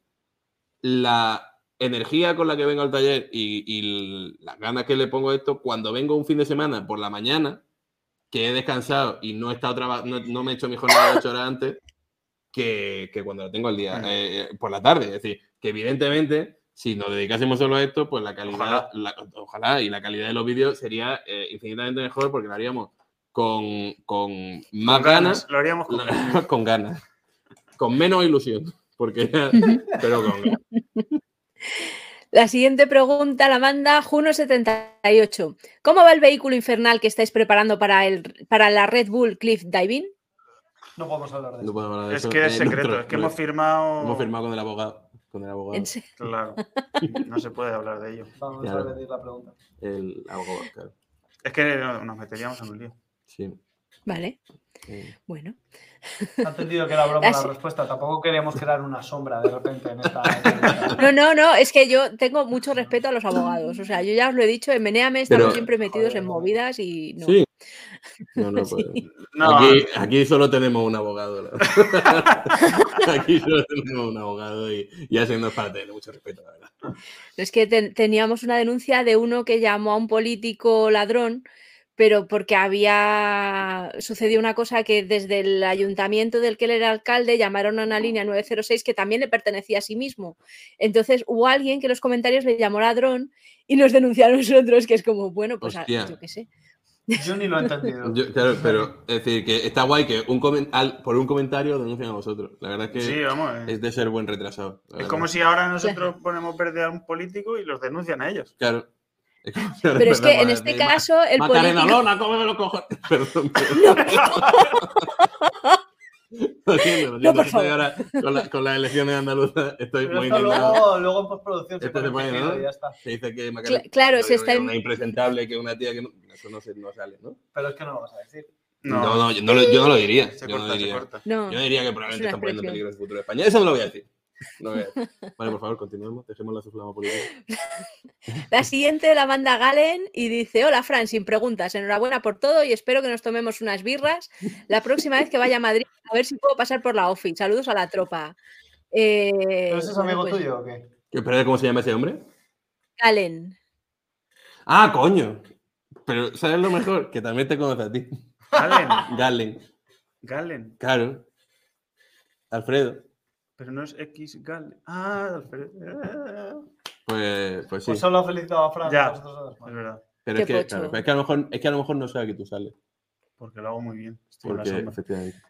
Speaker 3: la energía con la que vengo al taller y, y las ganas que le pongo a esto cuando vengo un fin de semana por la mañana, que he descansado y no he estado traba- no, no me he hecho mi jornada de ocho horas antes, que, que cuando la tengo al día,
Speaker 4: Claro.
Speaker 3: eh, eh, por la tarde. Es decir, que evidentemente, si nos dedicásemos solo a esto, pues la calidad,
Speaker 4: Ojalá.
Speaker 3: la- ojalá, y la calidad de los vídeos sería eh, infinitamente mejor porque lo haríamos con, con más ganas
Speaker 4: lo haríamos con
Speaker 3: lo- con ganas. Con menos ilusión. Porque ya- pero con ganas.
Speaker 1: La siguiente pregunta la manda Juno78. ¿Cómo va el vehículo infernal que estáis preparando para, el, para la Red Bull Cliff Diving?
Speaker 2: No podemos hablar de
Speaker 3: No
Speaker 2: eso.
Speaker 3: podemos hablar de
Speaker 4: Es
Speaker 3: eso.
Speaker 4: que es
Speaker 3: Eh,
Speaker 4: secreto,
Speaker 3: nosotros-
Speaker 4: es que hemos firmado.
Speaker 3: hemos firmado con el abogado. Con el abogado.
Speaker 1: En se-
Speaker 4: Claro, no se puede hablar de ello.
Speaker 2: Vamos
Speaker 3: Claro.
Speaker 2: a repetir la pregunta.
Speaker 3: El abogado, claro.
Speaker 4: Es que nos meteríamos en un lío.
Speaker 3: Sí.
Speaker 1: Vale,
Speaker 3: Eh,
Speaker 1: bueno.
Speaker 2: Ha entendido que era broma la
Speaker 1: Así-
Speaker 2: respuesta. Tampoco queríamos crear una sombra de repente en esta.
Speaker 1: No, no, no, es que yo tengo mucho respeto a los abogados. O sea, yo ya os lo he dicho, en Meneame estamos
Speaker 3: Pero-
Speaker 1: siempre metidos en
Speaker 2: Joder.
Speaker 1: movidas y no.
Speaker 3: Sí. No, no, pues,
Speaker 4: No,
Speaker 3: aquí, aquí solo tenemos un abogado. la verdad. aquí solo tenemos un abogado y, y haciendo parte de mucho respeto, la verdad.
Speaker 1: Es que ten- teníamos una denuncia de uno que llamó a un político ladrón, pero porque había sucedido una cosa que desde el ayuntamiento del que él era alcalde llamaron a una línea 906 que también le pertenecía a sí mismo. Entonces hubo alguien que en los comentarios le llamó ladrón y nos denunciaron nosotros, que es como, bueno, pues a-
Speaker 3: Hostia.
Speaker 1: yo qué sé.
Speaker 2: Yo ni lo he entendido.
Speaker 3: Yo- claro, pero es decir, que está guay que un comen- al- por un comentario denuncian a vosotros. La verdad es que
Speaker 4: sí, vamos. eh.
Speaker 3: es de ser buen retrasado. la
Speaker 4: Es
Speaker 3: verdad.
Speaker 4: como si ahora nosotros ponemos verde a un político y los denuncian a ellos.
Speaker 3: Claro. Es como si
Speaker 1: Pero es que en
Speaker 3: recordamos
Speaker 1: este
Speaker 3: de Ma-
Speaker 1: caso el
Speaker 3: Macarena
Speaker 1: político...
Speaker 3: Lona, cómeme los cojones. Perdón. perdón. Lo siento, lo siento.
Speaker 1: por
Speaker 3: Estoy
Speaker 1: favor.
Speaker 3: ahora con, la- con las elecciones andaluza estoy
Speaker 2: Pero
Speaker 3: muy
Speaker 2: esto
Speaker 3: indignado.
Speaker 2: luego, luego en postproducción se
Speaker 3: Esto se
Speaker 2: pone
Speaker 3: pone,
Speaker 2: fingido
Speaker 3: ¿no?
Speaker 2: y ya está.
Speaker 3: Se dice que
Speaker 1: Cla-
Speaker 3: Macarena
Speaker 1: claro,
Speaker 3: Olmedo
Speaker 1: se está
Speaker 3: es
Speaker 1: en-
Speaker 3: una impresentable, que una tía que no, eso no, se, no sale, ¿no?
Speaker 2: Pero es que no lo vas a decir.
Speaker 1: Eh,
Speaker 3: No,
Speaker 4: No,
Speaker 3: no, yo, no lo, yo no lo diría.
Speaker 4: se
Speaker 3: yo,
Speaker 4: corta,
Speaker 3: no
Speaker 4: se
Speaker 3: diría.
Speaker 4: corta.
Speaker 1: No.
Speaker 3: yo diría que probablemente
Speaker 1: Es una
Speaker 3: están poniendo en
Speaker 1: expresión.
Speaker 3: peligro el futuro de España. Eso no lo voy a decir. No lo voy a decir. Vale, por favor, continuemos. Dejemos la suflama política.
Speaker 1: La siguiente la manda Galen y dice, hola Fran, sin preguntas, enhorabuena por todo y espero que nos tomemos unas birras la próxima vez que vaya a Madrid a ver si puedo pasar por la OFI. Saludos a la tropa. Eh,
Speaker 2: ¿Pero ese es
Speaker 1: bueno,
Speaker 2: amigo
Speaker 1: pues,
Speaker 2: tuyo o qué?
Speaker 3: Espera, ¿cómo se llama ese hombre?
Speaker 1: Galen.
Speaker 3: Ah, coño. Pero, ¿sabes lo mejor? Que también te conoce a ti.
Speaker 4: Galen,
Speaker 3: Galen.
Speaker 4: Galen.
Speaker 3: Claro. Alfredo.
Speaker 4: Pero no es X Galen. Ah, Alfredo. ah,
Speaker 3: Pues, pues sí.
Speaker 2: Pues solo ha felicitado a Fran.
Speaker 4: Ya.
Speaker 2: a vosotros dos,
Speaker 4: Es
Speaker 2: bueno.
Speaker 4: verdad,
Speaker 3: Pero
Speaker 1: Qué
Speaker 3: es que,
Speaker 1: pocho.
Speaker 3: claro, pero es, que a lo mejor, es que a lo mejor no sabe que tú sales.
Speaker 4: porque lo hago muy bien. Estoy en la
Speaker 3: Porque,
Speaker 4: sombra.
Speaker 3: efectivamente.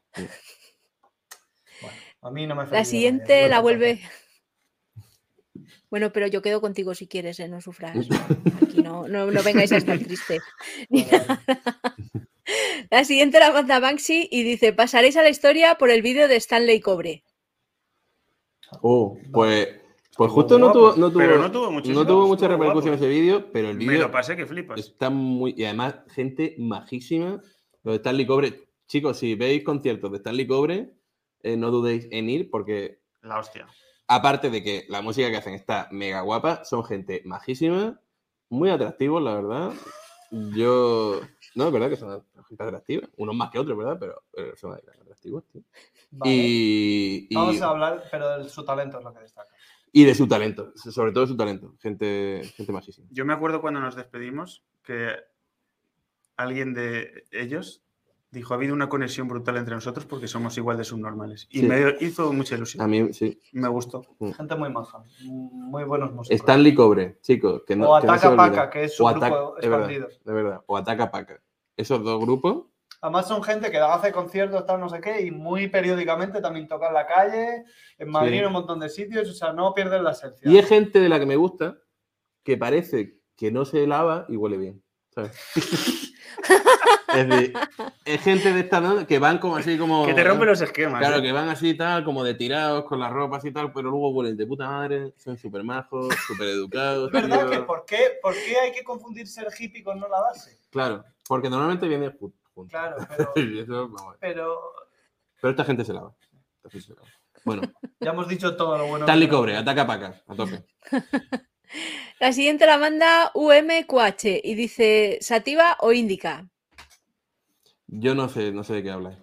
Speaker 2: A mí no me felicita
Speaker 1: La
Speaker 2: nadie,
Speaker 1: siguiente
Speaker 2: no
Speaker 1: la
Speaker 2: me
Speaker 1: vuelve... Bueno, pero yo quedo contigo si quieres, ¿eh? no sufras. Aquí no, no, no vengáis a estar tristes.
Speaker 2: importa. Vale,
Speaker 1: La siguiente la manda Banksy y dice, pasaréis a la historia por el vídeo de Stanley Cobre.
Speaker 3: Oh, pues, pues
Speaker 2: Estuvo
Speaker 3: justo no
Speaker 2: guapo,
Speaker 3: tuvo, no tuvo,
Speaker 4: pero no tuvo muchísimo,
Speaker 3: no tuvo mucha
Speaker 4: estuvo guapo. eh.
Speaker 3: repercusión ese vídeo, pero el
Speaker 4: Me
Speaker 3: vídeo
Speaker 4: lo pues. pasé que flipas.
Speaker 3: está muy. Y además, gente majísima. Los de Stanley Cobre. Chicos, si veis conciertos de Stanley Cobre, eh, no dudéis en ir, porque
Speaker 4: La hostia.
Speaker 3: aparte de que la música que hacen está mega guapa, son gente majísima, muy atractivos, la verdad. Yo. No, es verdad que son gente atractiva. Unos más que otros, ¿verdad? Pero, pero son atractivos, tío.
Speaker 2: vale.
Speaker 3: Y, y-
Speaker 2: Vamos a hablar, pero de su talento es lo que destaca.
Speaker 3: y de su talento, sobre todo de su talento. Gente, gente majísima.
Speaker 4: Yo me acuerdo cuando nos despedimos que alguien de ellos dijo, ha habido una conexión brutal entre nosotros porque somos igual de subnormales. Y
Speaker 3: Sí.
Speaker 4: me hizo mucha ilusión.
Speaker 3: A mí, sí.
Speaker 4: Me gustó.
Speaker 2: Gente muy maja, muy buenos músicos.
Speaker 3: Stanley Cobre, chicos. Que no,
Speaker 2: o
Speaker 3: que no se
Speaker 2: Ataca
Speaker 3: olviden.
Speaker 2: Paca, que es su
Speaker 3: O
Speaker 2: grupo
Speaker 3: Ataca- es verdad.
Speaker 2: expandido.
Speaker 3: De verdad. O Ataca Paca. Esos dos grupos.
Speaker 2: Además son gente que hace conciertos, tal, no sé qué, y muy periódicamente también toca en la calle, en Madrid,
Speaker 3: Sí.
Speaker 2: en un montón de sitios, o sea, no pierden la esencia.
Speaker 3: Y es gente de la que me gusta, que parece que no se lava y huele bien. ¿sabes? es, decir, es gente de esta ¿no? que van como así como.
Speaker 4: Que te rompe los esquemas.
Speaker 3: Claro,
Speaker 4: ¿eh?
Speaker 3: que van así tal, como de tirados, con las ropas y tal, pero luego huelen de puta madre, son súper majos, súper educados.
Speaker 2: Es verdad
Speaker 3: tío.
Speaker 2: que ¿por qué, ¿por qué hay que confundir ser hippie con no lavarse?
Speaker 3: Claro, porque normalmente viene ju- junto.
Speaker 2: Claro, pero,
Speaker 3: Y eso, vamos,
Speaker 2: pero
Speaker 3: pero esta gente se lava. Esta gente se lava. Bueno,
Speaker 2: ya hemos dicho todo lo bueno.
Speaker 3: tal y
Speaker 2: que-
Speaker 3: cobre, ataca paca, a tope.
Speaker 1: La siguiente la manda UMQH y dice, ¿sativa o índica?
Speaker 3: Yo no sé, no sé de qué hablas.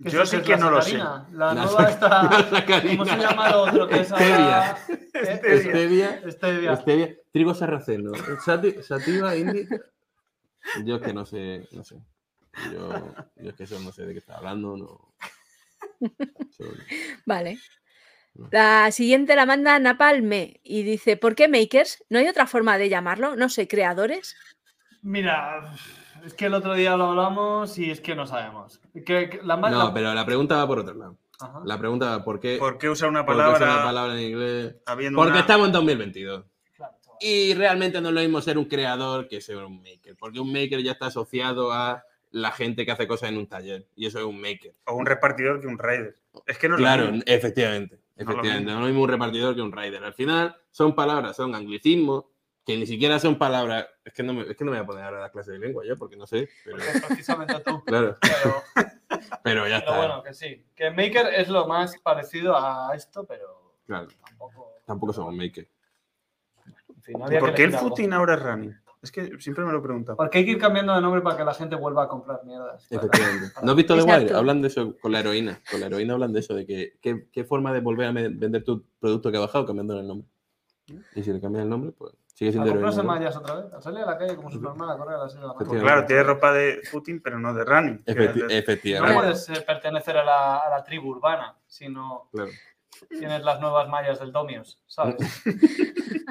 Speaker 2: ¿Qué
Speaker 4: Yo
Speaker 2: es-
Speaker 4: sé
Speaker 2: es
Speaker 4: que
Speaker 2: la
Speaker 4: no lo sé.
Speaker 2: sacarina? La
Speaker 3: La
Speaker 2: nueva está... Ah, ¿Cómo se
Speaker 3: Sacarina.
Speaker 2: llama lo otro que es ahora? Este-
Speaker 3: Stevia,
Speaker 2: Stevia.
Speaker 3: stevia, trigo sarraceno, sati- sativa indica. Yo es que no sé, no sé. Yo, yo es que eso no sé de qué está hablando, no. Eso-
Speaker 1: Vale. La siguiente la manda Napalme y dice, ¿por qué makers? ¿No hay otra forma de llamarlo? No sé, creadores.
Speaker 2: Mira, es que el otro día lo hablamos y es que no sabemos. Que, que la más-
Speaker 3: No,
Speaker 2: la-
Speaker 3: pero la pregunta va por otro lado.
Speaker 2: Ajá.
Speaker 3: La pregunta va por qué,
Speaker 4: ¿Por qué usar una
Speaker 3: por qué usar
Speaker 4: palabra,
Speaker 3: la palabra en inglés.
Speaker 4: habiendo
Speaker 3: Porque
Speaker 4: una-
Speaker 3: estamos en 2022.
Speaker 2: Claro, chaval.
Speaker 3: Y realmente no es lo mismo ser un creador que ser un maker. Porque un maker ya está asociado a la gente que hace cosas en un taller. Y eso es un maker.
Speaker 4: o un repartidor que un raider? Es que no es lo
Speaker 3: Claro,
Speaker 4: mismo.
Speaker 3: efectivamente.
Speaker 4: es lo
Speaker 3: Efectivamente,
Speaker 4: mismo.
Speaker 3: no es lo mismo un repartidor que un rider. Al final, son palabras, son anglicismos, que ni siquiera son palabras. Es que no me, es que no me voy a poner ahora a dar clase de lengua yo, porque no sé. Pero,
Speaker 2: Porque precisamente tú.
Speaker 3: claro,
Speaker 2: Pero,
Speaker 3: pero ya
Speaker 2: pero
Speaker 3: está.
Speaker 2: bueno, que sí. Que Maker es lo más parecido a esto, pero
Speaker 3: Claro,
Speaker 2: tampoco.
Speaker 3: tampoco somos makers.
Speaker 2: en fin, había que
Speaker 4: ¿Por qué el
Speaker 2: elegir algo.
Speaker 4: Putin ahora es running? Es que siempre me lo preguntan.
Speaker 2: Porque hay que ir cambiando de nombre para que la gente vuelva a comprar mierdas.
Speaker 3: Efectivamente. ¿No has visto The
Speaker 1: Exacto.
Speaker 3: Wire? Hablan de eso con la heroína. Con la heroína hablan de eso, de que qué, qué forma de volver a me- vender tu producto que ha bajado cambiándole el nombre. Y si le cambias el nombre, pues sigue
Speaker 2: A
Speaker 3: siendo
Speaker 2: comprarse
Speaker 3: heroína. ¿no?
Speaker 2: mallas otra vez. A salir a la calle como Superman a correr a las seis de la
Speaker 4: Pues
Speaker 2: mañana.
Speaker 4: claro,
Speaker 3: Efectivamente.
Speaker 4: tiene ropa de Putin, pero no de running. que
Speaker 3: Efecti-
Speaker 4: era de-
Speaker 2: No
Speaker 3: efectivamente.
Speaker 2: puedes eh, pertenecer a la, a la tribu urbana, sino
Speaker 3: Claro.
Speaker 2: tienes las nuevas mallas del Domios, ¿sabes?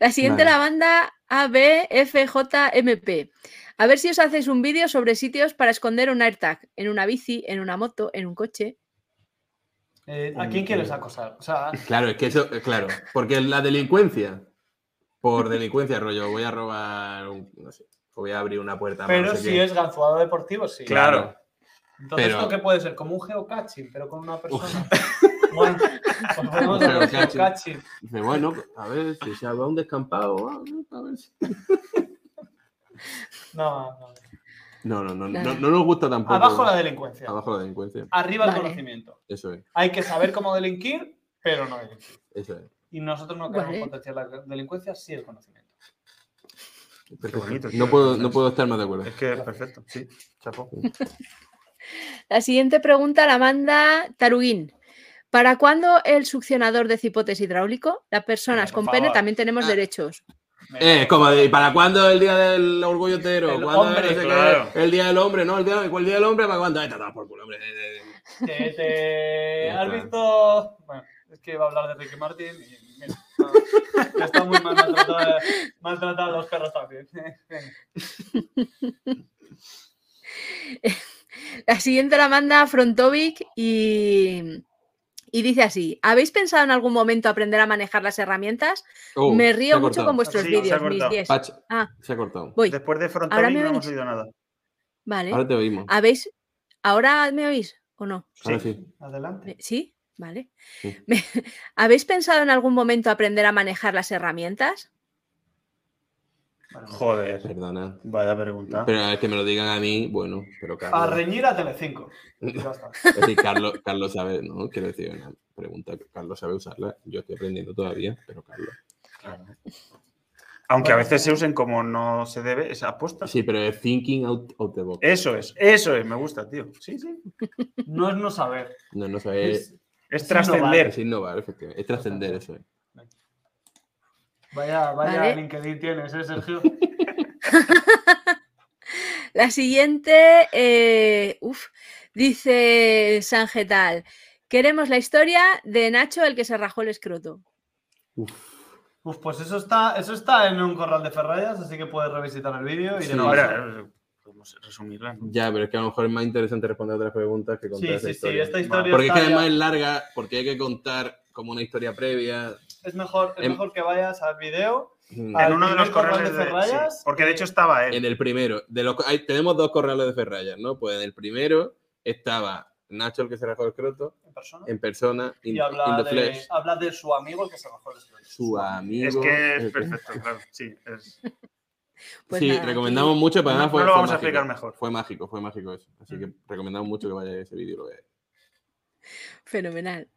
Speaker 1: La siguiente
Speaker 3: Vale.
Speaker 1: la manda ABFJMP. A ver si os hacéis un vídeo sobre sitios para esconder un AirTag en una bici, en una moto, en un coche.
Speaker 2: Eh, ¿A quién quieres acosar? O sea,
Speaker 3: Claro, es que eso, eh, claro, porque la delincuencia, por delincuencia, rollo, voy a robar un, no sé, voy a abrir una puerta.
Speaker 2: Pero
Speaker 3: no sé
Speaker 2: si
Speaker 3: qué.
Speaker 2: es ganzuado deportivo, sí.
Speaker 4: Claro.
Speaker 2: Entonces,
Speaker 3: Pero-
Speaker 2: ¿esto qué puede ser? Como un geocaching, pero con una persona. bueno, pues podemos
Speaker 3: Un
Speaker 2: hacer un
Speaker 3: geocaching.
Speaker 2: geocaching.
Speaker 3: Dice, bueno, a ver si se va a un descampado. ah, A ver si...
Speaker 2: No, no.
Speaker 3: No, no, no,
Speaker 1: Claro.
Speaker 3: no, no nos gusta tampoco.
Speaker 2: Abajo la delincuencia.
Speaker 3: Abajo la delincuencia.
Speaker 2: Arriba el
Speaker 1: Vale.
Speaker 2: conocimiento.
Speaker 3: Eso es,
Speaker 2: Hay que saber cómo delinquir, pero no delinquir.
Speaker 3: eso es.
Speaker 2: Y nosotros no queremos
Speaker 1: Vale.
Speaker 2: potenciar la delincuencia, sí el conocimiento.
Speaker 3: Perfecto.
Speaker 4: bonito, tío.
Speaker 3: no, puedo, no puedo estar más de acuerdo.
Speaker 4: Es que es perfecto, sí. Chapo.
Speaker 1: La siguiente pregunta la manda Taruguín. ¿Para cuándo el succionador de cipotes hidráulico? Las personas
Speaker 2: Venga, por
Speaker 1: con pene
Speaker 2: favor.
Speaker 1: también tenemos
Speaker 3: Ah.
Speaker 1: derechos.
Speaker 3: Eh, como de, ¿y ¿para cuándo el día del orgullo entero?
Speaker 2: El
Speaker 3: ¿Cuándo
Speaker 2: hombre,
Speaker 3: qué?
Speaker 4: claro.
Speaker 3: el día del hombre, ¿no? El día, ¿Cuál día del hombre? ¿Para cuándo? Eh, te has dado por culo, hombre. Eh, eh,
Speaker 2: Te, te-
Speaker 3: Ya
Speaker 2: ¿Has
Speaker 3: está.
Speaker 2: visto? Bueno, es que iba a hablar de Ricky Martin y mira, no, ya está muy mal maltratada- maltratados los perros también.
Speaker 1: La siguiente la manda Frontovic y, y dice así: ¿Habéis pensado en algún momento aprender a manejar las herramientas?
Speaker 3: oh,
Speaker 1: Me
Speaker 3: se
Speaker 1: río
Speaker 3: ha
Speaker 1: mucho
Speaker 3: cortado.
Speaker 1: con vuestros
Speaker 4: Sí, se ha
Speaker 1: vídeos, mis
Speaker 4: cortado.
Speaker 1: 10.
Speaker 3: Pach,
Speaker 1: Ah.
Speaker 3: se ha cortado.
Speaker 1: Voy,
Speaker 4: Después de
Speaker 1: Ahora
Speaker 4: Frontal
Speaker 1: me
Speaker 4: no hemos
Speaker 1: venís.
Speaker 4: oído nada.
Speaker 1: vale.
Speaker 3: Ahora te oímos.
Speaker 1: ¿Habéis? ¿Ahora me oís o no?
Speaker 3: Ahora sí.
Speaker 2: Adelante.
Speaker 1: Me- ¿Sí? Vale.
Speaker 3: Sí.
Speaker 1: Me- ¿Habéis pensado en algún momento aprender a manejar las herramientas?
Speaker 2: Bueno,
Speaker 4: Joder.
Speaker 3: Perdona.
Speaker 4: Vaya pregunta.
Speaker 3: Pero es que me lo digan a mí, bueno, pero
Speaker 2: A
Speaker 3: Carlos.
Speaker 2: reñir a Telecinco. Ya está.
Speaker 3: Es decir, Carlos, Carlos sabe, ¿no? Quiero decir, una pregunta que Carlos sabe usarla. Yo estoy aprendiendo todavía, pero Carlos.
Speaker 4: Aunque a veces se usen como no se debe, esa aposta.
Speaker 3: Sí, pero es thinking out of the
Speaker 2: Eh,
Speaker 3: box.
Speaker 4: Eso es, eso es, me gusta, tío. Sí, sí.
Speaker 2: No es no saber.
Speaker 3: No, no sabes.
Speaker 2: Es-
Speaker 4: Es
Speaker 2: Sí,
Speaker 4: trascender.
Speaker 3: Es innovar, efectivamente. Es trascender eso. eh.
Speaker 2: Vaya, vaya
Speaker 1: Vale.
Speaker 2: LinkedIn tienes, ¿eh, Sergio?
Speaker 1: La siguiente, eh, uf, dice Sangetal. Queremos la historia de Nacho, el que se rajó el escroto.
Speaker 2: Uf, pues eso está, eso está en un corral de ferrayas, así que puedes revisitar el vídeo y
Speaker 3: Sí.
Speaker 2: de
Speaker 4: No,
Speaker 2: paso-
Speaker 4: mira, eh, podemos resumirla. ¿no?
Speaker 3: eh. Ya, pero es que a lo mejor es más interesante responder otras preguntas que contar
Speaker 2: Sí,
Speaker 3: esa
Speaker 2: sí, sí,
Speaker 3: historia.
Speaker 2: esta historia
Speaker 3: Porque es que
Speaker 2: está ya-
Speaker 3: además es larga, porque hay que contar como una historia previa.
Speaker 2: es mejor, es
Speaker 3: em-
Speaker 2: mejor que vayas al vídeo.
Speaker 3: Mm.
Speaker 2: Al
Speaker 4: En uno de
Speaker 2: primer
Speaker 4: los corrales
Speaker 2: corral de
Speaker 4: de
Speaker 2: Ferrayas,
Speaker 4: sí, porque de hecho estaba él.
Speaker 3: En el primero, de los, hay- tenemos dos corrales de Ferrayas, ¿no? Pues en el primero estaba Nacho, el que se rajó el croto,
Speaker 2: En persona.
Speaker 3: en persona, in,
Speaker 2: y
Speaker 3: in
Speaker 2: habla
Speaker 3: the
Speaker 2: de,
Speaker 3: flesh,
Speaker 2: habla de su amigo el que se bajó el espejo.
Speaker 3: em- su amigo.
Speaker 4: Es que es
Speaker 3: el- este.
Speaker 4: perfecto, claro. Sí, es-
Speaker 1: Pues
Speaker 3: sí,
Speaker 1: nada,
Speaker 3: recomendamos mucho, pero
Speaker 4: No-
Speaker 3: además fue,
Speaker 4: no lo
Speaker 3: fue
Speaker 4: vamos a
Speaker 3: mágico.
Speaker 4: explicar mejor.
Speaker 3: Fue mágico, fue mágico eso. Así que recomendamos mucho que vaya a ese vídeo y lo veáis.
Speaker 1: Fenomenal.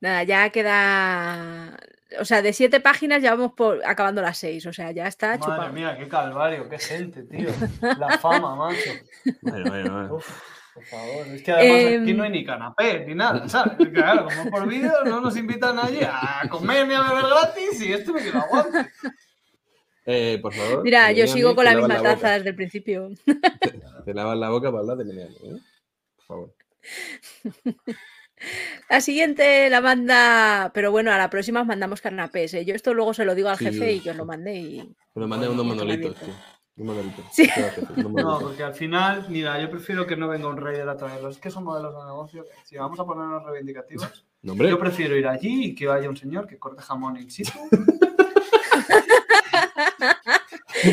Speaker 1: Nada, ya queda. O sea, de siete páginas ya vamos por, acabando las seis. O sea, ya está
Speaker 2: Madre
Speaker 1: chupado.
Speaker 2: mía, qué calvario, qué gente, tío. La fama, macho.
Speaker 3: Bueno, bueno, bueno.
Speaker 2: Uf, por favor. Es que además
Speaker 1: Em.
Speaker 2: aquí no hay ni canapé ni nada, ¿sabes? Claro, como por vídeo no nos invitan allí a comer ni a beber gratis y esto me queda aguante.
Speaker 3: Eh, por favor.
Speaker 1: Mira, yo
Speaker 3: Melania,
Speaker 1: sigo con
Speaker 3: te
Speaker 1: la
Speaker 3: lavas
Speaker 1: misma
Speaker 3: boca.
Speaker 1: taza desde el principio.
Speaker 3: Te lavas la boca para hablar de Melania, ¿eh? Por favor.
Speaker 1: La siguiente la manda, pero bueno, a la próxima os mandamos carnapés. ¿eh? Yo esto luego se lo digo al
Speaker 3: Sí.
Speaker 1: jefe y que os lo mande y.
Speaker 3: Que nos manden unos
Speaker 1: Bueno, mucho
Speaker 3: manolitos,
Speaker 1: manolito.
Speaker 3: sí. Un manolito.
Speaker 1: Sí.
Speaker 3: Gracias, unos
Speaker 2: No,
Speaker 3: manolitos.
Speaker 2: porque al final, mira, yo prefiero que no venga un raider a traerlos. Es que son modelos de negocio. Si vamos a ponernos reivindicativos,
Speaker 3: No,
Speaker 2: yo
Speaker 3: hombre.
Speaker 2: prefiero ir allí y que vaya un señor que corte jamón in situ.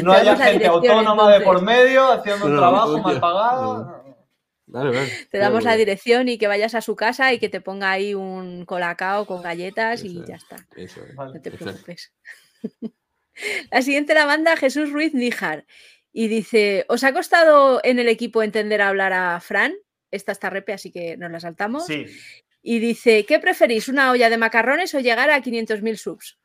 Speaker 2: No haya
Speaker 1: Te damos la
Speaker 2: gente
Speaker 1: dirección,
Speaker 2: autónoma de por
Speaker 1: entonces.
Speaker 2: medio haciendo un
Speaker 3: No,
Speaker 2: trabajo
Speaker 3: hostia.
Speaker 2: mal pagado.
Speaker 3: Vale, vale.
Speaker 1: Te damos la
Speaker 3: Claro.
Speaker 1: dirección y que vayas a su casa y que te ponga ahí un colacao con galletas y
Speaker 3: Eso es.
Speaker 1: ya está.
Speaker 3: Eso es.
Speaker 2: Vale.
Speaker 1: No te
Speaker 3: Exacto.
Speaker 1: preocupes. La siguiente la manda Jesús Ruiz Níjar y dice: ¿Os ha costado en el equipo entender a hablar a Fran? Esta está repe, así que nos la saltamos.
Speaker 4: sí.
Speaker 1: Y dice: ¿Qué preferís, una olla de macarrones o llegar a 500.000 subs?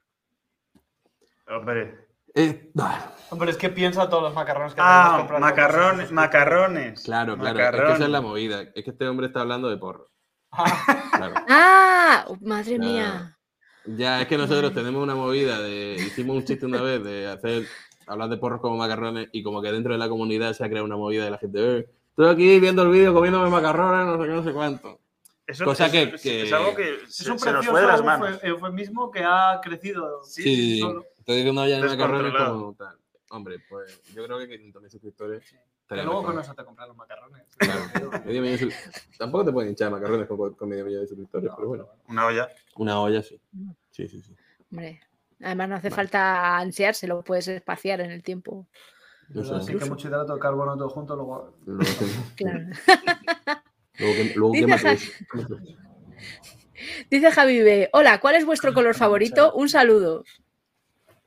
Speaker 4: Hombre.
Speaker 3: Eh, ah,
Speaker 2: Hombre, es que piensa todos los macarrones que podemos
Speaker 4: Ah,
Speaker 2: comprar.
Speaker 4: macarrones, macarrones.
Speaker 3: claro, claro. Es que
Speaker 4: Macarrón.
Speaker 3: esa es la movida. Es que este hombre está hablando de porro.
Speaker 2: Ah,
Speaker 3: Claro.
Speaker 1: ¡Ah! ¡Madre
Speaker 3: Claro.
Speaker 1: mía!
Speaker 3: Ya, es que nosotros tenemos una movida de. Hicimos un chiste una vez de hacer. Hablar de porros como macarrones y como que dentro de la comunidad se ha creado una movida de la gente. "Eh, estoy aquí viendo el vídeo comiéndome macarrones, no sé qué, no sé cuánto.
Speaker 4: Eso
Speaker 3: Cosa
Speaker 4: es,
Speaker 3: que-
Speaker 4: es-
Speaker 3: que-
Speaker 4: es algo que
Speaker 2: es
Speaker 4: se,
Speaker 2: un
Speaker 4: se nos
Speaker 2: precioso
Speaker 4: fue de las
Speaker 2: eufe-
Speaker 4: manos.
Speaker 2: eufemismo que ha crecido.
Speaker 3: Sí, sí, sí.
Speaker 2: solo.
Speaker 3: Estoy diciendo ya de macarrones
Speaker 4: Descontrolado.
Speaker 3: como tal. Hombre, pues yo creo que 500.000 suscriptores.
Speaker 2: Sí. Que
Speaker 3: estaría
Speaker 2: luego
Speaker 3: mejor.
Speaker 2: con eso te compras los macarrones.
Speaker 3: Claro. Medio millón de sus- Tampoco te pueden hinchar macarrones con, con medio millón de suscriptores, pero bueno.
Speaker 4: Una olla.
Speaker 3: Una olla sí. Sí, sí, sí.
Speaker 1: Hombre, Además, no hace
Speaker 3: Vale.
Speaker 1: falta ansiarse, lo puedes espaciar en el tiempo.
Speaker 3: No sé.
Speaker 2: Así que mucho hidrato de carbono todo junto, luego.
Speaker 3: Luego, que-
Speaker 1: Claro.
Speaker 3: luego que- luego
Speaker 1: Dice
Speaker 3: quema
Speaker 1: Ja-
Speaker 3: todo eso.
Speaker 1: Dice Javi B. Hola, ¿cuál es vuestro color favorito? Un saludo.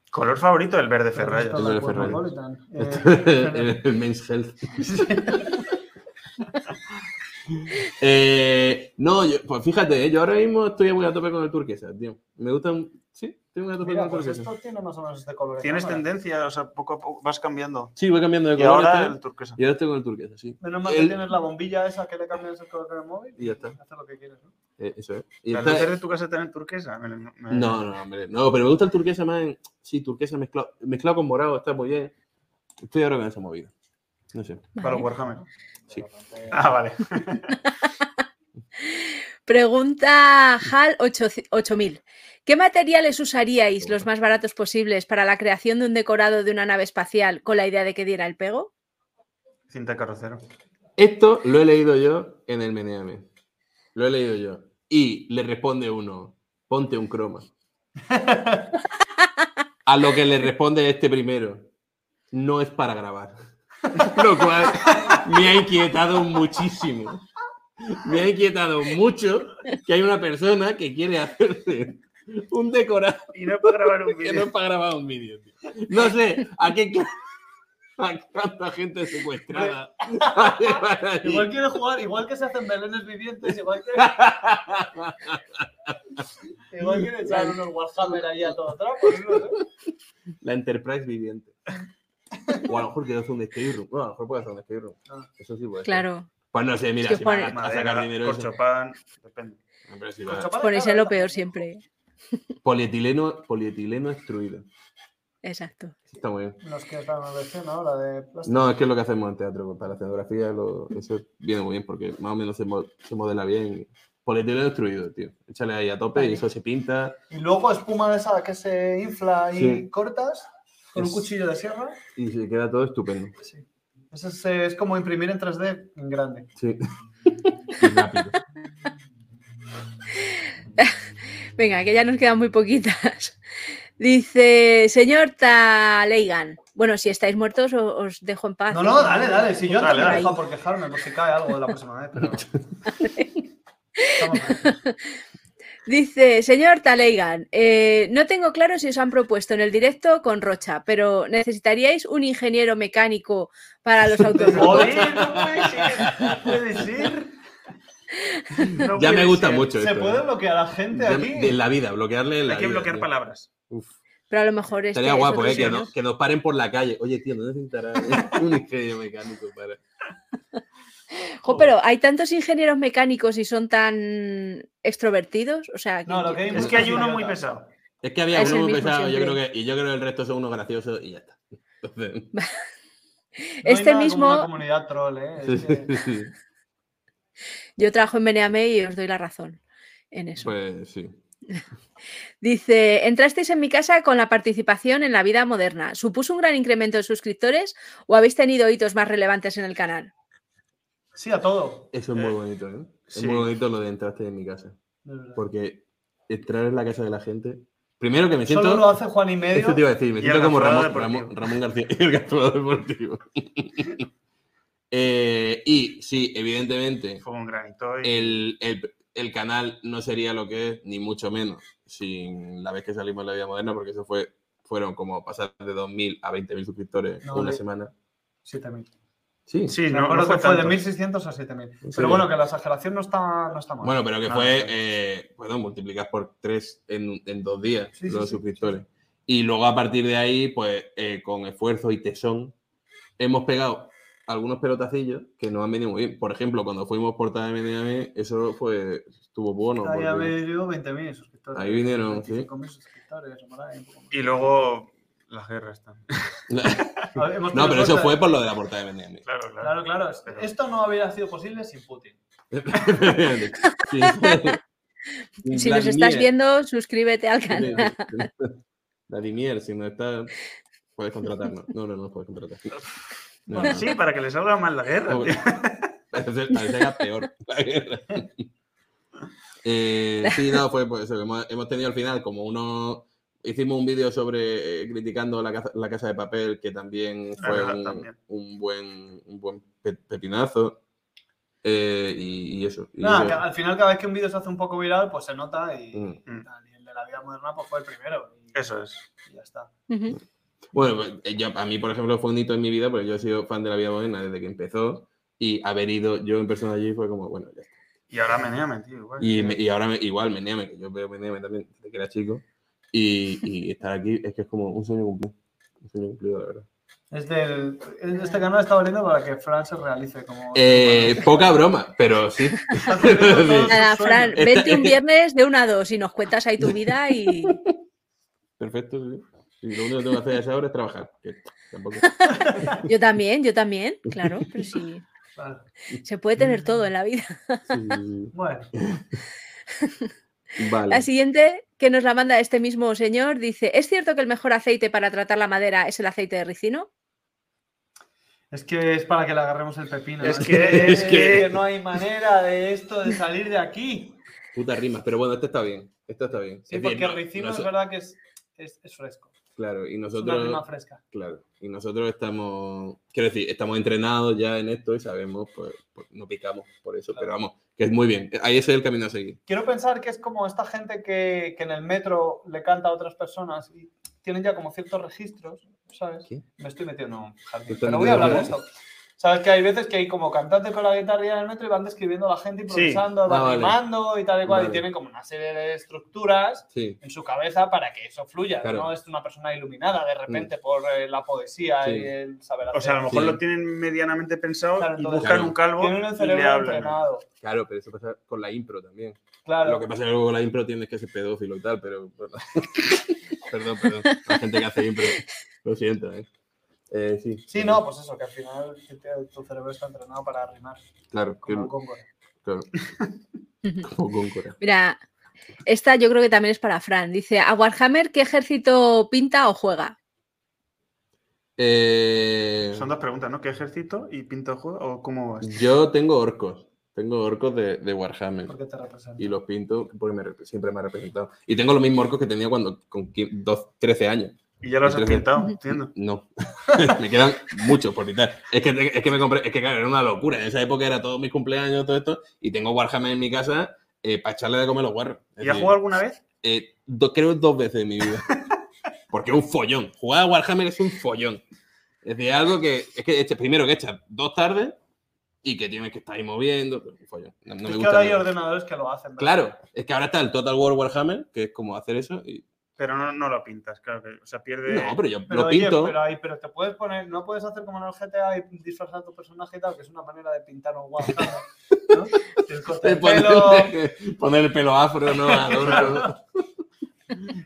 Speaker 4: Color favorito, el verde ferraya.
Speaker 2: eh, Esto del
Speaker 3: Ferrari.
Speaker 2: Cosmopolitan. Eh,
Speaker 3: el, el Men's Health. Eh, no, yo- pues fíjate, eh, yo ahora mismo estoy muy a tope con el turquesa, tío. Me gustan. Sí, estoy muy a tope
Speaker 2: Mira,
Speaker 3: con el
Speaker 2: pues
Speaker 3: turquesa.
Speaker 2: esto tiene más o menos este color.
Speaker 4: Tienes
Speaker 2: Cámara.
Speaker 4: tendencia, o sea, poco a poco vas cambiando.
Speaker 3: Sí, voy cambiando de
Speaker 4: Y
Speaker 3: color.
Speaker 4: ahora
Speaker 3: este-
Speaker 4: el turquesa.
Speaker 3: Y ahora estoy con el turquesa, sí.
Speaker 2: Menos mal que
Speaker 3: El-
Speaker 2: tienes la bombilla esa que le cambias el color del móvil.
Speaker 3: Y ya está.
Speaker 2: Haces lo que quieres, ¿no?
Speaker 3: Eh, eso es. Y
Speaker 4: ¿Las
Speaker 3: esta-
Speaker 4: luces de tu casa tienen turquesa? Me- me-
Speaker 3: No, no, hombre, no, pero me gusta el turquesa más. en- Sí, turquesa mezclado, mezclado con morado, está muy bien. Estoy ahora con esa movida. No sé.
Speaker 4: Para los
Speaker 1: Vale.
Speaker 4: Warhammer.
Speaker 3: Sí.
Speaker 4: Ah, vale.
Speaker 1: Pregunta HAL 8000. ¿Qué materiales usaríais los más baratos posibles para la creación de un decorado de una nave espacial con la idea de que diera el pego?
Speaker 4: Cinta de carrocero.
Speaker 3: Esto lo he leído yo en el Meneame. Lo he leído yo. Y le responde uno, ponte un croma. A lo que le responde este primero, no es para grabar. Lo cual me ha inquietado muchísimo. Me ha inquietado mucho que hay una persona que quiere hacerse un decorado
Speaker 4: Y no puedo grabar un
Speaker 3: que no es para grabar un vídeo. tío. No sé a qué cla- a cuánta gente secuestrada.
Speaker 2: Igual quieres jugar, igual que se hacen belenes vivientes, igual que. igual quieres echar unos Warhammer ahí a todo trapo. ¿no?
Speaker 3: La Enterprise viviente. O a lo mejor quiero hacer un escape room. Bueno, a lo mejor puede hacer un escape room.
Speaker 2: Ah.
Speaker 3: Eso sí puede ser.
Speaker 1: Claro,
Speaker 3: Pues no sé, mira,
Speaker 1: Es que
Speaker 3: si van a-
Speaker 1: pone-
Speaker 3: a sacar dinero eso.
Speaker 4: corchopan, depende.
Speaker 3: Hombre, si
Speaker 2: Con
Speaker 3: va-
Speaker 2: chapado,
Speaker 1: ponéis en
Speaker 2: claro,
Speaker 1: lo peor siempre.
Speaker 3: Polietileno, polietileno extruido.
Speaker 1: Exacto.
Speaker 3: Eso Está muy bien.
Speaker 2: Los que están en la versión ahora de plástico.
Speaker 3: No, es que es lo que hacemos en teatro. pues, Para la escenografía lo- eso viene muy bien porque más o menos se, mo- se modela bien. Polietileno extruido, tío. Échale ahí a tope y eso se pinta.
Speaker 2: Y luego espuma de esa que se infla y
Speaker 3: Sí.
Speaker 2: cortas con
Speaker 3: Es-
Speaker 2: un cuchillo de sierra.
Speaker 3: Y se queda todo estupendo.
Speaker 2: Sí. Eso es, eh, es como imprimir en 3D en grande.
Speaker 3: Sí. Y rápido.
Speaker 1: Venga, que ya nos quedan muy poquitas. Dice, señor Taleigan, bueno, si estáis muertos o- os dejo en paz.
Speaker 2: No, no, dale, dale. Si yo
Speaker 4: Ah, Dale,
Speaker 2: antes me
Speaker 4: dale.
Speaker 2: dejo por quejarme, por si cae algo de la próxima vez, pero. Estamos bien.
Speaker 1: Dice, señor Taleigan, eh, no tengo claro si os han propuesto en el directo con Rocha, pero ¿necesitaríais un ingeniero mecánico para los autos?
Speaker 2: Joder, no puede ser. Puede ser.
Speaker 4: No
Speaker 3: ya me
Speaker 4: puede
Speaker 3: gusta
Speaker 4: ser.
Speaker 3: mucho
Speaker 2: ¿Se
Speaker 3: esto.
Speaker 2: puede
Speaker 3: ¿eh?
Speaker 2: bloquear a la gente
Speaker 3: Ya-
Speaker 2: aquí?
Speaker 3: de la vida, bloquearle la
Speaker 4: Hay que
Speaker 3: vida,
Speaker 4: bloquear
Speaker 3: tío.
Speaker 4: palabras.
Speaker 3: Uf.
Speaker 1: Pero a lo mejor este
Speaker 3: Estaría
Speaker 1: es
Speaker 3: guapo,
Speaker 1: otro
Speaker 3: eh, que,
Speaker 1: señor.
Speaker 3: nos, que nos paren por la calle. Oye, tío, no necesitará un ingeniero mecánico para.
Speaker 1: Jo, pero hay tantos ingenieros mecánicos y son tan extrovertidos. O sea,
Speaker 2: No, lo que hay
Speaker 4: Es que hay uno muy pesado.
Speaker 3: Es que había
Speaker 1: Es
Speaker 3: uno
Speaker 1: el
Speaker 3: muy
Speaker 1: mismo
Speaker 3: pesado, yo
Speaker 1: siempre.
Speaker 3: creo que, y yo creo que el resto son unos graciosos y ya está. Entonces,
Speaker 2: No hay
Speaker 1: Este
Speaker 2: nada como
Speaker 1: mismo-
Speaker 2: una comunidad troll, ¿eh? Es que-
Speaker 1: yo trabajo en Beneame y os doy la razón en eso.
Speaker 3: pues sí.
Speaker 1: Dice, entrasteis en mi casa con la participación en la vida moderna. ¿Supuso un gran incremento de suscriptores o habéis tenido hitos más relevantes en el canal?
Speaker 2: Sí, a todo.
Speaker 3: Eso es muy bonito, ¿eh? Es
Speaker 4: sí.
Speaker 3: muy bonito lo de entraste en mi casa.
Speaker 2: de verdad.
Speaker 3: Porque entrar en la casa de la gente. Primero que me siento.
Speaker 2: Solo lo hace Juan y medio.
Speaker 3: Eso te iba a decir, me
Speaker 4: Y
Speaker 3: siento
Speaker 4: el
Speaker 3: como
Speaker 4: gafurado
Speaker 3: Ramón, Ramón,
Speaker 4: deportivo.
Speaker 3: Ramón García, el gafurado deportivo. Eh, y sí, evidentemente,
Speaker 4: Fue un granito. Y...
Speaker 3: el, el- el canal no sería lo que es, ni mucho menos, sin la vez que salimos en la vida moderna, porque eso fue, fueron como pasar de 2.000 a 20.000 suscriptores en
Speaker 2: No,
Speaker 3: una
Speaker 2: de-
Speaker 3: semana.
Speaker 2: 7.000.
Speaker 3: Sí.
Speaker 4: Sí,
Speaker 2: Me
Speaker 4: no,
Speaker 2: acuerdo
Speaker 4: no fue
Speaker 2: que fue de
Speaker 4: tanto.
Speaker 2: 1.600 a 7.000.
Speaker 3: Sí.
Speaker 2: Pero bueno, que la exageración no está, no está mal.
Speaker 3: Bueno, pero que
Speaker 4: Nada,
Speaker 3: fue,
Speaker 4: sí.
Speaker 3: eh, bueno, multiplicar por tres en, en dos días
Speaker 2: Sí, sí,
Speaker 3: los
Speaker 2: sí.
Speaker 3: suscriptores. Y luego a partir de ahí, pues eh, con esfuerzo y tesón, hemos pegado algunos pelotacillos que nos han venido muy bien. Por ejemplo, cuando fuimos por TMNM, E, eso fue, estuvo bueno.
Speaker 2: Ahí ha
Speaker 3: porque-
Speaker 2: habido 20.000 suscriptores.
Speaker 3: Ahí vinieron, sí.
Speaker 2: 25.000 suscriptores, por ahí, un poco más.
Speaker 4: Y luego las guerras también.
Speaker 2: A E. ver, hemos
Speaker 3: No,
Speaker 2: tenido
Speaker 3: pero eso
Speaker 2: suerte.
Speaker 3: fue por lo de la portada de MNM.
Speaker 4: Claro, claro.
Speaker 2: Claro, claro. es-
Speaker 4: Pero-
Speaker 2: Esto no hubiera sido posible sin Putin.
Speaker 3: Sí.
Speaker 1: Si nos estás
Speaker 3: Vladimir.
Speaker 1: viendo, suscríbete al canal.
Speaker 3: Vladimir, si no estás, puedes contratarnos. No, no, no nos puedes contratar. No,
Speaker 4: Bueno,
Speaker 3: no.
Speaker 4: sí, para que les salga mal la guerra.
Speaker 3: No,
Speaker 4: tío.
Speaker 3: Entonces, a veces era peor. la guerra. pues, Eh, sí, no, fue por eso. Hemos, hemos tenido al final como unos Hicimos un vídeo sobre eh, criticando la casa, la casa de papel, que también fue
Speaker 4: verdad,
Speaker 3: un,
Speaker 4: también.
Speaker 3: un buen, un buen pe- pepinazo. Eh, y, y eso. Y
Speaker 2: Nada,
Speaker 3: yo-
Speaker 2: que al final cada vez que un vídeo se hace un poco viral, pues se nota y,
Speaker 3: Mm.
Speaker 2: y tal. Y el de la vida moderna pues fue el primero. Y,
Speaker 4: Eso es.
Speaker 2: y ya está.
Speaker 1: Ujú.
Speaker 3: Bueno, eh, yo, a mí, por ejemplo, fue un hito en mi vida, porque yo he sido fan de la vida moderna desde que empezó. Y haber ido yo en persona allí fue como, bueno, ya está.
Speaker 4: Y ahora meneame, tío. igual.
Speaker 3: Y, me- y ahora me- igual Meneame, que yo veo Meneame también desde que era chico. Y, y estar aquí es que es como un sueño cumplido. Un sueño cumplido, la verdad.
Speaker 2: Es del- es- este canal está valiendo para que Fran se realice como.
Speaker 3: Eh, poca broma, pero sí.
Speaker 1: Nada, Fran,
Speaker 3: Esta-
Speaker 1: vente un viernes de una a dos y nos cuentas ahí tu vida y.
Speaker 3: Perfecto, sí. Y lo único que tengo que hacer a esa hora es trabajar. que tampoco-
Speaker 1: Yo también, yo también, claro, pero sí.
Speaker 2: Claro.
Speaker 1: Se puede tener todo en la vida.
Speaker 3: sí, sí,
Speaker 2: Bueno,
Speaker 3: sí. Vale.
Speaker 1: La siguiente que nos la manda este mismo señor dice: ¿Es cierto que el mejor aceite para tratar la madera es el aceite de ricino?
Speaker 2: es que es para que le agarremos el pepino.
Speaker 4: Es
Speaker 2: ¿no?
Speaker 4: que-
Speaker 3: es que-
Speaker 2: no hay manera de esto de salir de aquí.
Speaker 3: Puta rimas, pero bueno, esto está bien. Esto está bien.
Speaker 2: Sí,
Speaker 3: Es
Speaker 2: porque
Speaker 3: decir,
Speaker 2: el
Speaker 3: no-
Speaker 2: ricino
Speaker 3: noso-
Speaker 2: es verdad que es, es, es fresco.
Speaker 3: Claro, y
Speaker 2: Es una rima
Speaker 3: nosotros,
Speaker 2: fresca.
Speaker 3: claro, y nosotros estamos, quiero decir, estamos entrenados ya en esto y sabemos, pues, pues, no picamos por eso, pero vamos, que es muy bien. Ahí ese es el camino a seguir.
Speaker 2: Quiero pensar que es como esta gente que, que en el metro le canta a otras personas y tienen ya como ciertos registros, ¿sabes?
Speaker 3: ¿Qué?
Speaker 2: Me estoy metiendo en un
Speaker 3: ¿Te
Speaker 2: jardín,
Speaker 3: estás
Speaker 2: pero voy a
Speaker 3: metiendo
Speaker 2: hablar de
Speaker 3: en
Speaker 2: esto. ¿Sabes que hay veces que hay como cantantes con la guitarra en el metro y van describiendo a la gente, improvisando,
Speaker 3: Ah,
Speaker 2: van
Speaker 3: vale.
Speaker 2: rimando y tal y cual,
Speaker 3: Vale.
Speaker 2: y tienen como una serie de estructuras
Speaker 3: Sí,
Speaker 2: en su cabeza para que eso fluya,
Speaker 3: Claro. Mm.
Speaker 2: ¿no? Es una persona iluminada de repente por eh, la poesía
Speaker 3: Sí.
Speaker 2: y el saber
Speaker 4: O sea, a lo
Speaker 2: hacer.
Speaker 4: mejor
Speaker 3: Sí.
Speaker 4: lo tienen medianamente pensado
Speaker 2: Claro,
Speaker 4: y
Speaker 2: entonces-
Speaker 4: buscan
Speaker 3: Claro.
Speaker 4: un calvo
Speaker 2: tienen el
Speaker 4: y le
Speaker 2: cerebro
Speaker 4: hablan.
Speaker 2: entrenado.
Speaker 3: claro, pero eso pasa con la impro también.
Speaker 2: Claro.
Speaker 3: Lo que pasa es que luego con la impro tienes que ser pedófilo y tal, pero. bueno. perdón, perdón. La gente que hace impro. Lo siento, ¿eh? Eh, sí.
Speaker 2: Sí, no, pues eso, que al final tu- tu cerebro está entrenado para rimar.
Speaker 3: Claro,
Speaker 2: Como
Speaker 3: que-
Speaker 2: un Congo.
Speaker 3: claro. Como con cora.
Speaker 1: Mira, esta yo creo que también es para Fran. Dice: ¿A Warhammer qué ejército pinta o juega?
Speaker 3: Eh,
Speaker 4: Son dos preguntas, ¿no? ¿Qué ejército y pinta el juego? ¿O cómo va esto?
Speaker 3: Yo tengo orcos. Tengo orcos de, de Warhammer.
Speaker 2: Porque te representa.
Speaker 3: Y los pinto porque me rep- siempre me ha representado. Y tengo los mismos orcos que tenía cuando con 15, 12, 13 años.
Speaker 4: Y ya los has
Speaker 3: Entonces-
Speaker 4: pintado, entiendo.
Speaker 3: No. me quedan muchos por pintar. Es que, es que me compré, es que claro, era una locura. En esa época era todos mis cumpleaños, todo esto, y tengo Warhammer en mi casa para echarle de comer los guarros. Es
Speaker 4: ¿Y has
Speaker 3: decir,
Speaker 4: jugado alguna vez?
Speaker 3: eh, do- creo dos veces en mi vida. Porque es un follón. Jugar a Warhammer es un follón. Es decir, algo que es que eche- primero que echas dos tardes y que tienes que estar ahí moviendo. pero es un follón. No- no me
Speaker 2: es que
Speaker 3: gusta
Speaker 2: ahora hay
Speaker 3: nada.
Speaker 2: ordenadores que lo hacen. ¿verdad?
Speaker 3: Claro, es que ahora está el Total War Warhammer, que es como hacer eso. y-
Speaker 4: Pero no, no lo pintas, claro que. O sea, pierde.
Speaker 3: No, pero yo
Speaker 2: Pero,
Speaker 3: lo
Speaker 2: oye,
Speaker 3: pinto.
Speaker 2: pero, ahí- pero te puedes poner, no puedes hacer como en el GTA y disfrazar a tu personaje y tal, que es una manera de pintar un guapo. ¿no? El corte de pelo.
Speaker 3: ponerle, poner el pelo afro, ¿no? Adorno.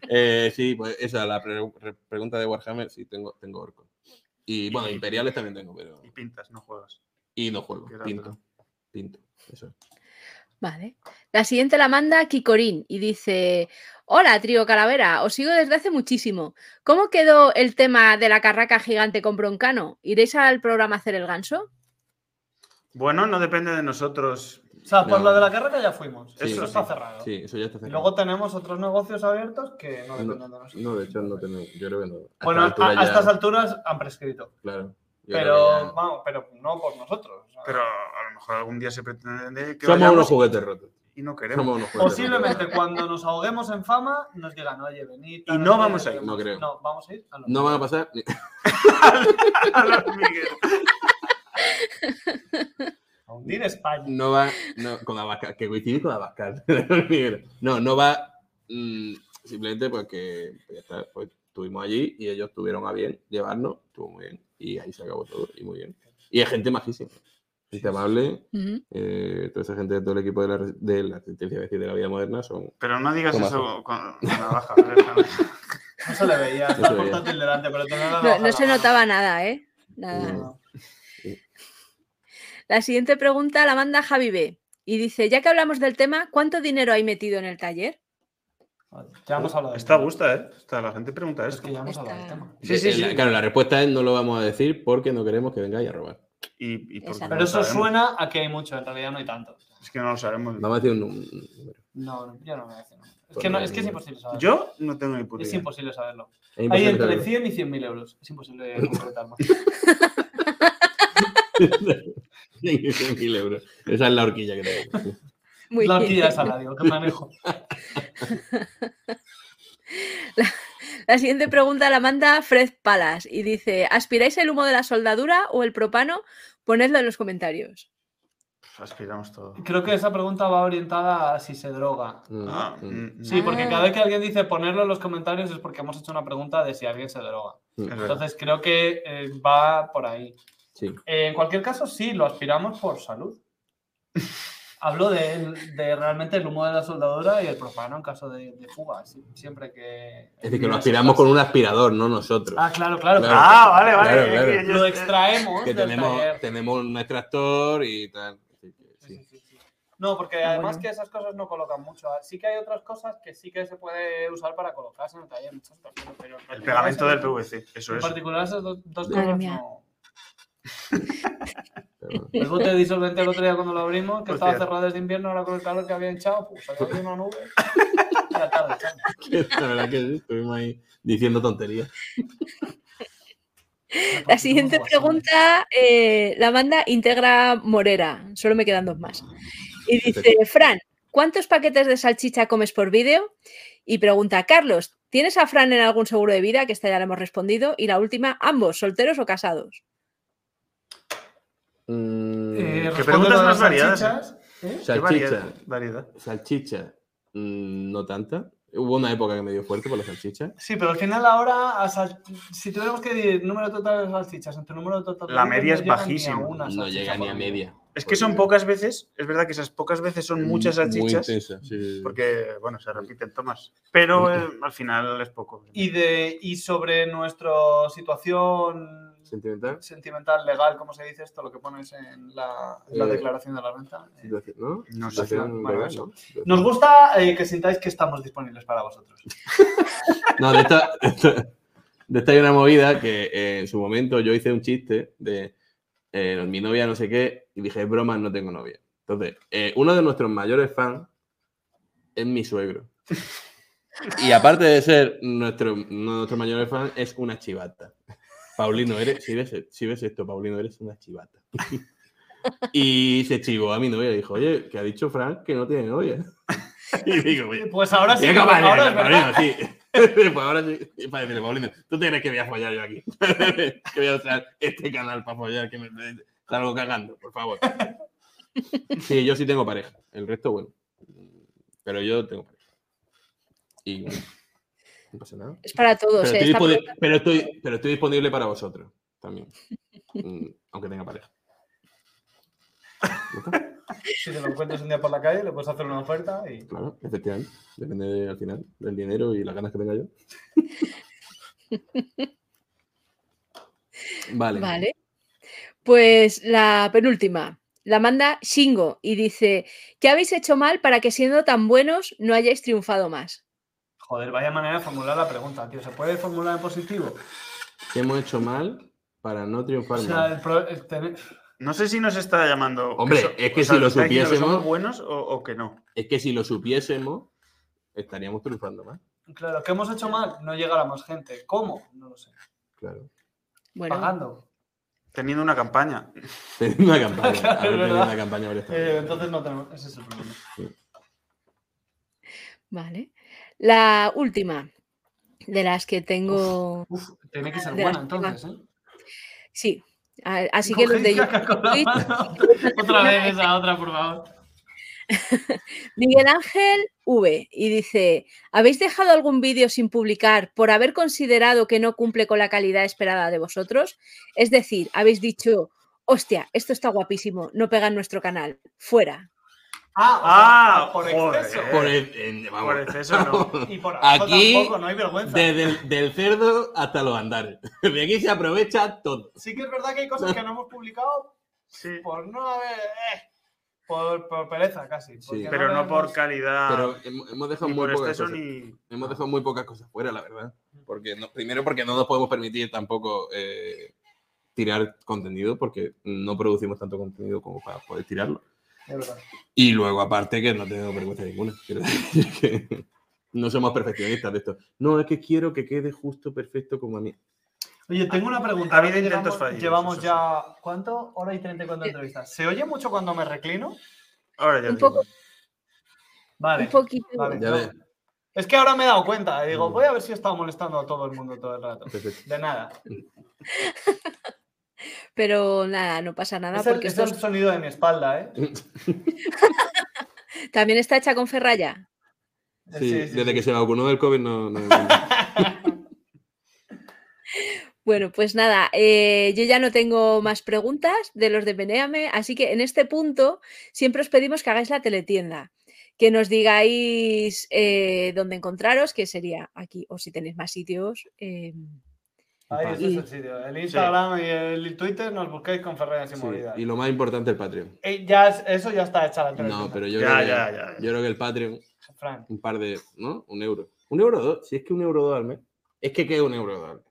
Speaker 3: Eh, sí, pues esa, la pre- re- pregunta de Warhammer, sí, tengo, tengo orco. Y bueno, imperiales también tengo, pero.
Speaker 4: Y pintas, no juegas.
Speaker 3: Y no juego,
Speaker 4: Qué raro.
Speaker 3: pinto. Pinto, eso.
Speaker 1: Vale. La siguiente la manda Kikorín y dice: Hola, trío Calavera, os sigo desde hace muchísimo. ¿Cómo quedó el tema de la carraca gigante con broncano? ¿Iréis al programa a hacer el ganso?
Speaker 4: Bueno, no depende de nosotros.
Speaker 2: O sea, por
Speaker 3: No.
Speaker 2: lo de la carrera ya fuimos.
Speaker 4: Sí,
Speaker 2: Eso
Speaker 4: sí.
Speaker 2: está cerrado.
Speaker 3: Sí, eso ya está
Speaker 2: Y
Speaker 3: cerrado.
Speaker 2: Ah. luego tenemos otros negocios abiertos que no dependen de nosotros.
Speaker 3: No, de hecho, no tengo. Yo creo que no. A
Speaker 2: bueno,
Speaker 3: esta
Speaker 2: a,
Speaker 3: altura
Speaker 2: a
Speaker 3: ya-
Speaker 2: estas alturas han prescrito.
Speaker 3: Claro. yo creo que
Speaker 2: Pero,
Speaker 3: ya- Pues
Speaker 2: vamos, pero no por nosotros. o sea,
Speaker 4: Pero a lo mejor algún día se pretende que
Speaker 3: Somos
Speaker 4: vayamos
Speaker 3: unos juguetes rotos.
Speaker 4: y no queremos.
Speaker 3: Somos unos juguetes
Speaker 2: Posiblemente
Speaker 3: rotos.
Speaker 2: cuando nos ahoguemos en fama nos digan, oye, venid. tal,
Speaker 4: Y no
Speaker 2: tal,
Speaker 4: vamos
Speaker 2: tal,
Speaker 4: a ir,
Speaker 3: no creo.
Speaker 2: No, vamos a ir. a lo
Speaker 3: No
Speaker 2: mejor.
Speaker 3: van a pasar. ni-
Speaker 4: A los Miguel.
Speaker 2: A hundir España.
Speaker 3: no va no, con Abascal, que coincide con Abascal. no, no va mm, simplemente porque pues, ya está, pues, estuvimos allí y ellos tuvieron a bien llevarnos, estuvo muy bien y ahí se acabó todo y muy bien. Y es gente majísima, gente amable,
Speaker 1: Ujú.
Speaker 3: eh, toda esa gente de todo el equipo de la, res- de la resistencia, es decir, de la vida moderna son...
Speaker 4: Pero no digas
Speaker 3: Toma.
Speaker 4: eso con, con la baja. déjame.
Speaker 2: No se le veía,
Speaker 3: No
Speaker 2: está
Speaker 3: se
Speaker 2: el
Speaker 3: veía.
Speaker 2: portátil delante, pero tenía la
Speaker 1: No,
Speaker 2: navaja
Speaker 1: no
Speaker 2: en
Speaker 1: se
Speaker 2: la mano.
Speaker 1: notaba nada, ¿eh? Nada.
Speaker 3: No.
Speaker 1: La siguiente pregunta la manda Javi B. Y dice, ya que hablamos del tema, ¿cuánto dinero hay metido en el taller?
Speaker 2: Ya hemos hablado de
Speaker 4: Está a
Speaker 2: esto.
Speaker 4: gusto, ¿eh? Está, la gente pregunta
Speaker 2: Es
Speaker 4: esto.
Speaker 2: que ya hemos
Speaker 1: Está-
Speaker 2: hablado del tema.
Speaker 4: Sí, sí,
Speaker 3: Eh, la-
Speaker 4: sí.
Speaker 3: Claro, la respuesta es no lo vamos a decir porque no queremos que vengáis a robar.
Speaker 4: Y, y porque
Speaker 1: Exacto.
Speaker 4: no
Speaker 2: Pero eso
Speaker 4: sabemos.
Speaker 2: suena a que hay mucho, en realidad no hay tanto.
Speaker 4: Es que no lo sabemos.
Speaker 3: Vamos a decir un número.
Speaker 2: No, yo no me voy a decir nada. Es
Speaker 3: Pues
Speaker 2: que, no,
Speaker 3: no,
Speaker 2: es, que es
Speaker 3: no.
Speaker 2: imposible saberlo.
Speaker 4: Yo no tengo ni puta
Speaker 2: Es
Speaker 4: idea.
Speaker 2: imposible saberlo.
Speaker 3: Es
Speaker 2: Hay
Speaker 3: imposible
Speaker 2: entre
Speaker 3: saberlo.
Speaker 2: 100 y 100.000 euros. Es imposible concretarlo.
Speaker 3: mil euros. Esa es la horquilla que tengo.
Speaker 1: Muy
Speaker 2: La
Speaker 1: bien.
Speaker 2: horquilla de salario que manejo.
Speaker 1: La siguiente pregunta la manda Fred Palas y dice: ¿Aspiráis el humo de la soldadura o el propano? Ponedlo en los comentarios.
Speaker 4: Pff, Aspiramos todo.
Speaker 2: Creo que esa pregunta va orientada a si se droga.
Speaker 3: Mm,
Speaker 4: Ah,
Speaker 3: mm.
Speaker 4: mm,
Speaker 2: Sí,
Speaker 4: mm.
Speaker 2: porque
Speaker 1: Ah.
Speaker 2: cada vez que alguien dice ponerlo en los comentarios es porque hemos hecho una pregunta de si alguien se droga.
Speaker 4: Es verdad.
Speaker 2: Entonces creo que eh, va por ahí.
Speaker 3: Sí.
Speaker 2: Eh, en cualquier caso, sí, lo aspiramos por salud. Hablo de, de realmente el humo de la soldadura y el propano en caso de, de fuga, sí, siempre que...
Speaker 3: Es decir, que lo aspiramos con un aspirador, no nosotros.
Speaker 2: Ah, claro, claro.
Speaker 3: Claro.
Speaker 2: claro.
Speaker 4: Ah, vale, vale.
Speaker 3: Claro, claro.
Speaker 4: Es que yo-
Speaker 2: Lo extraemos
Speaker 3: que
Speaker 2: del taller.
Speaker 3: tenemos, tenemos un extractor y tal. Así que,
Speaker 2: eh. Sí,
Speaker 3: sí.
Speaker 2: sí, sí, sí. No, porque
Speaker 1: Ah,
Speaker 2: además
Speaker 1: bueno.
Speaker 2: que esas cosas no colocan mucho. Sí que hay otras cosas que sí que se puede usar para colocarse en el taller. muchas otras cosas, pero en
Speaker 4: El
Speaker 2: particular
Speaker 4: pegamento del
Speaker 2: esas-
Speaker 4: PVC, eso
Speaker 2: En
Speaker 4: es.
Speaker 2: particular esas dos, dos
Speaker 3: Madre
Speaker 2: cosas
Speaker 1: mía.
Speaker 2: no.
Speaker 3: Pero bueno.
Speaker 2: El bote de disolvente el otro día cuando lo abrimos, que estaba
Speaker 4: Hostia.
Speaker 2: cerrado desde invierno, ahora con el calor que había echado, pues había ahí una nube. Y la tarde, chao.
Speaker 3: La verdad que sí, estuvimos ahí diciendo tonterías.
Speaker 2: Pues
Speaker 1: La siguiente
Speaker 4: Pues,
Speaker 1: pregunta eh, la manda Integra Morera. Solo me quedan dos más. Y dice: Fran, ¿cuántos paquetes de salchicha comes por vídeo? Y pregunta: Carlos, ¿tienes a Fran en algún seguro de vida? Que esta ya la hemos respondido. Y la última: ¿ambos, solteros o casados?
Speaker 3: Mm,
Speaker 4: Que preguntas más variadas.
Speaker 2: ¿eh?
Speaker 4: Qué
Speaker 3: salchicha.
Speaker 4: variedad- variedad.
Speaker 3: Salchicha. mm, no tanta. Hubo una época que me dio fuerte por la salchicha.
Speaker 2: Sí, pero al final ahora, a sal- si tuviéramos que decir número total de salchichas, entre número total de
Speaker 4: La
Speaker 2: salchichas,
Speaker 4: media
Speaker 2: no
Speaker 4: es
Speaker 2: llega ni a
Speaker 4: bajísima.
Speaker 2: una
Speaker 3: No
Speaker 2: salchicha
Speaker 3: llega ni
Speaker 2: por
Speaker 3: a
Speaker 2: día.
Speaker 3: media.
Speaker 4: Es que
Speaker 2: Pues,
Speaker 4: son pocas veces, es verdad que esas pocas veces son muchas
Speaker 3: Mm, Muy
Speaker 4: salchichas,
Speaker 3: intensa, sí, sí, sí.
Speaker 4: porque, bueno, se repiten, Tomás. Pero eh, al final es poco.
Speaker 2: Y, de, y sobre nuestra situación
Speaker 3: Sentimental.
Speaker 2: sentimental, legal, ¿cómo se dice esto? Lo que pones en la, en la
Speaker 3: Eh,
Speaker 2: declaración de la renta. eh.
Speaker 3: Situación, ¿no?
Speaker 4: No sé.
Speaker 3: Situación
Speaker 2: Bueno,
Speaker 3: legal,
Speaker 2: eso.
Speaker 3: ¿no? Situación-
Speaker 2: Nos gusta eh, que sintáis que estamos disponibles para vosotros.
Speaker 3: No, de esta, de esta- de esta hay una movida que eh, en su momento yo hice un chiste de eh, mi novia no sé qué y dije, bromas, no tengo novia. Entonces, eh, uno de nuestros mayores fans es mi suegro. Y aparte de ser nuestro, uno de nuestros mayores fans, es una chivata. Paulino, eres, si, ves, si ves esto, Paulino, eres una chivata. Y se chivó a mi novia y dijo, oye, que ha dicho Frank que no tiene novia. Y digo, oye,
Speaker 2: Pues ahora sí,
Speaker 3: Sí,
Speaker 2: pues
Speaker 3: compadre,
Speaker 2: ahora es verdad.
Speaker 3: Paulino, sí. Pues ahora sí. Para decirle, Paulino, ¿tú te crees que voy a follar yo aquí? que voy a usar este canal para follar, que me salgo cagando, por favor. Sí, yo sí tengo pareja. El resto, bueno. Pero yo tengo pareja. Y bueno, no pasa nada.
Speaker 1: Es para
Speaker 3: Pero
Speaker 1: todos. eh,
Speaker 3: estoy,
Speaker 1: esta
Speaker 3: disponi-
Speaker 1: pregunta-
Speaker 3: pero estoy- pero estoy disponible para vosotros también. Mm, Aunque tenga pareja. ¿Ya está?
Speaker 2: Si te lo encuentras un día por la calle, le puedes hacer una oferta y.
Speaker 3: Claro, efectivamente. Depende de- al final del dinero y las ganas que tenga yo. vale.
Speaker 1: Vale. Pues la penúltima. La manda Shingo y dice: ¿Qué habéis hecho mal para que siendo tan buenos no hayáis triunfado más?
Speaker 2: Joder, vaya manera de formular la pregunta, tío. ¿Se puede formular en positivo?
Speaker 3: ¿Qué hemos hecho mal para Pues no triunfar
Speaker 2: O sea,
Speaker 3: más?
Speaker 2: el pro- el tener-
Speaker 4: No sé si nos está llamando.
Speaker 3: Hombre,
Speaker 4: so-
Speaker 3: es que
Speaker 4: o
Speaker 3: si lo
Speaker 4: está diciendo que
Speaker 3: supiésemos-
Speaker 4: somos buenos o, o que no.
Speaker 3: Es que si lo supiésemos, estaríamos triunfando más.
Speaker 2: Claro, ¿qué hemos hecho mal? No llegar a más gente. ¿Cómo? No lo sé.
Speaker 3: Claro.
Speaker 1: Bueno,
Speaker 2: Pagando.
Speaker 4: Teniendo una campaña.
Speaker 3: Teniendo una campaña. haber
Speaker 2: Claro, es
Speaker 3: tenido
Speaker 2: verdad.
Speaker 3: una campaña habría estado
Speaker 2: Eh,
Speaker 3: bien.
Speaker 2: entonces no tenemos. Ese es el problema.
Speaker 1: vale. La última de las que tengo.
Speaker 2: Uf, tiene que ser
Speaker 1: De
Speaker 2: buena
Speaker 1: las que va.
Speaker 2: entonces, ¿eh?
Speaker 1: Sí. a- Así que los
Speaker 2: Cogéis
Speaker 1: de
Speaker 2: caca con la
Speaker 1: Twitch,
Speaker 2: mano. Otra vez esa otra, por favor.
Speaker 1: Miguel Ángel V y dice: ¿Habéis dejado algún vídeo sin publicar por haber considerado que no cumple con la calidad esperada de vosotros? Es decir, habéis dicho, hostia, esto está guapísimo, no pega en nuestro canal, fuera.
Speaker 2: Ah, o sea, por
Speaker 4: joder.
Speaker 2: exceso.
Speaker 3: Por el- en- vamos.
Speaker 4: Por exceso no.
Speaker 2: Y por abajo
Speaker 3: Aquí,
Speaker 2: tampoco, no hay vergüenza.
Speaker 3: desde el del cerdo hasta los andares. De aquí se aprovecha todo.
Speaker 2: Sí que es verdad que hay cosas que no hemos publicado
Speaker 4: Sí.
Speaker 2: por no haber... eh, por, por pereza, casi.
Speaker 3: Sí.
Speaker 2: porque
Speaker 4: Pero no por
Speaker 2: tenemos-
Speaker 4: calidad.
Speaker 3: Pero hemos hemos dejado
Speaker 4: ni
Speaker 3: muy
Speaker 4: Ah. por
Speaker 3: pocas
Speaker 4: exceso
Speaker 3: cosas.
Speaker 4: ni.
Speaker 3: Hemos dejado muy pocas cosas fuera, la verdad. Porque no- primero porque no nos podemos permitir tampoco eh, tirar contenido, porque no producimos tanto contenido como para poder tirarlo.
Speaker 2: es verdad.
Speaker 3: Y luego, aparte, que no tengo vergüenza ninguna. Quiero decir que no somos perfeccionistas de esto. No, es que quiero que quede justo, perfecto como a mí.
Speaker 2: Oye, tengo una pregunta.
Speaker 4: Ha habido
Speaker 2: Llevamos-
Speaker 4: intentos fallidos,
Speaker 2: Llevamos
Speaker 4: eso
Speaker 2: ya. ¿Cuánto? Hora y treinta cuando entrevistas. ¿Se oye mucho cuando me reclino?
Speaker 4: Ahora ya
Speaker 1: Un
Speaker 4: digo.
Speaker 1: poco,
Speaker 2: Vale.
Speaker 1: un poquito.
Speaker 2: vale,
Speaker 3: Ya
Speaker 2: no.
Speaker 3: ves.
Speaker 2: Es que ahora me he dado cuenta. Digo,
Speaker 3: Mm.
Speaker 2: voy a ver si he estado molestando a todo el mundo todo el rato.
Speaker 3: Perfecto.
Speaker 2: De nada.
Speaker 1: Pero nada, no pasa nada
Speaker 2: es el,
Speaker 1: porque
Speaker 2: es
Speaker 1: esto
Speaker 2: el sonido de mi espalda, ¿eh?
Speaker 1: es- también está hecha con ferralla.
Speaker 2: Sí,
Speaker 3: Sí,
Speaker 2: sí,
Speaker 3: desde
Speaker 2: sí.
Speaker 3: que se vacunó del COVID no. no- no.
Speaker 1: Bueno, pues nada, eh, yo ya no tengo más preguntas de los de Benéame, así que en este punto siempre os pedimos que hagáis la teletienda, que nos digáis eh, dónde encontraros, que sería aquí, o si tenéis más sitios. eh,
Speaker 2: Ahí ese
Speaker 1: Y-
Speaker 2: es el sitio. El Instagram y el Twitter nos buscáis con Ferreras y
Speaker 3: Sí,
Speaker 2: Movidas.
Speaker 3: Y lo más importante, el Patreon.
Speaker 2: Eh, ya es- eso ya está hecha la televisión.
Speaker 3: No, pero yo,
Speaker 4: Ya,
Speaker 3: creo que,
Speaker 4: ya, ya, ya.
Speaker 3: yo creo que el Patreon,
Speaker 2: Fran,
Speaker 3: un par de. ¿No? Un euro. Un euro o dos. Si es que un euro o dos al mes. Es que queda un euro o dos al mes.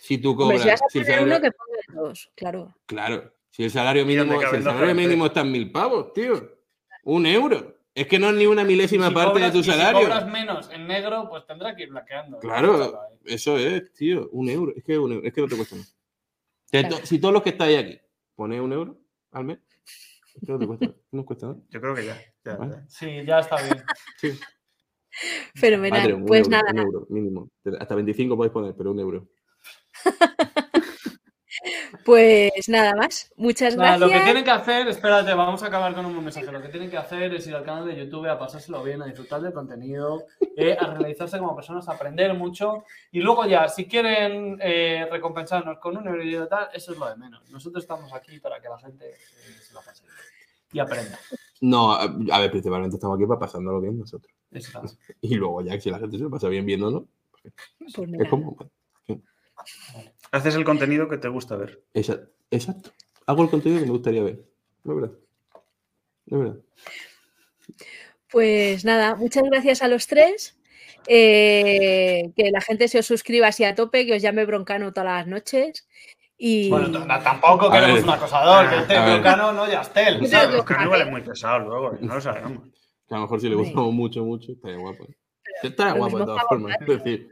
Speaker 3: Si tú
Speaker 1: hombre,
Speaker 3: cobras.
Speaker 1: si vas a
Speaker 3: si el
Speaker 1: poner uno,
Speaker 3: salario-
Speaker 1: que ponga dos, claro.
Speaker 3: Claro. Si el salario
Speaker 4: donde
Speaker 3: mínimo, si
Speaker 4: caben
Speaker 3: el
Speaker 4: dos,
Speaker 3: salario
Speaker 4: caben tres.
Speaker 3: mínimo está en mil pavos, tío. Un euro. Es que no es ni una milésima
Speaker 2: si
Speaker 3: parte
Speaker 2: cobras-
Speaker 3: de
Speaker 2: y
Speaker 3: tu salario.
Speaker 2: Si cobras menos en negro, pues tendrá que ir blanqueando.
Speaker 3: Claro, eso es, tío. Un euro. Es que, un euro, es que no te cuesta nada. Que
Speaker 1: Claro.
Speaker 3: to- Si todos los que estáis aquí ponéis un euro al mes, es que no te cuesta nada. No os cuesta nada.
Speaker 4: Yo creo que ya. ya,
Speaker 3: Vale.
Speaker 4: ya.
Speaker 2: Sí, ya está bien.
Speaker 3: Sí.
Speaker 1: Fenomenal.
Speaker 3: Patreon, un
Speaker 1: pues
Speaker 3: euro,
Speaker 1: nada.
Speaker 3: Un euro mínimo. Hasta 25 podéis poner, pero un euro.
Speaker 1: Pues nada más. Muchas
Speaker 2: Nada,
Speaker 1: gracias.
Speaker 2: lo que tienen que hacer, espérate, vamos a acabar con un buen mensaje. Lo que tienen que hacer es ir al canal de YouTube a pasárselo bien, a disfrutar del contenido, eh, a realizarse como personas, a aprender mucho. Y luego ya, si quieren eh, recompensarnos con un euro y tal, eso es lo de menos. Nosotros estamos aquí para que la gente eh, se la pase bien y aprenda.
Speaker 3: No, a a ver, principalmente estamos aquí para pasándolo bien nosotros.
Speaker 2: Eso está.
Speaker 3: Y luego ya, si la gente se lo pasa bien viéndonos,
Speaker 1: Pues
Speaker 3: es
Speaker 1: mira,
Speaker 3: como...
Speaker 4: Haces el contenido que te gusta ver.
Speaker 3: Esa- Exacto. Hago el contenido que me gustaría ver. Es verdad. Es verdad.
Speaker 1: Pues nada, muchas gracias a los tres. Eh, que la gente se os suscriba así a tope, que os llame broncano todas las noches. Y
Speaker 2: Bueno, t- no, tampoco
Speaker 3: A
Speaker 2: queremos
Speaker 3: ver.
Speaker 2: un acosador, que
Speaker 4: Ah,
Speaker 2: este
Speaker 3: a ver.
Speaker 2: Broncano no Yastel,
Speaker 1: Yo creo
Speaker 2: ¿sabes?
Speaker 1: que-
Speaker 4: Los carníbales muy pesados luego, no lo sabemos.
Speaker 3: Que a lo mejor si le
Speaker 1: Hombre.
Speaker 3: gustamos mucho, mucho, estaría guapo. ¿eh? Estaría
Speaker 1: lo
Speaker 3: guapo de
Speaker 1: mismo
Speaker 3: todas
Speaker 1: está
Speaker 3: formas. Es decir,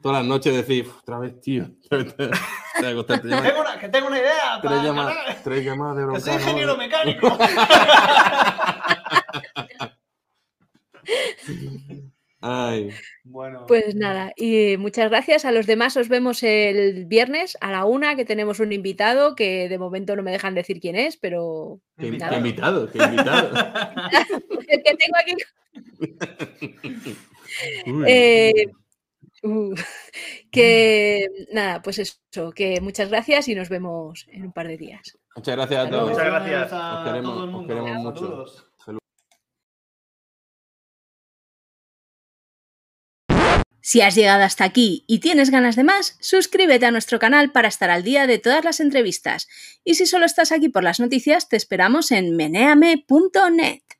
Speaker 3: todas las noches decir, "Uf, otra vez, tío. Otra vez, te- te voy a costar, te llaman-
Speaker 2: Tengo una- que tengo una idea.
Speaker 3: tres,
Speaker 2: para
Speaker 3: llamadas,
Speaker 2: ganar,
Speaker 3: tres llamadas de
Speaker 2: que
Speaker 3: bronca.
Speaker 2: soy ingeniero mecánico.
Speaker 3: Ay,
Speaker 2: Bueno,
Speaker 1: pues nada, y muchas gracias a los demás. Os vemos el viernes a la una, que tenemos un invitado que de momento no me dejan decir quién es, pero
Speaker 3: qué,
Speaker 1: Invitado.
Speaker 3: qué invitado, qué invitado.
Speaker 1: el que tengo aquí
Speaker 4: Uy.
Speaker 1: Eh, uh, que nada, pues eso, que muchas gracias y nos vemos en un par de días.
Speaker 3: Muchas gracias a
Speaker 1: Hasta luego.
Speaker 3: todos.
Speaker 2: Muchas gracias
Speaker 3: Os
Speaker 2: a
Speaker 3: queremos-
Speaker 2: todo el
Speaker 3: os
Speaker 2: mundo.
Speaker 3: queremos mucho.
Speaker 2: Saludos.
Speaker 1: Si has llegado hasta aquí y tienes ganas de más, suscríbete a nuestro canal para estar al día de todas las entrevistas. Y si solo estás aquí por las noticias, te esperamos en meneame.net.